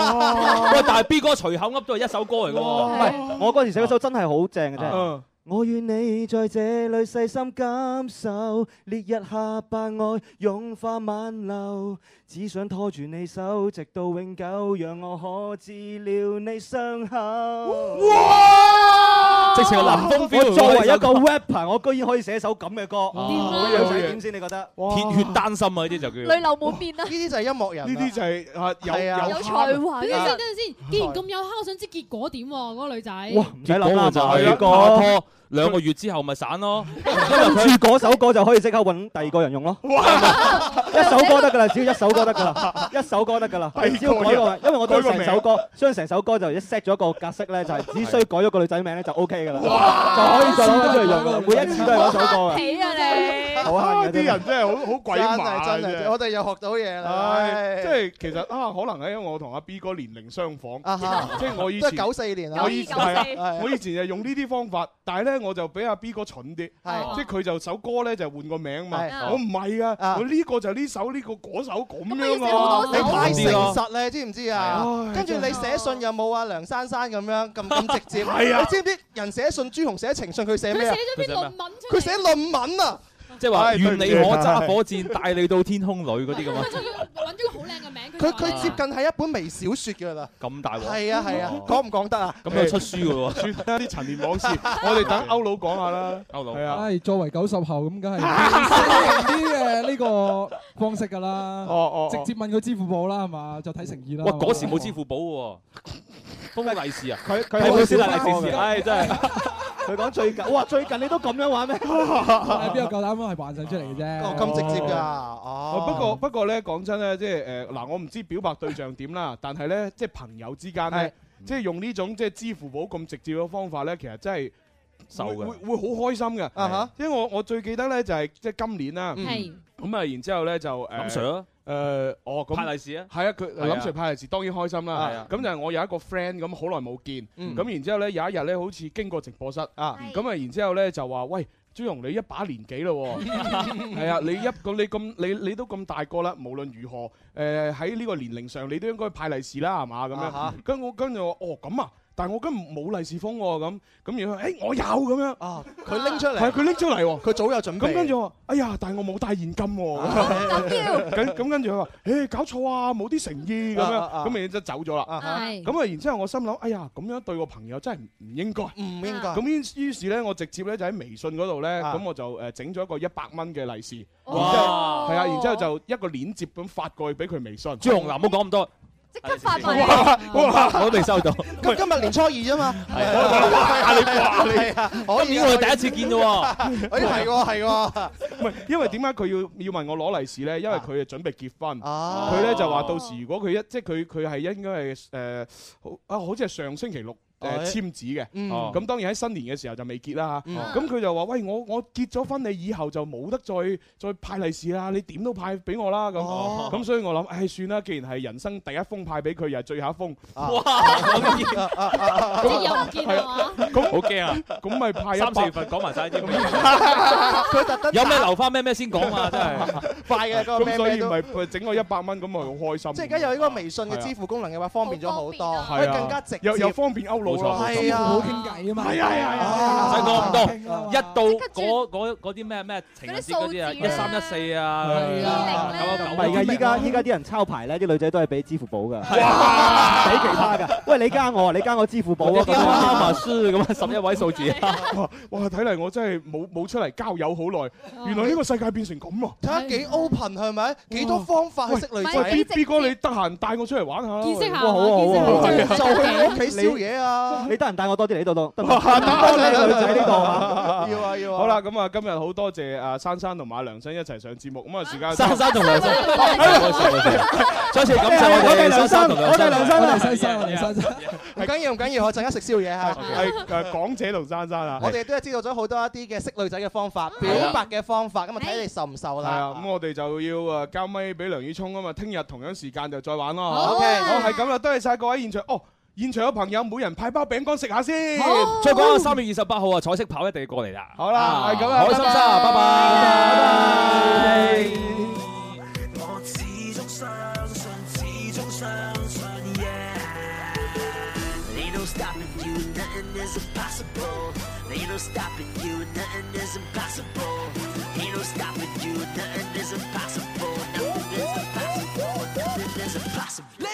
[SPEAKER 18] 喂，但係 B 哥隨口噏都係一首歌嚟
[SPEAKER 12] 唔
[SPEAKER 18] 㗎喎。
[SPEAKER 12] 係，我嗰時寫嗰首真係好正嘅真係
[SPEAKER 18] 啊。
[SPEAKER 12] 我願你在這裏細心感受，烈日下把愛融化漫流，只想拖住你手，直到永久，讓我可治療你傷口。哇！
[SPEAKER 18] 直情係林峰 feel
[SPEAKER 12] 我作為一個 rapper，我居然可以寫首咁嘅歌，
[SPEAKER 18] 掂啊
[SPEAKER 12] 咁樣仔點先？你覺得？
[SPEAKER 18] 鐵血丹心啊！呢啲就叫。
[SPEAKER 7] 流滿面啊！
[SPEAKER 8] 呢啲就係音樂人，
[SPEAKER 6] 呢啲就係啊有
[SPEAKER 8] 係啊
[SPEAKER 6] 有
[SPEAKER 7] 有才華
[SPEAKER 2] 等陣先，
[SPEAKER 7] 啊
[SPEAKER 2] 等！陣先。既然咁有蝦，我想知結果點喎？嗰個女仔。
[SPEAKER 12] 唔使諗啦就
[SPEAKER 18] 就
[SPEAKER 12] 係呢
[SPEAKER 18] 係拍
[SPEAKER 12] 個
[SPEAKER 18] 拖兩個月之後咪散 咯。
[SPEAKER 12] 跟住嗰首歌就可以即刻揾第二個人用咯。一首歌得㗎啦，只要一首歌得㗎啦，一首歌得 㗎啦。只要改個，因為我都成首歌，將成首歌就一 set 咗個格式咧，就係只需改咗個女仔名咧就 OK 㗎啦，就可以再攞出嚟用㗎啦。每一次都係嗰 首歌嘅。
[SPEAKER 7] 起啊你！
[SPEAKER 12] 好
[SPEAKER 6] 啊
[SPEAKER 12] 慳嘅
[SPEAKER 6] 啲人真係好好鬼
[SPEAKER 8] 真
[SPEAKER 6] 馬
[SPEAKER 8] 係真係，我哋又學到嘢啦。
[SPEAKER 6] 唉
[SPEAKER 8] 唉
[SPEAKER 6] 即係其實啊，可能係因為我同阿 B 哥年齡相仿
[SPEAKER 8] 啊哈，
[SPEAKER 6] 即係我以
[SPEAKER 8] 都
[SPEAKER 6] 前
[SPEAKER 8] 係94年啊
[SPEAKER 6] 我以前
[SPEAKER 8] 94
[SPEAKER 6] 係啊
[SPEAKER 8] 係
[SPEAKER 6] 我以前就用呢啲方法，但係咧我就比阿 B 哥蠢啲，
[SPEAKER 8] 係
[SPEAKER 6] 即係佢就首歌咧就換個名嘛
[SPEAKER 8] 係，
[SPEAKER 6] 我唔係啊，我呢個就呢首，呢個嗰首咁樣啊，
[SPEAKER 8] 你太誠實啦，你知唔知啊？跟住你寫信又冇啊梁珊珊咁樣咁咁直接。
[SPEAKER 6] 係啊
[SPEAKER 8] 你知唔知人寫信朱紅寫情信佢寫咩啊？
[SPEAKER 18] 佢寫咗篇論
[SPEAKER 8] 文佢寫論文啊！
[SPEAKER 18] 即係話
[SPEAKER 6] 唉對唔
[SPEAKER 18] 願
[SPEAKER 6] 住
[SPEAKER 18] 你可揸火箭，帶你到天空裏嗰啲咁 啊。
[SPEAKER 8] 佢佢接近係一本微小説㗎啦。
[SPEAKER 18] 咁大鑊。
[SPEAKER 8] 係啊係啊，講唔講得啊？
[SPEAKER 18] 咁就出書㗎咯喎。
[SPEAKER 6] 算啊啦，啲陳年往事，我哋等歐佬講 下啦。
[SPEAKER 18] 歐佬
[SPEAKER 6] 係啊，
[SPEAKER 19] 唉，作為九十後咁， 梗係啲呃嘅呢個方式㗎啦。
[SPEAKER 18] 哦哦哦
[SPEAKER 19] 直接問佢支付寶啦，係嘛？就睇誠意啦。
[SPEAKER 18] 哇！嗰時冇支付寶喎，封利是 啊！
[SPEAKER 6] 佢
[SPEAKER 12] 佢好
[SPEAKER 18] 好
[SPEAKER 12] 少
[SPEAKER 18] 少
[SPEAKER 12] 利是
[SPEAKER 18] 利是
[SPEAKER 12] 嘅
[SPEAKER 18] 事，唉真係。
[SPEAKER 12] 佢講最近，哇！最近你都咁樣玩咩？
[SPEAKER 19] 唉啊邊有夠膽係幻想出嚟嘅啫？
[SPEAKER 8] 咁直接㗎，
[SPEAKER 6] 哦
[SPEAKER 8] 哦。
[SPEAKER 6] 不過不過咧，講真咧，即係誒嗱，我唔知表白對象點啦，但係咧，即係朋友之間咧，即係用呢種即係支付寶咁直接嘅方法咧，其實真係。
[SPEAKER 18] 受
[SPEAKER 19] 嗯
[SPEAKER 6] 會
[SPEAKER 18] 㗎
[SPEAKER 6] 會會好開心嘅，
[SPEAKER 8] 啊哈嗯
[SPEAKER 6] 因為我我最記得咧就係即係今年啦，
[SPEAKER 2] 係
[SPEAKER 6] 咁啊，然之後咧就誒
[SPEAKER 18] 林 Sir 啊
[SPEAKER 6] 誒哦咁
[SPEAKER 18] 派利是啊
[SPEAKER 6] 係啊，佢
[SPEAKER 18] 係啊
[SPEAKER 6] 林 Sir 派利是當然開心
[SPEAKER 18] 係
[SPEAKER 6] 啦
[SPEAKER 18] 啊，
[SPEAKER 6] 咁就係我有一個 friend 咁好耐冇見，
[SPEAKER 18] 嗯
[SPEAKER 6] 咁然之後咧有一日咧好似經過直播室啊，咁啊然之後咧就話喂。朱紅，你一把年紀咯喎， 係啊，你一咁你咁你你都咁大個啦，無論如何，誒喺呢個年齡上，你都應該派利是啦，係嘛咁
[SPEAKER 8] 啊
[SPEAKER 6] 樣。跟我跟住我話哦咁啊，但係我今日冇利是封喎咁，咁然後
[SPEAKER 8] 哎
[SPEAKER 6] 誒我有咁樣
[SPEAKER 8] 啊，佢拎出嚟
[SPEAKER 6] 係佢拎出嚟喎，
[SPEAKER 8] 佢早有準備
[SPEAKER 6] 咁跟住我話，哎呀，但係我冇帶現金喎。咁咁跟住佢話，誒搞錯啊，冇啲誠意咁
[SPEAKER 8] 啊
[SPEAKER 6] 樣，
[SPEAKER 8] 啊啊
[SPEAKER 6] 咁然之後走咗啦。
[SPEAKER 8] 係
[SPEAKER 6] 咁啊，然之後我心諗，哎呀，咁樣對個朋友真係唔唔應該。
[SPEAKER 8] 嗯唔應該
[SPEAKER 6] 咁於於是咧，我直接咧就喺微信嗰度咧，
[SPEAKER 8] 啊
[SPEAKER 6] 咁我就誒整咗一個一百蚊嘅利是，然之後
[SPEAKER 18] 哇
[SPEAKER 6] 係啊，然之後就一個鏈接咁發過去俾佢微信。
[SPEAKER 18] 朱紅林，唔好講咁多。
[SPEAKER 7] 即刻發埋
[SPEAKER 6] 哇
[SPEAKER 7] 嚟。
[SPEAKER 6] 哇
[SPEAKER 18] 我都未收到。
[SPEAKER 8] 咁今日年初二啫 嘛。
[SPEAKER 18] 係啊哇你哇你
[SPEAKER 8] 係啊可以啊
[SPEAKER 18] 今年我哋第一次見啫喎
[SPEAKER 8] 哎係喎係喎。
[SPEAKER 6] 唔係，因為點解佢要要問我攞利是咧？因為佢係準備結婚，
[SPEAKER 18] 啊
[SPEAKER 6] 佢咧就話到時如果佢一即係佢佢係應該係誒好啊，好似係上星期六。誒
[SPEAKER 8] 哎
[SPEAKER 6] 簽紙嘅，
[SPEAKER 8] 嗯
[SPEAKER 6] 咁當然喺新年嘅時候就未結啦嚇
[SPEAKER 8] 嗯
[SPEAKER 6] 咁佢就話：喂，我我結咗婚，你以後就冇得再再派利是啦，你點都派俾我啦咁。
[SPEAKER 8] 哦
[SPEAKER 6] 咁所以我諗，唉，算啦，既然係人生第一封派俾佢，又係最後一封，
[SPEAKER 18] 啊
[SPEAKER 8] 哇
[SPEAKER 18] 咁
[SPEAKER 8] 啊啊啊
[SPEAKER 6] 即係又唔見啊嘛咁
[SPEAKER 18] 好驚啊！
[SPEAKER 6] 咁咪派一
[SPEAKER 18] 三
[SPEAKER 6] 百
[SPEAKER 18] 四份講埋晒啲，
[SPEAKER 8] 佢特登
[SPEAKER 18] 有咩留翻咩咩先講啊！真係。
[SPEAKER 8] 快嘅嗰個
[SPEAKER 6] 咁
[SPEAKER 8] 咩
[SPEAKER 6] 所
[SPEAKER 8] 咩
[SPEAKER 6] 以
[SPEAKER 8] 都。
[SPEAKER 6] 咪整個一百蚊咁咪好開心。
[SPEAKER 7] 啊
[SPEAKER 6] à.
[SPEAKER 8] 即係而家有呢個微信嘅支付功能嘅話，方便咗好多，可以更加直接，
[SPEAKER 6] 啊
[SPEAKER 8] à.
[SPEAKER 6] 又又方便歐
[SPEAKER 18] 冇錯冇
[SPEAKER 8] 係
[SPEAKER 18] 錯，
[SPEAKER 8] 啊
[SPEAKER 19] 好傾偈啊嘛，
[SPEAKER 18] 係啊係啊
[SPEAKER 19] 啊
[SPEAKER 18] 唔使講咁多，一到嗰嗰嗰啲咩咩情人節嗰啲啊，
[SPEAKER 19] 嗰啲數字
[SPEAKER 18] 一三一四啊，
[SPEAKER 12] 係
[SPEAKER 19] 啊
[SPEAKER 18] 九
[SPEAKER 12] 唔
[SPEAKER 18] 九
[SPEAKER 12] 係㗎，依家依家啲人抄牌咧，啲女仔都係俾支付寶㗎，俾其他㗎。喂，你加我，你加我支付寶啊！咁
[SPEAKER 6] 啊
[SPEAKER 12] 樣
[SPEAKER 18] 輸咁啊，十一位數字。
[SPEAKER 8] à.
[SPEAKER 6] 哇哇，睇嚟我真係冇冇出嚟交友好耐，原來呢個世界變成咁啊！
[SPEAKER 8] 睇下幾 open 係咪？幾多方法去識女
[SPEAKER 6] 喂，B
[SPEAKER 8] 仔
[SPEAKER 6] B 哥，你得閒帶我出嚟玩下，
[SPEAKER 8] 見識下
[SPEAKER 12] 哇好啊好啊好啊
[SPEAKER 8] 見識下
[SPEAKER 12] 好啊好
[SPEAKER 8] 就去
[SPEAKER 12] 啊
[SPEAKER 8] 我屋企宵夜啊
[SPEAKER 12] 你你得閒帶我多啲嚟呢度哦度，得唔得？
[SPEAKER 6] 哇得啊
[SPEAKER 12] 多啲女仔呢度
[SPEAKER 6] 得啊
[SPEAKER 12] 啊！
[SPEAKER 8] 要啊要啊
[SPEAKER 6] 好啦，咁啊，今日好多謝啊珊珊同埋阿梁生一齊上節目，咁啊時間
[SPEAKER 18] 珊珊同梁生
[SPEAKER 8] 再次感謝哎我哋珊珊同梁生我哋珊珊我哋珊
[SPEAKER 6] 珊，
[SPEAKER 8] 唔緊要唔緊要，我陣間食宵夜嚇。
[SPEAKER 6] 係誒港姐同珊珊啊，
[SPEAKER 8] 我哋都係知道咗好多一啲嘅識女仔嘅方法、表白嘅方法，咁啊睇你受唔受
[SPEAKER 6] 係
[SPEAKER 8] 啦
[SPEAKER 6] 啊，。咁我哋就要誒呃交咪俾梁宇聰啊嘛，聽日同樣時間就再玩咯。
[SPEAKER 8] 好啊
[SPEAKER 6] OK，好係咁啦，多謝晒各位現場哦。現場嘅朋友，每人派包餅乾食下先。
[SPEAKER 18] 再講啊，三月二十八號啊，彩色跑一定要過嚟啦。
[SPEAKER 6] 好啦，係咁啦，
[SPEAKER 18] 啊開心心，拜拜。
[SPEAKER 16] 我始終相信，始終相信，yeah。Ain't no stopping you, nothing is impossible. Ain't no stopping you, nothing is impossible. Ain't no stopping you, nothing is impossible. Nothing is impossible. Nothing is impossible.